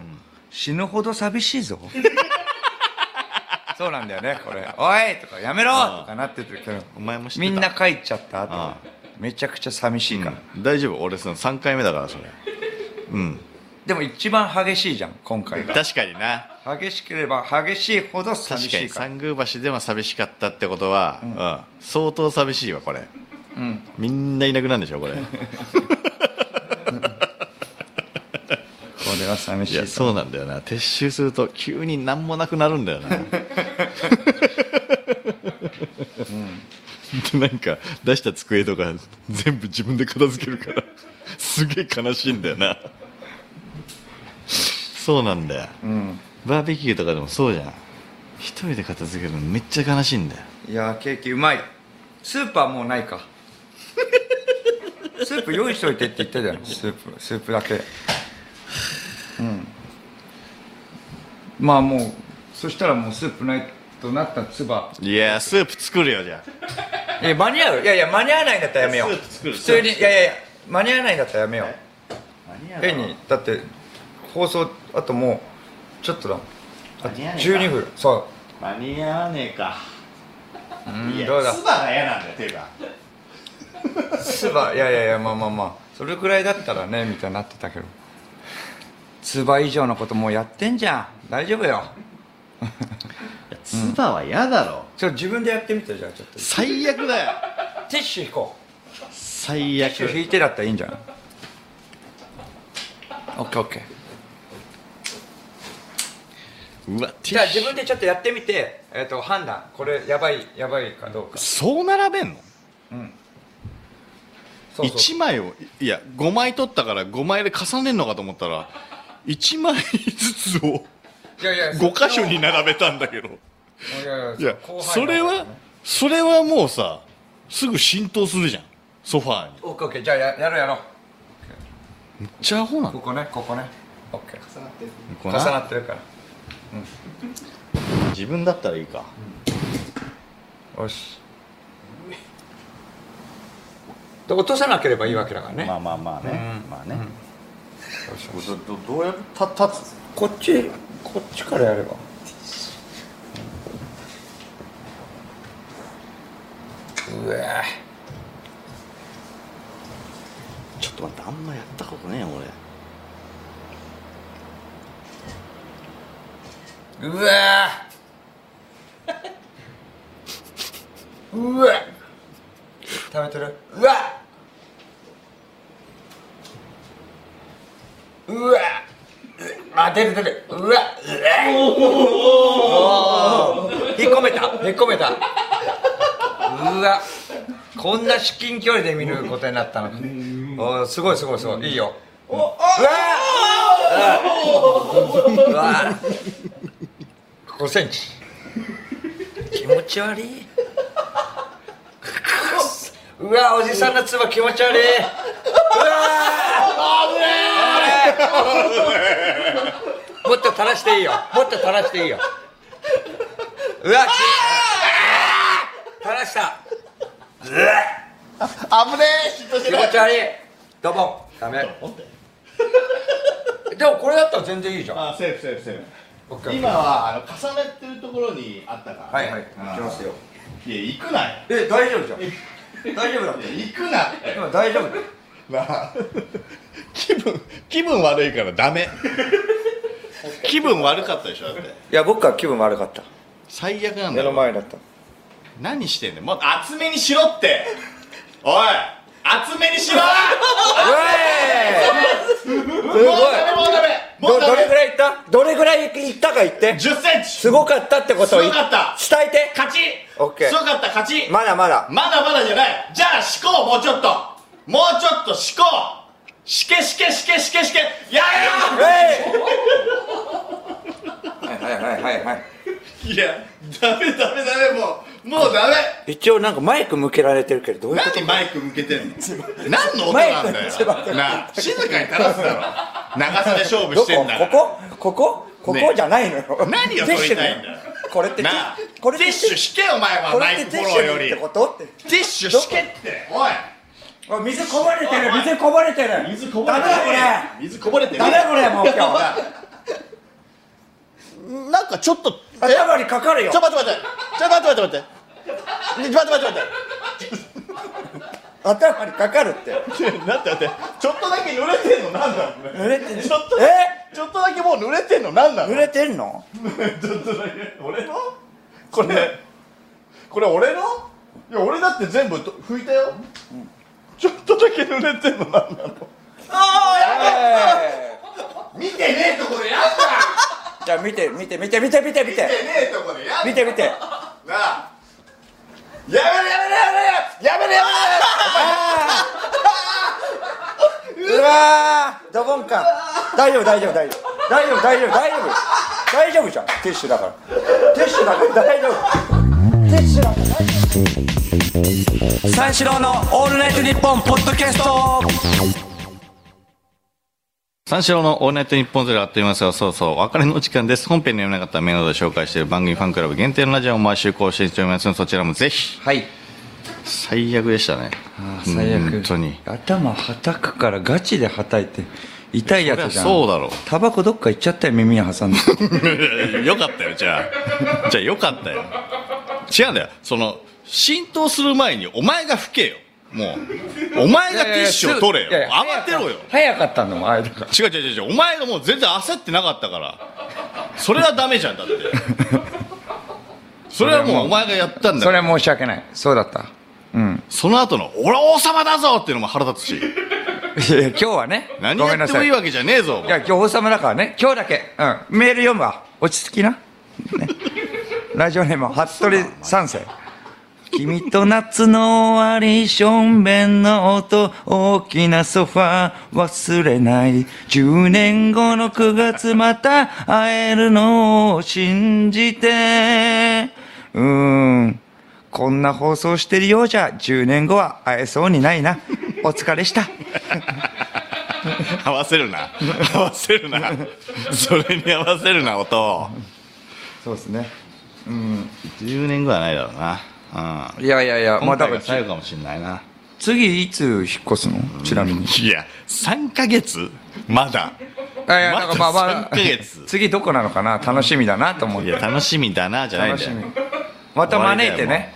S2: 死ぬほど寂しいぞそうなんだよねこれ「おい!」とか「やめろ!」とかなってるけど
S1: お前も知ってた
S2: みんな帰っちゃった後
S1: ああ
S2: めちゃくちゃ寂しいから、
S1: うん大丈夫俺その3回目だからそれ
S2: でも一番激しいじゃん今回が
S1: 確かにな
S2: 激しければ激しいほど寂
S1: 確か
S2: しい
S1: に
S2: から
S1: 三宮橋でも寂しかったってことは、うん相当寂しいわこれ、みんないなくなるんでしょこれ
S2: これは寂
S1: い
S2: しい
S1: や
S2: と思
S1: そうなんだよな撤収すると急に何もなくなるんだよな、でなんか出した机とか全部自分で片付けるからすげえ悲しいんだよなそうなんだよ、バーベキューとかでもそうじゃん一人で片付けるのめっちゃ悲しいんだよ
S2: ういやケーキうまいスープはもう ないかスープ用意しといてって言ってたよスープスープだけうんまあもうそしたらもうスープないとなったつば
S1: いやースープ作るよじゃあ
S2: え間に合ういやいや間に合わないんだったらやめよう
S1: スープ作る
S2: 普通にいやいやいや間に合わないんだったらやめよう変にだって放送あともうちょっとだあと
S1: 間に合わねえか
S2: 12分そ
S1: 間に合わねえか
S2: うう
S1: い
S2: ん
S1: や
S2: どうだ
S1: 唾が嫌なんだよていうか
S2: つばいやいやいやまあまあまあそれくらいだったらねみたいになってたけどつば以上のこともうやってんじゃん大丈夫よ
S1: 唾は嫌だろ
S2: ちょっと自分でやってみてじゃあちょっと
S1: 最悪だよ
S2: ティッシュ引こう
S1: 最
S2: ティッシュ
S1: 悪
S2: 引いてだったらいいんじゃないオッケーオッケー
S1: うわ
S2: じゃあ自分でちょっとやってみて、えっと判断これやばいやばいかどうか
S1: そう並べんの
S2: そうそう
S1: 1枚をいや5枚取ったから5枚で重ねんのかと思ったら1枚ずつを
S2: いやいや
S1: 5箇所に並べたんだけど
S2: いやい
S1: い
S2: や
S1: や
S2: 後輩
S1: そ
S2: の
S1: れはそれはもうさすぐ浸透するじゃんソファーに
S2: オッケーオッケーじゃあややろうやろう
S1: めっちゃアホな
S2: こ
S1: の
S2: こねここねオッケー
S1: これ
S2: 重
S1: な
S2: なってるか
S1: 自分だったらいいから
S2: よしで落とさなければいいわけだからね、
S1: まあまあまあねまあね
S4: どどうやってた立つ
S2: こっちこっちからやればうわぁ
S1: ちょっと待ってあんまやったことねえよ俺
S2: うわーうわ食べてるうわうわあ出る出るうわうわおー引っ込めた引っ込めたうわこんな至近距離で見ることになったのおーすごいすごいすごいいいようわーうわー5センチ気持ち悪いうわおじさんの唾気持ち悪いうわ危ねえもっと垂らしていいよもっと垂らしていいようわきうわ垂らしたうわ危ねえ気持ち悪いドボンダメでもこれだったら全然いいじゃん
S1: あセーフセーフセーフ
S2: オッケー
S1: 今はあの重ねてるところにあったから、
S2: はいはい
S1: あー
S2: 行きますよ
S1: いや行くなよ
S2: え大丈夫じゃん大丈夫だって
S1: いや行くなって
S2: 今大丈夫だよ
S1: なあ気分気分悪いから ダメ気分悪かったでしょだって
S3: いや僕は気分悪かった
S1: 最悪なん
S3: 目
S1: だ
S3: の
S1: よ
S3: 前だった
S1: 何してんのもっと厚めにしろっておい厚めにしろ
S3: すご
S1: もうダメもうダメも
S3: ど
S1: う
S3: ど
S1: ダ
S3: れぐら
S1: メ
S3: いいったどれぐらいいったか言って
S1: 1 0ンチ
S3: すごかったってことをい
S1: すごかった
S3: 伝えて
S1: 勝ち
S3: オッケー
S1: 強かった勝ち
S3: まだまだ
S1: まだまだじゃないじゃあ思考もうちょっともうちょっと思考しけしけしけしけしけや
S3: え
S2: はいはいはいはいはい
S1: れよいやダメダメダメもうもうダメ
S3: い一応なんかマイク向けられてるけどどういうこ
S1: 何マイク向けてんの何の音なんだ
S3: マイクちょっと待っ
S1: よなあ静かに垂らすだろ長さで勝負
S3: とどこ
S1: してんだから
S3: こここここ
S1: ね
S3: こじゃないのよ
S1: 何
S3: ティッ
S1: を取
S3: シュ
S1: りたいんだよ
S3: これってティ
S1: なあ
S3: これって
S1: ティッシュ引けお前は
S3: これ
S1: マ
S3: って
S1: イクフ
S3: ティ
S1: ォ
S3: ッ
S1: ロ
S3: シ
S1: ーよ
S3: ュっ
S1: り
S3: てことって
S1: ティッシュ引けっておい
S3: あ水こぼれてる
S1: おい
S3: 水こぼれてる
S1: 水こぼれて
S3: ダメだこれ
S1: 水こぼれて
S3: ダメだこれもう今日
S1: なんかちょっと
S3: 頭にかかるよ
S4: ちょ待って待ってちょ待って待って待ってちょ待って待って待って
S3: 頭にかかるって
S4: ちょ待って待ってちょっとだけ濡れてんのなんだ
S3: 濡れてんの
S4: ちょっと
S3: え
S4: ちょっとだけもう濡れてんのなんだ
S3: 濡れてんの
S4: ちょっとだけ俺のこれこれ俺のいや俺だって全部と拭いたよ、ちょっとだけ濡れてんのなんなの見てねえとこでやん
S3: じゃあ見て見て見て見て見て見て
S4: ねえとこでやん
S3: 見て見て
S4: なあやめろやめろやめろやめろや
S3: うわードボン感大丈夫大丈夫大丈夫大丈夫大丈夫大丈夫大丈夫じゃんティッシュだからティッシュだから大丈夫ティッシュだから
S5: 三四郎のオールナイトニッポンポッドキャスト
S1: 三四郎のオールナイト日本ゼロやっていますが、そうそう、お別れのお時間です。本編に読めなかったメールなどで紹介している番組ファンクラブ限定のラジオを毎週更新しておりますので、そちらもぜひ。
S2: はい
S1: 最悪でしたね。
S2: 最悪
S1: 本当に。
S2: 頭はたくからガチではたいて痛いやつじ
S1: そ
S2: ゃん
S1: りゃそうだろ
S2: タバコどっか行っちゃったよ耳に 挟んで
S1: よかったよ、じゃあ。じゃあよかったよ。違うんだよ。その、浸透する前にお前が吹けよ。もう。お前がティッシュを取れよ。
S2: いやいや
S1: 慌てろよ。
S2: 早かったのもあれだから
S1: 違う違う違う違うお前がもう全然焦ってなかったからそれはダメじゃんだってそれはもうお前がやったんだ
S2: そ
S1: から
S2: れは申し訳ないそうだったうん
S1: その後の「俺は王様だぞ!」っていうのも腹立つ し
S2: いやいや今日はね
S1: 何
S2: ごめん
S1: や
S2: な
S1: っても
S2: さい
S1: いい
S2: いや
S1: わけじゃねえぞお前
S2: 今日王様だからね今日だけ、うん、メール読むわ落ち着きな、ね、ラジオネーム服部三世君と夏の終わり、しょんべんの音、大きなソファー、忘れない。10年後の9月、また会えるのを信じて。うーん。こんな放送してるようじゃ、10年後は会えそうにないな。お疲れした。
S1: 合わせるな合わせるなそれに合わせるな音
S2: そうですね。
S1: 10年後はないだろうなうん
S2: いやいやいや、まあ
S1: 今
S2: だ
S1: 回が
S2: から、
S1: 最後かもしんないな
S2: 次いつ引っ越すのちなみに。
S1: いや3ヶ月まだ
S2: あいや、なんかまあま
S1: まだ
S2: あ
S1: 3ヶ月、
S2: 次どこなのかな楽しみだなと思っ
S1: い
S2: て
S1: や。楽しみだなじゃないん
S2: 楽
S1: だ
S2: し
S1: よ
S2: み
S1: もう。
S2: また招いてね。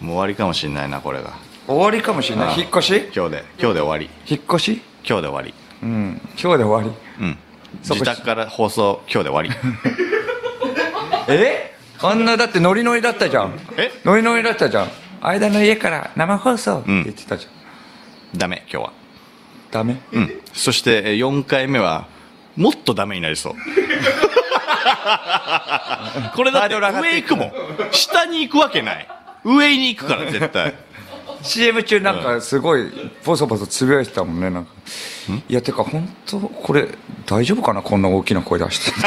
S1: 終わりかもしんないなこれが
S2: 終わりかもしれない。引っ越し
S1: 今日で今日で終わり
S2: 引っ越し
S1: 今日で終わり
S2: うん。今日で終わり。
S1: うん
S2: そこ
S1: 自宅から放送今日で終わり
S2: えあんなだってノリノリだったじゃん。
S1: え
S2: ノリノリだったじゃん。間の家から生放送って
S1: ん
S2: 言ってたじゃん。
S1: ダメ今日は
S2: ダメ
S1: うんそしてえー4回目はもっとダメになり そうこれだって
S2: ハードル上がって
S1: 上
S2: い
S1: 行くもん下に行くわけない上に行くから絶 対
S2: CM 中なんかすごいボソボソつぶやいてたもんねなんかいやてか本当これ大丈夫かなこんな大きな声出して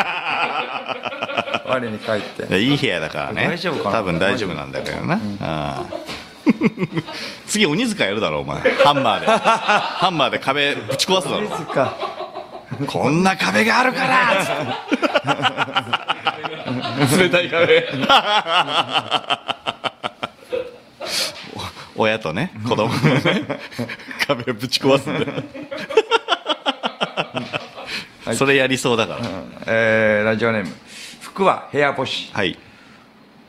S2: 我に返って
S1: いやいい部屋だからね
S2: 大丈夫かな
S1: 多分大丈夫なんだけどな、あ あ次鬼塚やるだろお前ハンマ ーでハンマーで壁ぶち壊すだろ
S2: か
S1: こんな壁があるから冷たい壁お親とね子供の ね壁をぶち壊すんだよそれやりそうだから、
S2: えーラジオネーム服は部屋干し
S1: はい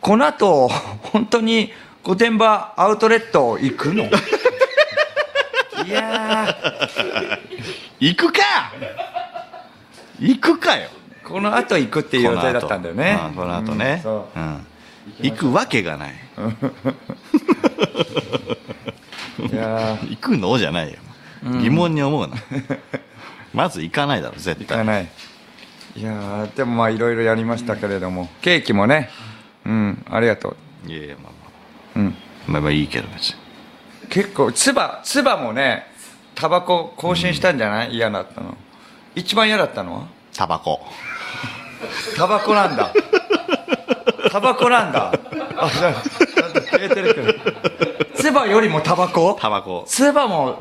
S2: この後本当に御殿場アウトレット行 くのいや
S1: 行くか行くかよ
S2: ーこの後行くっていう予定だったんだよね
S1: この後,うん、この後ね、
S2: そう
S1: うん行くわけがない
S2: いやー
S1: 行くのじゃないよ、疑問に 思うなまず行かないだろ絶
S2: い
S1: 対
S2: やないいやーでもまあいろいろやりましたけれども、ケーキもねうんありがとう
S1: いやいやまあ
S2: うん
S1: まあまあまあいいけど別に
S2: 結構つばつばもねタバコ更新したんじゃない嫌だったの一番嫌だったのは
S1: タバコ
S2: タバコなんだタバコなんだあじゃあなんだ消えてるけどつばよりもタバコ
S1: タバコ
S2: つばも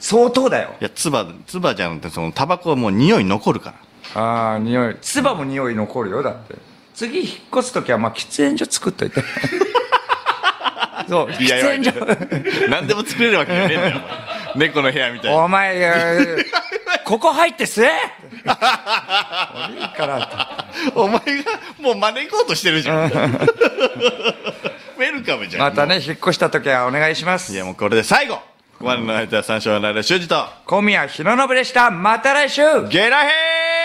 S2: 相当だよ
S1: いやつばつばじゃなくてそのタバコはもう匂い残るから
S2: ああ匂いつばも匂い残るよだって次引っ越す時はまあ喫煙所作っといて そう喫煙所
S1: 何でも作れるわけじゃねえんだ よお前猫の部屋みたいに
S2: お前、えーここ入って吸えもういいから
S1: お前がもう招こうとしてるじ ゃんウェルカムじゃん
S2: またね、引っ越した時はお願いします
S1: い。やもうこれで最後ここまでの相手は三章の間修二と
S2: 小宮浩信でした。また来週
S1: ゲラヘー